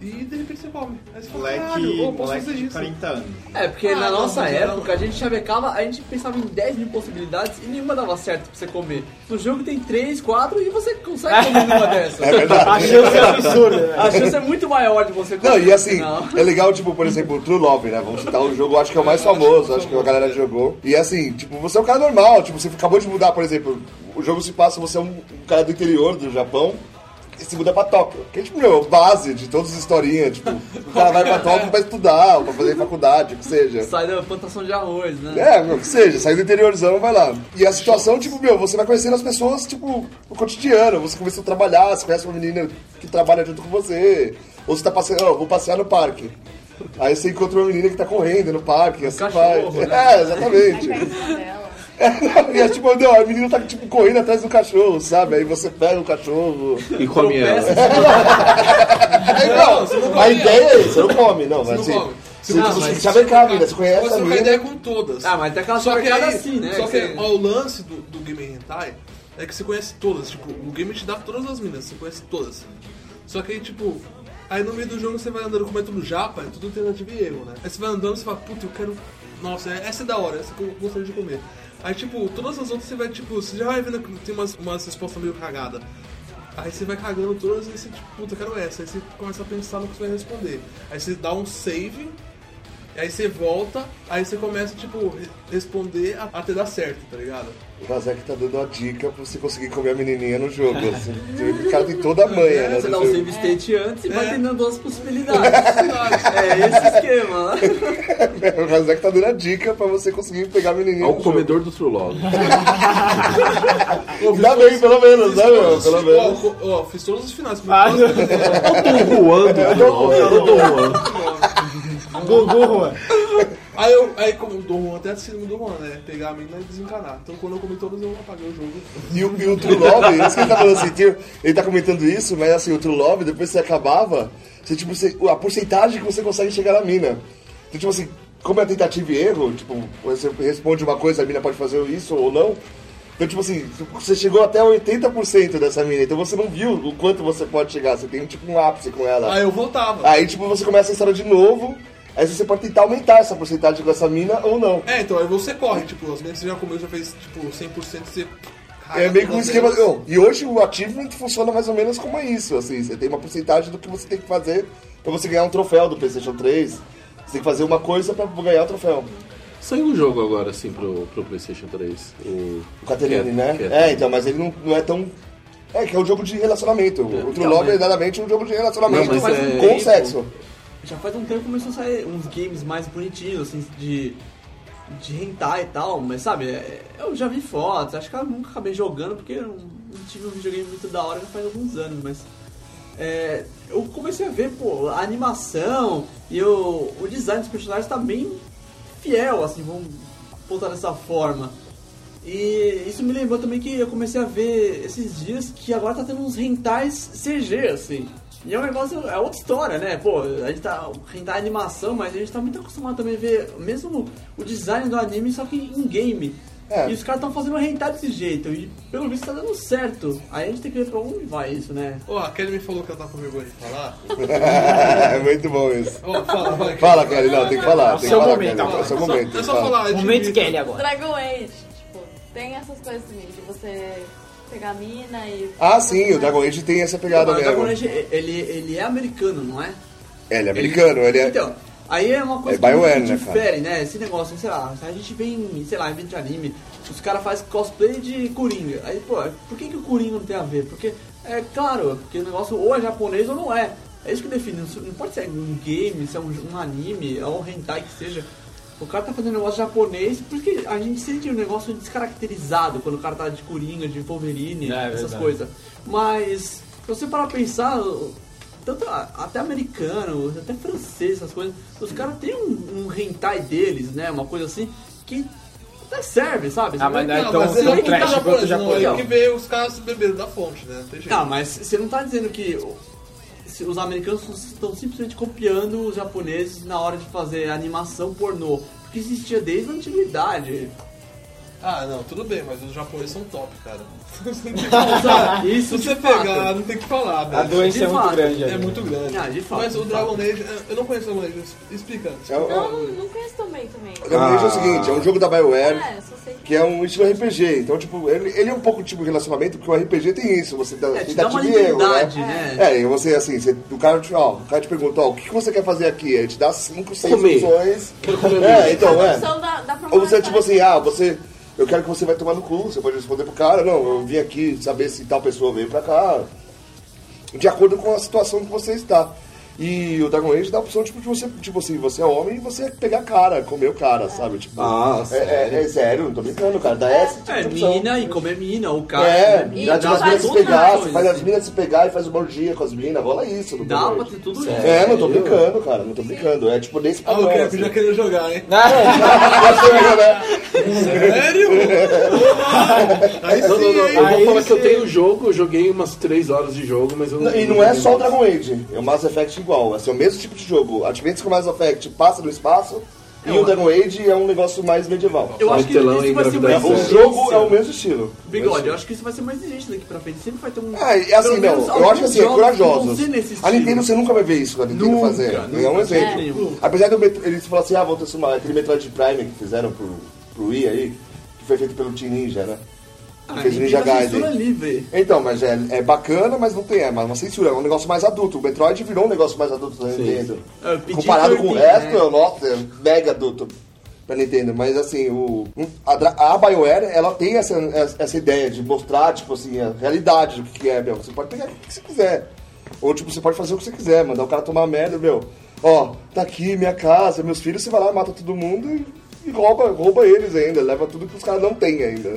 Speaker 12: e de repente você come. Aí você fala, caralho,
Speaker 2: Moleque,
Speaker 12: eu posso
Speaker 2: moleque
Speaker 12: fazer
Speaker 2: de
Speaker 12: isso.
Speaker 2: 40 anos.
Speaker 9: É, porque
Speaker 7: Ah,
Speaker 9: na
Speaker 7: não,
Speaker 9: nossa
Speaker 12: não, não.
Speaker 9: época a gente chavecava, a gente pensava em 10 mil possibilidades e nenhuma dava certo pra você comer. No jogo tem 3, 4 e você consegue comer numa dessas.
Speaker 1: É.
Speaker 6: A chance é absurda, velho.
Speaker 9: A chance é muito maior de você comer.
Speaker 1: Não, e
Speaker 9: no
Speaker 1: assim,
Speaker 9: final.
Speaker 1: é legal, tipo, por exemplo, True Love, né? Vamos citar um jogo, acho que é o mais famoso, acho que a galera jogou. E assim, tipo, você é um cara normal, tipo, você acabou de mudar, por exemplo, o jogo se passa, você é um, um cara do interior do Japão. E se muda pra Tóquio. Que é tipo, meu, base de todas as historinhas. Tipo, o cara vai pra Tóquio pra estudar, ou pra fazer faculdade, o que seja.
Speaker 9: Sai da plantação de arroz, né?
Speaker 1: É, meu, que seja, sai do interiorzão, vai lá. E a situação, tipo, meu, você vai conhecendo as pessoas, tipo, no cotidiano. Você começa a trabalhar, você conhece uma menina que trabalha junto com você. Ou você tá passeando, ó, vou passear no parque. Aí você encontrou uma menina que tá correndo no parque, assim
Speaker 9: cachorro,
Speaker 1: vai.
Speaker 9: né?
Speaker 1: É, exatamente. É, não, e aí, tipo, não, a menina tá tipo, correndo atrás do cachorro, sabe? Aí você pega o cachorro.
Speaker 5: E come ela.
Speaker 1: Aí, não, a ideia é isso, você não come, não, mas
Speaker 12: não
Speaker 1: assim.
Speaker 12: come.
Speaker 1: Você,
Speaker 12: Não,
Speaker 1: você
Speaker 12: mas-
Speaker 1: sabe que a mina, você conhece
Speaker 12: Você
Speaker 1: a
Speaker 12: trocar
Speaker 1: mina.
Speaker 12: ideia com todas.
Speaker 9: Ah, mas tem aquela
Speaker 12: só que aí,
Speaker 9: porcada assim, né?
Speaker 12: Só
Speaker 9: Que
Speaker 12: que,
Speaker 9: você-
Speaker 12: ó, o lance do, do Game Hentai é que você conhece todas. Tipo, o game te dá todas as minas, você conhece todas. Só que aí, tipo, aí no meio do jogo você vai andando como é tudo japa, é tudo tentativa e erro, né? Aí você vai andando e você fala, puta, eu quero. Nossa, essa é da hora, essa que eu gostaria de comer. Aí, tipo, todas as outras você vai, tipo, você já vai vendo que tem umas, umas respostas meio cagadas. Aí você vai cagando todas e você, tipo, puta, quero essa. Aí você começa a pensar no que você vai responder. Aí você dá um save Aí você volta, aí você começa, tipo, re- responder a- até dar certo, tá ligado?
Speaker 1: O Vazek tá dando uma dica pra você conseguir comer a menininha no jogo. assim. O cara tem toda a manha, né?
Speaker 9: Você
Speaker 1: do
Speaker 9: dá um
Speaker 1: jogo.
Speaker 9: save state antes e vai tendo duas possibilidades. é esse esquema.
Speaker 1: O Vazek tá dando a dica pra você conseguir pegar a menininha
Speaker 5: Ao
Speaker 1: no jogo.
Speaker 5: um comedor do Trulog.
Speaker 1: Ainda bem, pelo menos, né, meu?
Speaker 12: Todos os-
Speaker 1: Pelo menos. Ah,
Speaker 12: Ó, co- ó, fiz todos os finais.
Speaker 5: Voando, um
Speaker 6: Gugu, Juan.
Speaker 12: Aí eu, aí como o Dom Juan até a síndrome do Juan, né? Pegar a mina e desencanar. Então quando eu comi todos, eu apaguei o jogo.
Speaker 1: E o, e o True Love, isso que ele tá falando assim, tio, ele tá comentando isso, mas assim, o True Love, depois que você acabava, você, tipo, você- a porcentagem que você consegue chegar na mina. Então, tipo assim, como é tentativa e erro, tipo, você responde uma coisa, a mina pode fazer isso ou não. Então, tipo assim, você chegou até 80% dessa mina, então você não viu o quanto você pode chegar, você tem tipo um ápice com ela.
Speaker 12: Aí eu voltava.
Speaker 1: Aí, tipo, você começa a história de novo, aí você pode tentar aumentar essa porcentagem com essa mina ou não.
Speaker 12: É, então aí você corre, tipo, as minas que você já comeu, já fez, tipo, 100%, você...
Speaker 1: É meio que um
Speaker 12: Todas
Speaker 1: esquema.
Speaker 12: as-
Speaker 1: Não, e hoje o achievement funciona mais ou menos como é isso, assim, você tem uma porcentagem do que você tem que fazer pra você ganhar um troféu do Playstation 3. Você tem que fazer uma coisa pra ganhar o troféu.
Speaker 5: Saiu um jogo agora, assim, pro, pro Playstation 3. O,
Speaker 1: O Caterine,
Speaker 5: que
Speaker 1: né?
Speaker 5: que
Speaker 1: É, então, mas ele não, não é tão. É, que é um jogo de relacionamento. O True
Speaker 5: Não,
Speaker 1: Love
Speaker 5: mas-
Speaker 1: é verdadeiramente um jogo de relacionamento
Speaker 5: Não, mas é-
Speaker 1: com sexo.
Speaker 9: Já faz um tempo que começou a sair uns games mais bonitinhos, assim, de. de rentar e tal, mas sabe, é- eu já vi fotos, acho que eu nunca acabei jogando porque eu não tive um videogame muito da hora já faz alguns anos, mas. é, eu comecei a ver, pô, a animação e o, o design dos personagens tá bem fiel, assim, vamos botar dessa forma. E isso me lembrou também que eu comecei a ver esses dias que agora tá tendo uns rentais CG, assim. E é um negócio, é outra história, né? Pô, a gente tá. Rentar animação, mas a gente tá muito acostumado também a ver mesmo o design do anime, só que em game.
Speaker 1: É.
Speaker 9: E os caras tão fazendo rentar desse jeito. E pelo visto tá dando certo. Aí a gente tem que ver pra onde vai isso, né?
Speaker 12: Ó, a Kelly me falou que ela tá comigo aí, falar.
Speaker 1: é muito bom isso.
Speaker 12: Ó, fala, vai.
Speaker 1: Fala, Kelly, não, tem que falar. Tem que
Speaker 6: Seu
Speaker 1: falar,
Speaker 6: momento,
Speaker 1: Kelly.
Speaker 6: agora.
Speaker 1: É o seu
Speaker 12: Só-
Speaker 1: momento.
Speaker 12: é só
Speaker 1: fala.
Speaker 12: falar,
Speaker 6: Momento
Speaker 12: admito.
Speaker 6: Kelly agora.
Speaker 7: Dragon Age, tipo, tem essas coisas também, de você pegar a mina e.
Speaker 1: Ah, sim, o Dragon Age tem essa pegada
Speaker 9: Agora, o Dragon
Speaker 1: mesmo.
Speaker 9: Age, ele, ele é americano, não é?
Speaker 1: Ele é americano, ele é.
Speaker 9: Então, aí é uma coisa
Speaker 1: É Bioware,
Speaker 9: que
Speaker 1: né,
Speaker 9: difere, né? Esse negócio, sei lá, a gente vê em, sei lá, em vídeo de anime, os caras fazem cosplay de Coringa. Aí, pô, por que, que o Coringa não tem a ver? Porque, é claro, porque o negócio ou é japonês ou não é. É isso que define, não não pode ser um game, se é um, um anime, ou um hentai que seja. O cara tá fazendo um negócio japonês, porque a gente sente um negócio descaracterizado quando o cara tá de Coringa, de Wolverine,
Speaker 14: É, é
Speaker 9: essas
Speaker 14: verdade.
Speaker 9: coisas. Mas, se você parar pra pensar, tanto a- até americano, até francês, essas coisas, os caras têm um, um hentai deles, né? Uma coisa assim, que até serve, sabe?
Speaker 6: Ah, mas não é
Speaker 12: Não,
Speaker 6: tão,
Speaker 12: mas ele
Speaker 6: tão
Speaker 12: não tá
Speaker 6: trash
Speaker 12: japonês,
Speaker 6: quanto o
Speaker 12: não,
Speaker 6: japonês.
Speaker 12: Ele que veio os caras beberam da fonte, né? Não Tem jeito.
Speaker 9: Tá, mas você não tá dizendo que o- se os americanos estão simplesmente copiando os japoneses na hora de fazer animação pornô, porque existia desde a antiguidade.
Speaker 12: Ah, não, tudo bem, mas os japoneses são top, cara.
Speaker 9: Sabe? Isso
Speaker 12: Se
Speaker 9: de
Speaker 12: você
Speaker 9: fato.
Speaker 12: pegar, não tem o que falar, velho.
Speaker 6: A doença
Speaker 9: De
Speaker 6: é muito
Speaker 9: fato.
Speaker 6: grande.
Speaker 12: É
Speaker 6: ali.
Speaker 12: muito grande.
Speaker 9: Ah, de fato,
Speaker 12: Mas o
Speaker 9: de
Speaker 12: Dragon Age, eu- eu não conheço o Dragon Age, explica.
Speaker 1: É o-
Speaker 7: Não, não, não conheço também também.
Speaker 1: O Dragon
Speaker 5: Ah.
Speaker 1: Age é o seguinte, é um jogo da Bioware.
Speaker 7: É, só sei
Speaker 1: Que é um estilo RPG, então, tipo, ele, ele é um pouco tipo relacionamento, porque o RPG tem isso, você dá,
Speaker 9: É, te dá uma
Speaker 1: tentativa e erro,
Speaker 9: liberdade,
Speaker 1: né?
Speaker 9: né?
Speaker 1: É, e você, assim, você- o, cara te, ó, o cara te pergunta, ó, o que que você quer fazer aqui? Ele te dá cinco, seis
Speaker 5: Comer.
Speaker 1: opções.
Speaker 5: comer
Speaker 1: É, então,
Speaker 7: A
Speaker 1: é.
Speaker 7: opção da, da
Speaker 1: Ou você, tipo assim, ah, você, eu quero que você vai tomar no cu, você pode responder pro cara, não, eu vim aqui saber se tal pessoa veio pra cá, de acordo com a situação que você está. E o Dragon Age dá a opção, tipo, de você, tipo assim, você é homem e você pegar cara, comer o cara, sabe? Tipo,
Speaker 5: Ah,
Speaker 1: é, é, é sério, não tô brincando, cara. Dá essa tipo
Speaker 9: É,
Speaker 1: de opção.
Speaker 9: mina e comer mina, o cara.
Speaker 1: É,
Speaker 9: comer mina,
Speaker 1: dá tipo,
Speaker 9: dá
Speaker 1: as minas se
Speaker 9: outras
Speaker 1: pegar, você
Speaker 9: coisas.
Speaker 1: faz as minas se pegar e faz uma orgia com as minas, rola isso. no
Speaker 9: Dá
Speaker 1: Dragon
Speaker 9: pra
Speaker 1: Age.
Speaker 9: ter tudo isso.
Speaker 1: É, não tô brincando, cara, não tô brincando. É tipo nesse
Speaker 12: Ah,
Speaker 1: padrão.
Speaker 12: o Crepe
Speaker 1: assim. né?
Speaker 12: já queria jogar, hein?
Speaker 5: Sério?
Speaker 12: Oh, Aí
Speaker 5: não, não, não.
Speaker 1: sim,
Speaker 5: Eu
Speaker 1: aí
Speaker 5: vou falar que eu
Speaker 1: sim.
Speaker 5: tenho o jogo, eu joguei umas 3 horas de jogo, mas eu
Speaker 1: Não, E não é só o Dragon Age, é o Mass Effect igual, assim, é o mesmo tipo de jogo. Atividades com Mass Effect passa no espaço e o Dragon Age é um negócio mais medieval.
Speaker 9: Eu acho que
Speaker 5: Martelão
Speaker 9: isso
Speaker 5: e
Speaker 9: vai ser uma
Speaker 5: gravidade
Speaker 1: O
Speaker 5: zero.
Speaker 9: exigência.
Speaker 1: jogo é o mesmo estilo.
Speaker 9: Bigode, eu acho que isso vai ser mais exigente daqui pra frente. Sempre vai ter um.
Speaker 1: Ah, e assim,
Speaker 9: pelo
Speaker 1: não,
Speaker 9: menos
Speaker 1: eu acho que
Speaker 9: alguns
Speaker 1: assim, é
Speaker 9: jogos que vão
Speaker 1: corajosos.
Speaker 9: ser nesse
Speaker 1: A
Speaker 9: estilo.
Speaker 1: Nintendo você nunca vai ver isso, a Nintendo
Speaker 9: Nunca,
Speaker 1: fazer.
Speaker 9: nunca,
Speaker 1: É um exemplo.
Speaker 9: nenhum.
Speaker 1: Apesar do Met- eles falam assim, ah, vão ter uma, aquele Metroid Prime que fizeram pro, pro Wii aí, que foi feito pelo Team Ninja, né? Que
Speaker 9: Ah,
Speaker 1: fez o
Speaker 9: Nintendo
Speaker 1: Ninja
Speaker 9: é censura
Speaker 1: Gaiden.
Speaker 9: livre.
Speaker 1: Então, mas é, é bacana, mas não tem, é mais uma censura, é um negócio mais adulto. O Metroid virou um negócio mais adulto da Nintendo.
Speaker 9: É, pedir
Speaker 1: Comparado com o
Speaker 9: tortinho,
Speaker 1: resto,
Speaker 9: né?
Speaker 1: eu nossa, é mega adulto pra Nintendo. Mas assim, o, a, Dra- a BioWare, ela tem essa, essa ideia de mostrar, tipo assim, a realidade do que é, meu. Você pode pegar o que você quiser. Ou tipo, você pode fazer o que você quiser, mandar o cara tomar merda, meu. Ó, tá aqui minha casa, meus filhos, você vai lá, mata todo mundo e, e rouba, rouba eles ainda, leva tudo que os caras não têm ainda.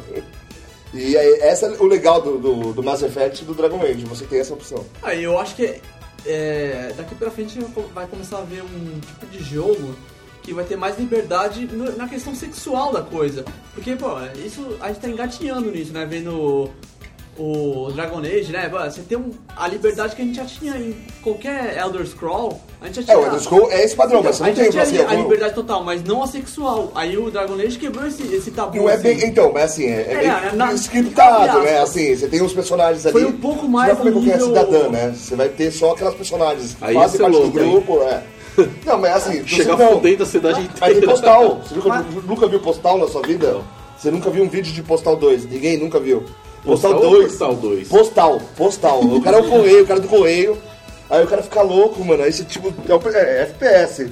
Speaker 1: E aí, essa é o legal do, do, do Mass Effect e do Dragon Age, você tem essa opção.
Speaker 9: Aí Ah, eu acho que é, daqui pra frente vai começar a haver um tipo de jogo que vai ter mais liberdade no- na questão sexual da coisa. Porque, pô, isso a gente tá engatinhando nisso, né? Vendo o Dragon Age, né? Pô, Você tem um- a liberdade que a gente já tinha em qualquer Elder Scroll. A gente já tinha.
Speaker 1: É, o Elder Scroll é esse padrão, mas você
Speaker 9: a
Speaker 1: não
Speaker 9: gente
Speaker 1: tem
Speaker 9: já
Speaker 1: assim,
Speaker 9: tinha a
Speaker 1: algum-
Speaker 9: liberdade total, mas não a sexual. Aí o Dragon Age quebrou esse, esse tabu.
Speaker 1: Não é
Speaker 9: assim.
Speaker 1: bem. Então, mas assim, é, é
Speaker 9: É,
Speaker 1: bem
Speaker 9: na- na-
Speaker 1: scriptado,
Speaker 9: na-
Speaker 1: né? Assim, você tem os personagens ali.
Speaker 9: Foi um pouco mais
Speaker 1: Você vai
Speaker 9: um
Speaker 1: comer qualquer
Speaker 9: nível-
Speaker 1: cidadã, né? Você vai ter só aquelas personagens que
Speaker 5: Aí
Speaker 1: fazem
Speaker 5: ia ser
Speaker 1: parte do
Speaker 5: louco, hein?
Speaker 1: grupo, é. Não, mas assim,
Speaker 5: Chegar
Speaker 1: você não.
Speaker 5: fudendo a cidade inteira.
Speaker 1: Mas tem postal. Você nunca, nunca viu postal na sua vida? Você nunca viu um vídeo de postal 2? Ninguém nunca viu. Postal
Speaker 5: Postal ou
Speaker 1: 2.
Speaker 5: Postal 2?
Speaker 1: Postal, postal. O cara é o correio, o cara é do correio. Aí o cara fica louco, mano. Aí você, tipo, é, o- é, é FPS.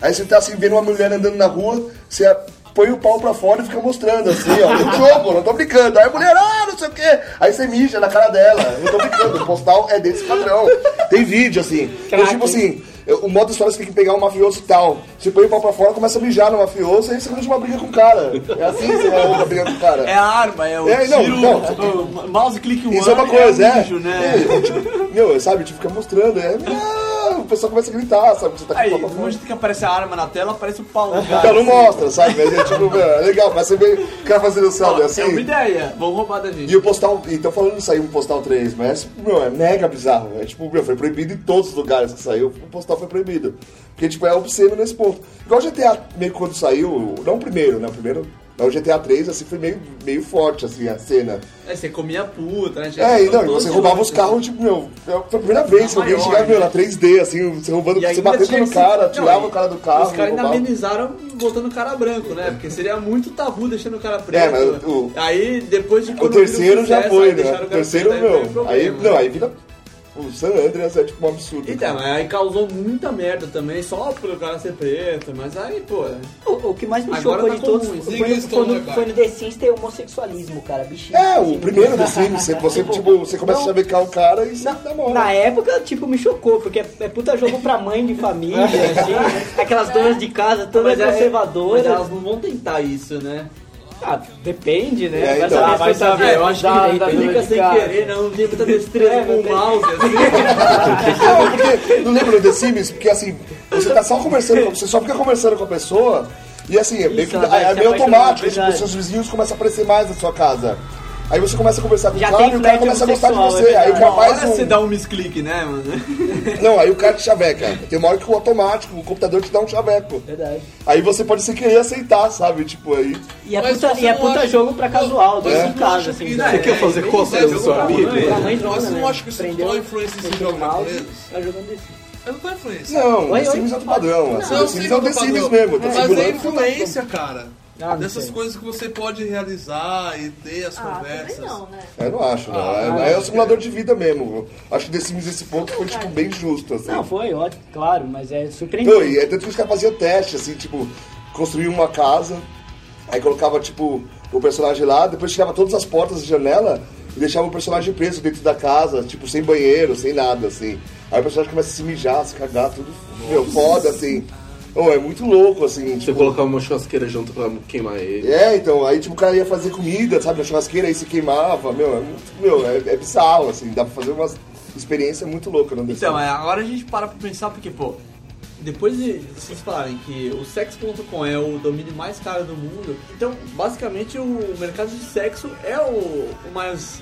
Speaker 1: Aí você tá assim, vendo uma mulher andando na rua, você põe o pau pra fora e fica mostrando, assim, ó. No jogo, não tô brincando. Aí a mulher, ah, não sei o quê. Aí você mija na cara dela. Não tô brincando. O postal é desse padrão. Tem vídeo, assim. Então, tipo assim, eu- o modo história você tem que pegar um mafioso e tal. Você põe o pau pra fora, começa a mijar no mafioso, aí você começa uma briga com o cara. É assim que você vai uma briga com o cara.
Speaker 9: É a arma, é o
Speaker 1: É, não,
Speaker 9: tiro,
Speaker 1: não, você
Speaker 9: o mouse clique um
Speaker 1: Isso é uma
Speaker 9: ano,
Speaker 1: coisa,
Speaker 9: um
Speaker 1: é.
Speaker 9: mijo, né?
Speaker 1: É, tipo, meu, sabe, tipo, fica mostrando, é. "Ah", O pessoal começa a gritar, sabe? que Você tá com
Speaker 9: Aí,
Speaker 1: o papo
Speaker 9: no
Speaker 1: fora.
Speaker 9: momento que aparece a arma na tela, aparece o pau do cara.
Speaker 1: Então não mostra, sabe? Mas é tipo, meu, é legal, mas você vê o cara fazendo
Speaker 9: Ó,
Speaker 1: sabe
Speaker 9: É uma
Speaker 1: assim.
Speaker 9: ideia, vão roubar da gente.
Speaker 1: E o postal. Então falando isso aí, um postal 3, mas, meu, é mega bizarro. É tipo, meu, foi proibido em todos os lugares que saiu. O postal foi proibido. Porque, tipo, é obsceno nesse ponto. Igual o GTA, meio que quando saiu, não o primeiro, né? O primeiro. Mas o GTA 3, assim, foi meio, meio forte, assim, a cena.
Speaker 9: É, você comia puta, né? gente?
Speaker 1: É, e não,
Speaker 9: Todo
Speaker 1: e você
Speaker 9: mundo
Speaker 1: roubava os
Speaker 9: assim.
Speaker 1: carros, tipo, meu, foi a primeira vez que alguém
Speaker 9: maior,
Speaker 1: chegava, meu,
Speaker 9: né?
Speaker 1: na 3D, assim, você roubando,
Speaker 9: E
Speaker 1: você
Speaker 9: ainda
Speaker 1: batendo
Speaker 9: tinha
Speaker 1: no
Speaker 9: esse-
Speaker 1: cara,
Speaker 9: Não,
Speaker 1: tirava
Speaker 9: e
Speaker 1: o cara do carro,
Speaker 9: Os caras ainda
Speaker 1: roubava.
Speaker 9: amenizaram botando o cara branco, né? Porque seria muito tabu deixando o cara preto.
Speaker 1: É, mas o-
Speaker 9: Aí, depois de
Speaker 1: O
Speaker 9: quando vira
Speaker 1: terceiro já
Speaker 9: sucesso,
Speaker 1: foi,
Speaker 9: aí deixaram
Speaker 1: né? O
Speaker 9: cara
Speaker 1: terceiro,
Speaker 9: preto, aí foi
Speaker 1: meu,
Speaker 9: um
Speaker 1: aí,
Speaker 9: problema.
Speaker 1: não, aí vira... O San Andreas é, tipo, um absurdo.
Speaker 9: Então,
Speaker 1: cara.
Speaker 9: aí causou muita merda também, só pelo cara ser preto, mas aí, pô...
Speaker 1: É.
Speaker 13: O, o que mais me
Speaker 9: Agora
Speaker 13: chocou
Speaker 9: tá
Speaker 13: de todos
Speaker 9: comum,
Speaker 13: foi,
Speaker 9: esse
Speaker 13: foi,
Speaker 12: inglês todo
Speaker 13: no,
Speaker 12: legal.
Speaker 13: foi no The Sims ter homossexualismo, cara. Bichinho.
Speaker 1: É, o
Speaker 13: assim.
Speaker 1: primeiro do Sims, você, você, tipo, você começa a
Speaker 9: Então,
Speaker 13: não.
Speaker 1: chavecar o cara e você É, namora.
Speaker 13: Na época, tipo, me chocou, porque é, é puta jogo pra mãe de família,
Speaker 1: É.
Speaker 13: assim, né? aquelas donas de casa todas
Speaker 9: Mas é-
Speaker 13: conservadoras.
Speaker 9: Mas elas não vão tentar isso, né?
Speaker 13: Ah, depende, né?
Speaker 1: É,
Speaker 13: Vai
Speaker 1: então.
Speaker 13: saber
Speaker 1: Ah,
Speaker 13: se foi sabendo.
Speaker 9: Tá eu acho
Speaker 13: Da-
Speaker 9: que
Speaker 13: da
Speaker 9: fica
Speaker 13: dona de
Speaker 9: sem
Speaker 13: casa.
Speaker 9: querer, né? Eu Não tinha muita destreza
Speaker 13: É,
Speaker 9: com
Speaker 13: não
Speaker 9: o
Speaker 13: tem.
Speaker 9: mouse, assim.
Speaker 1: Não, porque, não lembra do The Sims? Porque assim, você tá só conversando, com- você só fica conversando com a pessoa e assim, é meio, que-
Speaker 13: ela vai
Speaker 1: é
Speaker 13: se
Speaker 1: meio
Speaker 13: apaixonar,
Speaker 1: automático, tipo,
Speaker 13: verdade.
Speaker 1: os seus vizinhos começam a aparecer mais na sua casa. Aí você começa a conversar com
Speaker 13: Já
Speaker 1: o cara
Speaker 13: tem
Speaker 1: e o cara
Speaker 13: flerte
Speaker 1: começa a gostar de
Speaker 13: homossexual,
Speaker 1: você.
Speaker 13: é
Speaker 1: aí o
Speaker 13: verdade.
Speaker 1: rapaz.
Speaker 9: Agora você
Speaker 1: Um...
Speaker 9: dá um misclick, né, mano?
Speaker 13: um-
Speaker 1: Não, aí o cara te chaveca. Tem uma hora que o automático, o computador te dá um chaveco.
Speaker 13: Verdade.
Speaker 1: Aí você pode sem querer aceitar, sabe? Tipo, aí.
Speaker 13: E é
Speaker 12: Mas
Speaker 13: puta,
Speaker 12: você
Speaker 13: e é
Speaker 12: não
Speaker 13: puta
Speaker 12: acha-
Speaker 13: jogo pra casual, dois
Speaker 12: Mas você
Speaker 13: em
Speaker 12: não é,
Speaker 13: casa,
Speaker 12: acha
Speaker 13: assim.
Speaker 12: que-
Speaker 13: sabe?
Speaker 5: Você quer fazer costas do seu amigo?
Speaker 13: Pra mãe
Speaker 12: Não, você
Speaker 13: dona,
Speaker 12: não
Speaker 13: né?
Speaker 12: acha que isso
Speaker 13: Prendeu-
Speaker 12: não influencia esses
Speaker 13: prendeu o
Speaker 12: jogos
Speaker 13: mouse,
Speaker 12: japoneses?
Speaker 13: tá jogando The Sims.
Speaker 12: Eu não tô influência.
Speaker 1: Não,
Speaker 13: Oi,
Speaker 1: The
Speaker 13: oi.
Speaker 1: Sims é outro padrão. Assim, The Sims é o The Sims mesmo. Tá
Speaker 12: mas é
Speaker 1: segurando.
Speaker 12: influência, cara.
Speaker 13: Ah, não
Speaker 12: Dessas
Speaker 13: sei.
Speaker 12: coisas que você pode realizar e ter as
Speaker 7: Ah, também
Speaker 12: conversas.
Speaker 7: não, né?
Speaker 1: Eu não acho, não. é, é um simulador de vida mesmo. Acho que The Sims nesse ponto foi, tipo, bem justo, assim.
Speaker 13: Não, foi ótimo, claro, mas é
Speaker 1: Não,
Speaker 13: surpreendente.
Speaker 1: e é tanto que os caras faziam teste, assim, tipo, construía uma casa, aí colocava, tipo, o personagem lá, depois tirava todas as portas e janela e deixava o personagem preso dentro da casa, tipo, sem banheiro, sem nada, assim. Aí o personagem começa a se mijar, se cagar, tudo meu, foda, assim. Oh, é muito louco, assim.
Speaker 5: Você colocar uma churrasqueira junto pra queimar ele.
Speaker 1: É, então, aí tipo, o cara ia fazer comida, sabe, na churrasqueira, aí se queimava, meu, é, muito, meu, é, é bizarro, assim, dá pra fazer uma experiência muito né, louca no
Speaker 9: Então, é, agora a gente para pra pensar, porque, pô, depois de vocês falarem que o sex.com é o domínio mais caro do mundo, então, basicamente, o mercado de sexo é o, o mais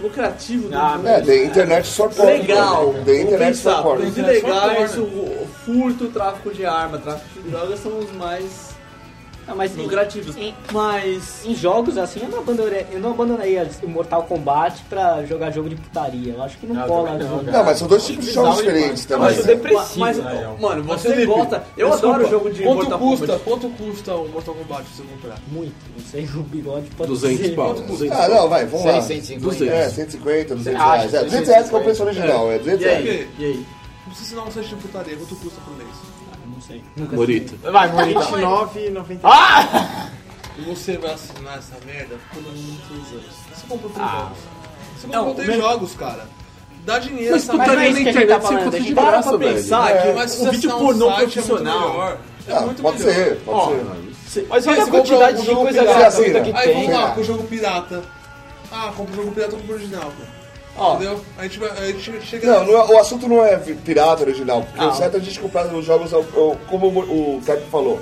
Speaker 9: lucrativo do mundo.
Speaker 1: É, tem internet só porno.
Speaker 9: Ah, Legal.
Speaker 1: Tem internet
Speaker 9: Vamos pensar,
Speaker 1: só porno.
Speaker 9: produto legal, isso, o furto, tráfico de arma, tráfico de drogas são os mais
Speaker 13: Ah, mas em-
Speaker 9: lucrativos.
Speaker 13: em-
Speaker 9: Mas
Speaker 13: Em jogos assim, eu não abandonei, eu não abandonei as- o Mortal Kombat pra jogar jogo de putaria. Eu acho que não, cola.
Speaker 1: também não,
Speaker 13: jogar.
Speaker 1: Não, mas são dois tipos de jogos diferentes também.
Speaker 9: Mas,
Speaker 1: né?
Speaker 9: depressivo, mas, mano, você gosta. Eu adoro jogo de
Speaker 12: quanto
Speaker 9: Mortal
Speaker 12: custa,
Speaker 9: Kombat.
Speaker 12: Quanto custa o Mortal Kombat pra você comprar?
Speaker 13: Muito, não sei, o bigode pode
Speaker 5: 200
Speaker 13: ser.
Speaker 5: pau.
Speaker 1: Ah, não, vai, vamos lá.
Speaker 5: 150.
Speaker 1: É, 150, 200
Speaker 5: Ah,
Speaker 1: reais. É, 200 reais que é o preço original, é 200
Speaker 9: E
Speaker 1: reais.
Speaker 9: aí? E aí?
Speaker 12: Não precisa ensinar um site de putaria, quanto custa por mês?
Speaker 13: Não sei.
Speaker 5: Morita.
Speaker 6: Vai, Maurício.
Speaker 12: 29,90.
Speaker 6: Ah!
Speaker 12: E você vai assinar essa merda quando muitos anos. Você comprou três
Speaker 6: Ah.
Speaker 12: jogos. Você
Speaker 9: Não,
Speaker 12: comprou três
Speaker 9: mas-
Speaker 12: jogos, cara. Dá dinheiro
Speaker 5: Mas
Speaker 12: essa
Speaker 5: putaria
Speaker 9: é
Speaker 12: merda.
Speaker 5: na
Speaker 9: tá
Speaker 5: internet, você encontra de
Speaker 9: Para
Speaker 5: graça,
Speaker 9: pra
Speaker 5: velho.
Speaker 9: pensar
Speaker 1: É.
Speaker 9: que
Speaker 12: Mas se
Speaker 9: o
Speaker 12: você
Speaker 9: vídeo
Speaker 12: assinar um
Speaker 9: pornô
Speaker 12: site, É muito
Speaker 9: profissional.
Speaker 12: melhor. É
Speaker 1: Ah,
Speaker 12: muito
Speaker 1: pode
Speaker 12: melhor.
Speaker 1: ser, pode
Speaker 9: Ó,
Speaker 1: ser.
Speaker 6: Mas olha
Speaker 12: Aí
Speaker 6: a
Speaker 12: você compra
Speaker 6: quantidade
Speaker 12: um
Speaker 6: de
Speaker 12: jogo
Speaker 6: coisa
Speaker 12: pirata.
Speaker 6: gratuita que
Speaker 1: Assina.
Speaker 12: Aí vamos
Speaker 6: tem.
Speaker 12: lá, com o jogo pirata. Ah, compra o jogo pirata ou compra o original, cara.
Speaker 9: Ó.
Speaker 12: Entendeu? A gente, vai- a gente chega.
Speaker 1: Não, não é- o assunto não é vi- pirata original, porque o certo é a gente comprar os jogos, ao- ao- como o o Cap falou.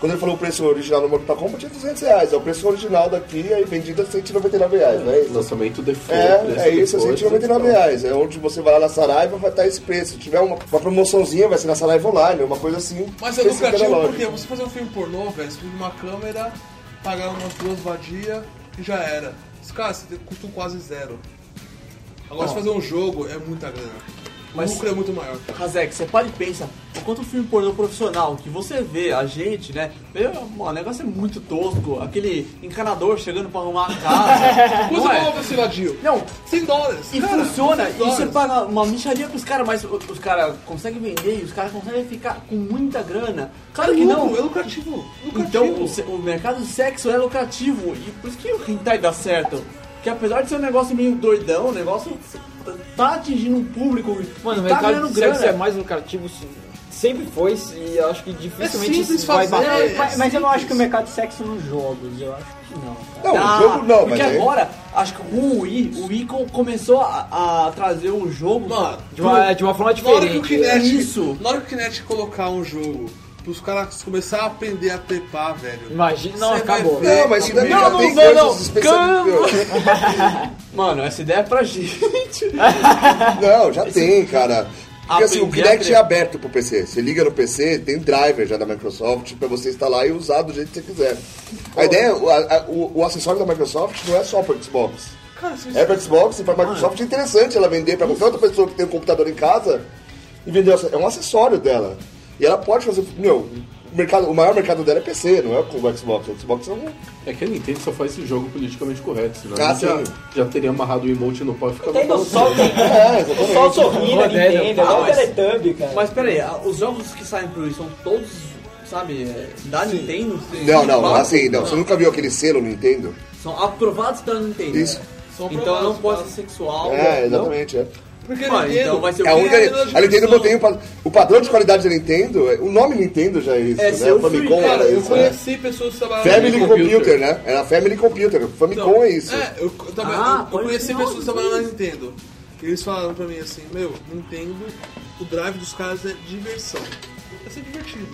Speaker 1: Quando ele falou o preço original no Mortal Kombat, é 200 reais. É o preço original daqui, aí vendido é 199 reais, não é isso?
Speaker 5: Lançamento né? default. preço
Speaker 1: É, é isso, é
Speaker 5: default,
Speaker 1: 199
Speaker 5: então.
Speaker 1: reais. É onde você vai lá na Saraiva, vai estar esse preço. Se tiver uma, uma promoçãoha, vai ser na Saraiva Online, uma coisa assim.
Speaker 12: Mas é
Speaker 1: específica da
Speaker 12: lucrativo
Speaker 1: loja.
Speaker 12: porque você fazer um filme pornô, velho, você precisa de uma câmera, pagar umas duas vadias e já era. Os caras te- custam quase zero. Agora, se fazer um jogo é muita grana.
Speaker 9: Mas-
Speaker 12: o lucro é muito maior. cara.
Speaker 9: Razek, você para e pensa, o quanto filme pornô profissional que você vê, a gente, né? Eu, mano, o negócio é muito tosco, aquele encanador chegando pra arrumar a casa.
Speaker 12: Coisa
Speaker 9: não é?
Speaker 12: nova esse vadio.
Speaker 9: Não,
Speaker 12: 100 dólares.
Speaker 9: e
Speaker 12: cara,
Speaker 9: funciona,
Speaker 12: 100
Speaker 9: e
Speaker 12: dólares.
Speaker 9: você paga uma micharia pros caras, mas o- os caras conseguem vender e os caras conseguem ficar com muita grana. Claro que não.
Speaker 12: É lucrativo. lucrativo.
Speaker 9: Então, o, se- o mercado de sexo é lucrativo e por isso que o hentai dá certo. Que apesar de ser um negócio meio doidão, o negócio tá atingindo um público
Speaker 6: Mano, o
Speaker 9: e tá
Speaker 6: mercado
Speaker 9: ganhando
Speaker 6: de sexo é
Speaker 9: grana.
Speaker 6: mais lucrativo, sim. sempre foi, e acho que dificilmente
Speaker 12: É
Speaker 6: isso
Speaker 12: simples
Speaker 6: vai
Speaker 12: fazer.
Speaker 6: bater.
Speaker 12: É
Speaker 13: Mas, mas eu não
Speaker 12: simples.
Speaker 13: acho que o mercado de sexo nos jogos, eu acho que não. cara.
Speaker 1: Não,
Speaker 9: Ah,
Speaker 1: É, o jogo não, mas
Speaker 9: Porque
Speaker 1: aí-
Speaker 9: agora, acho que com o Wii, o Wii co- começou a, a trazer o jogo.
Speaker 12: Mano,
Speaker 6: De uma, é, de uma forma
Speaker 12: na hora que o
Speaker 6: diferente.
Speaker 12: Kinect.
Speaker 9: isso.
Speaker 12: Na hora que o Kinect colocar um jogo pros caras começarem a aprender a trepar, velho.
Speaker 6: Imagina, não,
Speaker 12: Você vai
Speaker 6: acabou.
Speaker 12: ver.
Speaker 1: Não, mas ainda
Speaker 12: Não,
Speaker 1: já
Speaker 9: não,
Speaker 1: tem
Speaker 9: não,
Speaker 1: coisas
Speaker 9: não.
Speaker 1: especializadas.
Speaker 9: Mano, essa ideia é pra gente.
Speaker 1: Não, já tem, cara. Porque assim, o
Speaker 9: Aprender a
Speaker 1: Kinect é
Speaker 9: criar.
Speaker 1: aberto pro PC. Você liga no PC, tem um driver já da Microsoft pra você instalar e usar do jeito que você quiser. A ideia, é, o, a- o- o acessório da Microsoft não é só pro Xbox.
Speaker 12: Cara, isso
Speaker 1: É pro Xbox e pra Microsoft é interessante ela vender pra qualquer outra pessoa que tem um computador em casa e vender. essa- É um acessório dela. E ela pode fazer. Meu, o, mercado, o maior mercado dela é PC, não é com o Xbox. O Xbox é um.
Speaker 5: É que a Nintendo só faz esse jogo politicamente correto, senão
Speaker 1: Ah,
Speaker 5: a gente já,
Speaker 1: sim.
Speaker 5: já teria amarrado o emote no pau e ficava
Speaker 13: Nintendo
Speaker 5: falando.
Speaker 13: só tem.
Speaker 1: É, exatamente.
Speaker 13: Só sorrindo,
Speaker 4: né,
Speaker 13: a
Speaker 6: Rodélia,
Speaker 5: Ah,
Speaker 13: Nintendo,
Speaker 9: fala,
Speaker 13: igual o
Speaker 9: mas-
Speaker 13: Teletubby, cara.
Speaker 9: Mas pera aí, a- os jogos que saem pro Wii são todos, sabe, é, da Nintendo?
Speaker 1: Não, não,
Speaker 9: Fala-
Speaker 1: assim, não. Você nunca viu aquele selo no Nintendo?
Speaker 9: São aprovados pela Nintendo.
Speaker 1: Isso.
Speaker 12: São
Speaker 9: Então não
Speaker 12: aprovados,
Speaker 9: pode
Speaker 12: tá?
Speaker 9: ser sexual.
Speaker 1: É,
Speaker 9: não.
Speaker 1: exatamente. É.
Speaker 12: Porque
Speaker 9: Ah,
Speaker 12: Nintendo-
Speaker 9: então vai ser
Speaker 1: É a
Speaker 9: o
Speaker 1: única.
Speaker 12: Quem é a
Speaker 1: A Nintendo
Speaker 12: diversão?
Speaker 1: mantém o, pa- o padrão de qualidade da Nintendo. é- O nome Nintendo já é isso,
Speaker 9: É,
Speaker 1: né?
Speaker 9: seu
Speaker 1: O Famicom
Speaker 9: filho,
Speaker 1: era
Speaker 12: Cara, eu
Speaker 1: isso, né?
Speaker 12: conheci pessoas que trabalharam
Speaker 1: Family
Speaker 12: na
Speaker 1: Computer, né? Era Family Computer. Famicom
Speaker 9: Então,
Speaker 1: é isso.
Speaker 12: É, eu, eu, tava-
Speaker 9: Ah,
Speaker 12: eu, eu
Speaker 9: pode
Speaker 12: conheci
Speaker 9: ser,
Speaker 12: pessoas que
Speaker 9: não,
Speaker 12: trabalharam na Nintendo. que Eles falaram pra mim assim, meu, Nintendo, o drive dos caras é diversão. É ser divertido.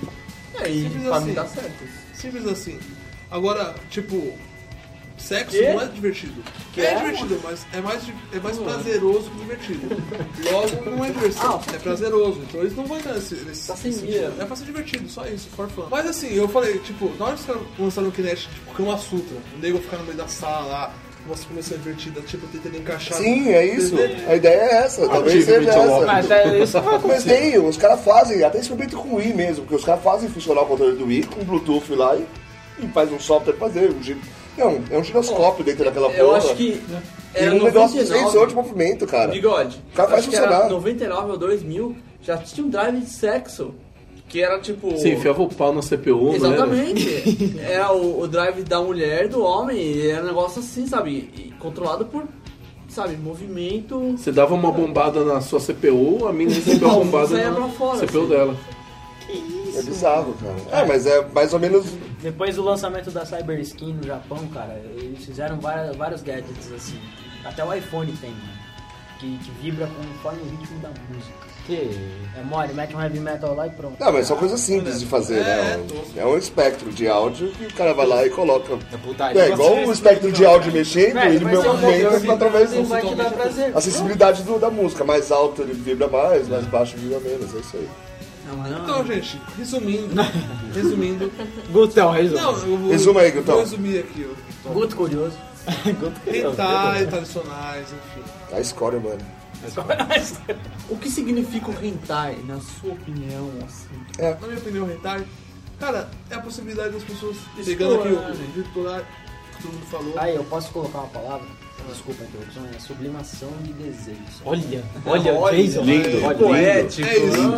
Speaker 9: É, e
Speaker 12: Simples
Speaker 9: pra
Speaker 12: assim.
Speaker 9: mim dá certo.
Speaker 12: Simples assim. Agora, tipo, sexo
Speaker 9: Quê?
Speaker 12: não é divertido. é, divertido, mas é mais, di- é mais prazeroso que divertido. Logo, não é diversão, é prazeroso. Então eles não vão entrar nesse, nesse,
Speaker 9: Tá sem
Speaker 12: nesse
Speaker 9: mira.
Speaker 12: sentido. É pra ser divertido, só isso, for fun. Mas assim, eu falei, tipo, na hora que os caras lançaram o Kinect, tipo, Kama Sutra, o nego ficar no meio da sala lá, nossa, começou divertida, tipo, tentando encaixar.
Speaker 1: Sim, é isso. A ideia é essa. Talvez
Speaker 5: Achievement
Speaker 1: seja essa.
Speaker 5: Unlocked.
Speaker 6: Mas é isso que vai
Speaker 1: Mas
Speaker 6: acontecer.
Speaker 1: tem, os caras fazem, até experimento com o Wii mesmo, porque os caras fazem funcionar o controle do Wii com Bluetooth lá e, e faz um software pra fazer. Um, gi- não, é um giroscópio dentro daquela porra.
Speaker 9: Eu acho que é
Speaker 1: E
Speaker 9: era
Speaker 1: um negócio de
Speaker 9: 99.
Speaker 1: sensor de movimento, cara.
Speaker 9: Bigode.
Speaker 1: O cara faz
Speaker 9: acho que era
Speaker 1: funcionar.
Speaker 9: 99 ou 2000, já tinha um drive de sexo. Que era tipo.
Speaker 5: Você enfiava o pau na CPU, né?
Speaker 9: Exatamente. É, Era o, o drive da mulher, do homem, e era um negócio assim, sabe? E controlado por sabe, movimento.
Speaker 5: Você dava uma bombada na sua CPU, a mina recebeu a
Speaker 9: Não,
Speaker 5: bombada
Speaker 9: saia
Speaker 5: na
Speaker 9: pra fora,
Speaker 5: CPU
Speaker 9: assim.
Speaker 5: dela.
Speaker 1: É bizarro, cara. É, mas é mais ou menos.
Speaker 4: Depois do lançamento da Cyber Skin no Japão, cara, eles fizeram várias- vários gadgets assim. Até o iPhone tem, né? Que, que vibra conforme o ritmo da música. Que? É mole, mete um heavy metal lá e pronto.
Speaker 1: Não, mas são coisas simples de fazer, né? Um- É um espectro de áudio que o cara vai lá e coloca.
Speaker 14: putaria.
Speaker 1: É igual o espectro de áudio mexendo,
Speaker 13: né?
Speaker 9: Velho,
Speaker 1: ele
Speaker 13: é
Speaker 9: vai
Speaker 4: é
Speaker 9: ser um
Speaker 1: movimenta
Speaker 9: movimento
Speaker 1: através
Speaker 9: que vai te dar prazer.
Speaker 1: do. Acessibilidade do- da música. Mais alto ele vibra mais, mais baixo vibra menos, é isso aí.
Speaker 9: Não, mas não.
Speaker 12: Então, gente, resumindo. resumindo.
Speaker 6: Gutão,
Speaker 12: Não,
Speaker 6: resumo.
Speaker 12: eu vou.
Speaker 1: Resuma aí, Gutão.
Speaker 12: Vou resumir aqui, ó.
Speaker 4: Guto curioso.
Speaker 12: Hentai, tradicionais, enfim.
Speaker 1: A escória, Tá mano.
Speaker 9: O que significa o hentai, na sua opinião, assim?
Speaker 12: Na minha opinião, hentai, cara, é a possibilidade das pessoas pegando
Speaker 9: Explorar,
Speaker 12: aqui
Speaker 9: né?
Speaker 12: o virtual que todo mundo falou. É
Speaker 4: Aí, eu posso colocar uma palavra? Desculpa a interrupção, é sublimação de desejos.
Speaker 6: Olha, olha, Jason.
Speaker 5: Lindo.
Speaker 6: Olha,
Speaker 4: tipo,
Speaker 14: Poético.
Speaker 12: É isso.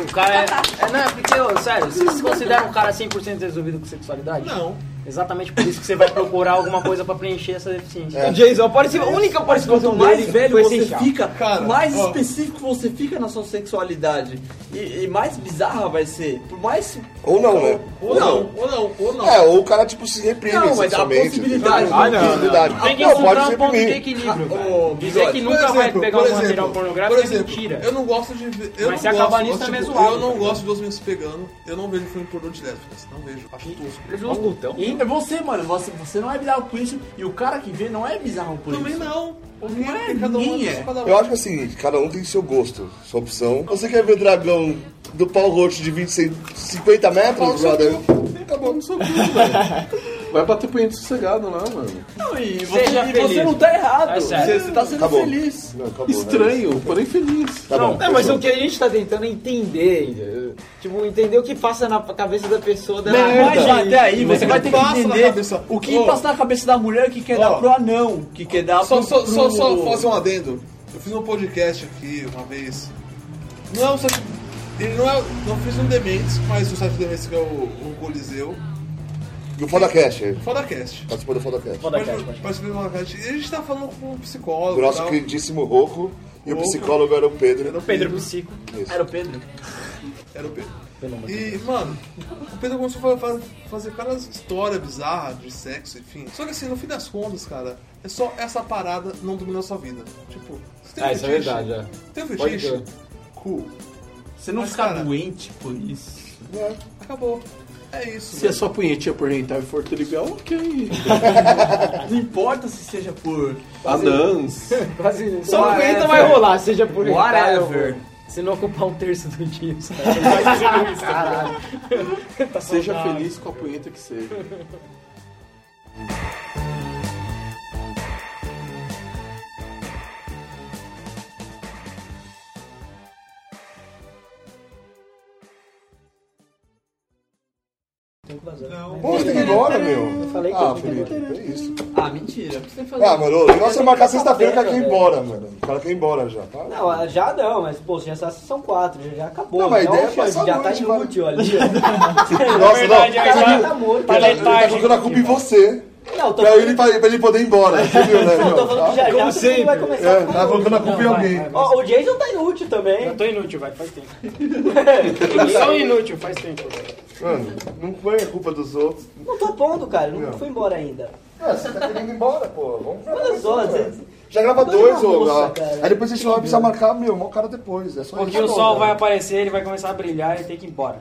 Speaker 4: O cara é. é não, é porque, ô, sério, você se considera um cara 100% resolvido com sexualidade?
Speaker 12: Não.
Speaker 4: Exatamente por isso que você vai procurar alguma coisa pra preencher essa deficiência.
Speaker 6: O Jason, apareceu, a única participação
Speaker 9: Quanto mais
Speaker 6: dele
Speaker 9: velho
Speaker 6: foi
Speaker 9: você
Speaker 6: essencial.
Speaker 9: fica,
Speaker 12: Cara,
Speaker 9: mais
Speaker 12: ó.
Speaker 9: específico você fica na sua sexualidade. E, e mais bizarra vai ser. Por mais.
Speaker 1: Ou não, né?
Speaker 12: Ou não, ou não, ou não.
Speaker 1: É, ou o cara tipo se reprime
Speaker 9: Não, mas há
Speaker 1: sexualmente.
Speaker 9: possibilidade.
Speaker 1: entendeu?
Speaker 6: Ah, não,
Speaker 1: possibilidade.
Speaker 4: Tem que
Speaker 1: Não, pode
Speaker 4: encontrar
Speaker 1: se
Speaker 4: um ponto de
Speaker 1: reprimir.
Speaker 4: equilíbrio.
Speaker 9: Ah,
Speaker 4: velho.
Speaker 9: ô,
Speaker 4: Dizer é que
Speaker 12: Por
Speaker 4: nunca vai
Speaker 12: exemplo,
Speaker 4: pegar
Speaker 12: por
Speaker 4: um
Speaker 12: exemplo,
Speaker 4: material pornográfico
Speaker 12: por exemplo,
Speaker 4: é mentira.
Speaker 12: Eu não gosto de ver. Eu
Speaker 4: Mas se
Speaker 12: não
Speaker 4: acabar
Speaker 12: gosto,
Speaker 4: nisso, é
Speaker 12: tipo,
Speaker 4: meio zoado,
Speaker 12: Eu
Speaker 4: tá
Speaker 12: não gosto de ver os meus pegando. Eu não vejo filme pornô de lésbicas. Não vejo. Acho tosco.
Speaker 6: Olha o Gutão.
Speaker 9: E é você, mano. Você, você não é bizarro por isso. E o cara que vê não é bizarro por
Speaker 12: Também
Speaker 9: isso.
Speaker 12: não.
Speaker 9: Não é,
Speaker 12: Porque cada um
Speaker 9: ninguém
Speaker 12: gosta
Speaker 9: é.
Speaker 12: de cada um.
Speaker 1: Eu acho que assim, cada um tem seu gosto, sua opção. Você quer ver dragão do pau roxo de 20, cen- 50 metros, brother?
Speaker 5: Acabou no seu cu, velho. Vai bater punheta sossegado lá,
Speaker 1: Tá
Speaker 5: mano.
Speaker 9: Não, e você,
Speaker 4: Seja
Speaker 9: e
Speaker 4: feliz.
Speaker 9: você não tá errado.
Speaker 4: É
Speaker 9: você
Speaker 4: sério.
Speaker 9: você tá sendo
Speaker 1: Acabou.
Speaker 9: feliz.
Speaker 1: Não, acabou, né?
Speaker 5: Estranho, porém feliz.
Speaker 1: Tá bom.
Speaker 6: Não, mas o que a gente tá tentando é entender, entendeu? tipo, entender o que passa na cabeça da pessoa da
Speaker 9: Mas até aí você
Speaker 12: Mas
Speaker 9: vai
Speaker 12: o
Speaker 9: ter
Speaker 12: que
Speaker 9: que
Speaker 12: passa na
Speaker 9: entender
Speaker 12: cabeça-
Speaker 9: o que
Speaker 12: Ô.
Speaker 9: passa na cabeça da mulher que quer
Speaker 12: Ó.
Speaker 9: dar pro anão, que quer dar
Speaker 12: Só,
Speaker 9: pro...
Speaker 12: só, só,
Speaker 9: pro-
Speaker 12: só fazer um adendo. Eu fiz um podcast aqui uma vez. Não, é um site- ele não é. Não fiz um Dementes, mas o site do Dementes que é o, o Coliseu.
Speaker 1: E o Fodacast,
Speaker 12: Fodacast.
Speaker 1: participou do Fodacast.
Speaker 4: Podcast, podcast.
Speaker 12: Participei do Fodacast. E a gente tá falando com um psicólogo.
Speaker 1: O
Speaker 12: e
Speaker 1: nosso
Speaker 12: tal.
Speaker 1: queridíssimo Roco e o
Speaker 12: Rocco.
Speaker 1: psicólogo era o Pedro.
Speaker 4: Pedro Psico.
Speaker 9: Era o Pedro.
Speaker 12: Era o Pedro. E, mano, o Pedro começou a fa- fazer várias histórias bizarras de sexo, enfim. Só que assim, no fim das contas, cara, é só essa parada não dominar a sua vida. Tipo, você tem
Speaker 6: Ah,
Speaker 12: um
Speaker 6: isso é
Speaker 12: fetiche?
Speaker 6: verdade, é.
Speaker 12: Tem um
Speaker 6: Pode
Speaker 12: fetiche? Cool.
Speaker 9: Você não
Speaker 12: Mas,
Speaker 9: fica
Speaker 12: cara,
Speaker 9: doente por isso.
Speaker 12: É, acabou. É
Speaker 5: Se
Speaker 12: isso.
Speaker 5: é
Speaker 12: velho.
Speaker 5: só punhetinha por hentai for trivial, ok.
Speaker 9: Não importa se seja por...
Speaker 5: Anãs.
Speaker 6: Quase. Só no
Speaker 9: Whatever.
Speaker 6: Penta vai rolar, seja por
Speaker 9: Whatever.
Speaker 4: Se não ocupar um terço do dia, sabe?
Speaker 1: Tá
Speaker 5: Seja feliz com a punheta que seja.
Speaker 12: Não.
Speaker 1: Pô, você tem que ir embora, meu.
Speaker 4: falei que
Speaker 1: ah,
Speaker 4: eu tinha que ir
Speaker 1: Felipe, é isso.
Speaker 9: Ah, mentira. Você tem que fazer
Speaker 1: Ah, mano, o negócio é marcar sexta-feira que
Speaker 4: pra
Speaker 1: ela quer ir embora, mano. O cara quer ir embora já, tá?
Speaker 13: Não, já não, mas pô, já só- são quatro, já- já acabou.
Speaker 1: Não, mas
Speaker 13: já,
Speaker 1: a ideia é
Speaker 13: ó,
Speaker 1: passar
Speaker 13: já
Speaker 1: a
Speaker 13: tá
Speaker 1: noite,
Speaker 13: inútil ali. ó.
Speaker 1: Nossa,
Speaker 4: verdade,
Speaker 1: não.
Speaker 4: é
Speaker 1: Você
Speaker 4: verdade.
Speaker 1: viu?
Speaker 13: tá morto.
Speaker 4: Tá
Speaker 1: Ele tá jogando a culpa em você.
Speaker 13: Não, tô
Speaker 1: Pra
Speaker 13: falando,
Speaker 1: ele, pra ele poder ir embora, entendeu, né,
Speaker 13: não, tô
Speaker 1: meu?
Speaker 13: falando que já já todo mundo vai começar
Speaker 1: É,
Speaker 13: a
Speaker 1: tá
Speaker 13: ficar louco.
Speaker 1: colocando a culpa em alguém.
Speaker 13: Ó, o Jason tá inútil também.
Speaker 4: Eu tô inútil, vai, faz tempo. São inútil, faz tempo.
Speaker 1: Mano, não põe a culpa dos outros.
Speaker 13: Não tô pondo, cara. Não,
Speaker 1: Não.
Speaker 13: foi embora ainda.
Speaker 1: É, você tá querendo ir embora, pô. Vamos pra
Speaker 13: Olha só,
Speaker 1: cara.
Speaker 13: gente.
Speaker 1: Já grava
Speaker 13: Dois
Speaker 1: dois,
Speaker 13: na
Speaker 1: ô.
Speaker 13: moça,
Speaker 1: ó.
Speaker 13: cara.
Speaker 1: Aí depois a gente vai precisar marcar, meu, mó cara depois. É só
Speaker 4: Porque
Speaker 13: Tá
Speaker 1: isso,
Speaker 4: o sol
Speaker 1: cara.
Speaker 4: vai aparecer, ele vai começar a brilhar e tem que ir embora.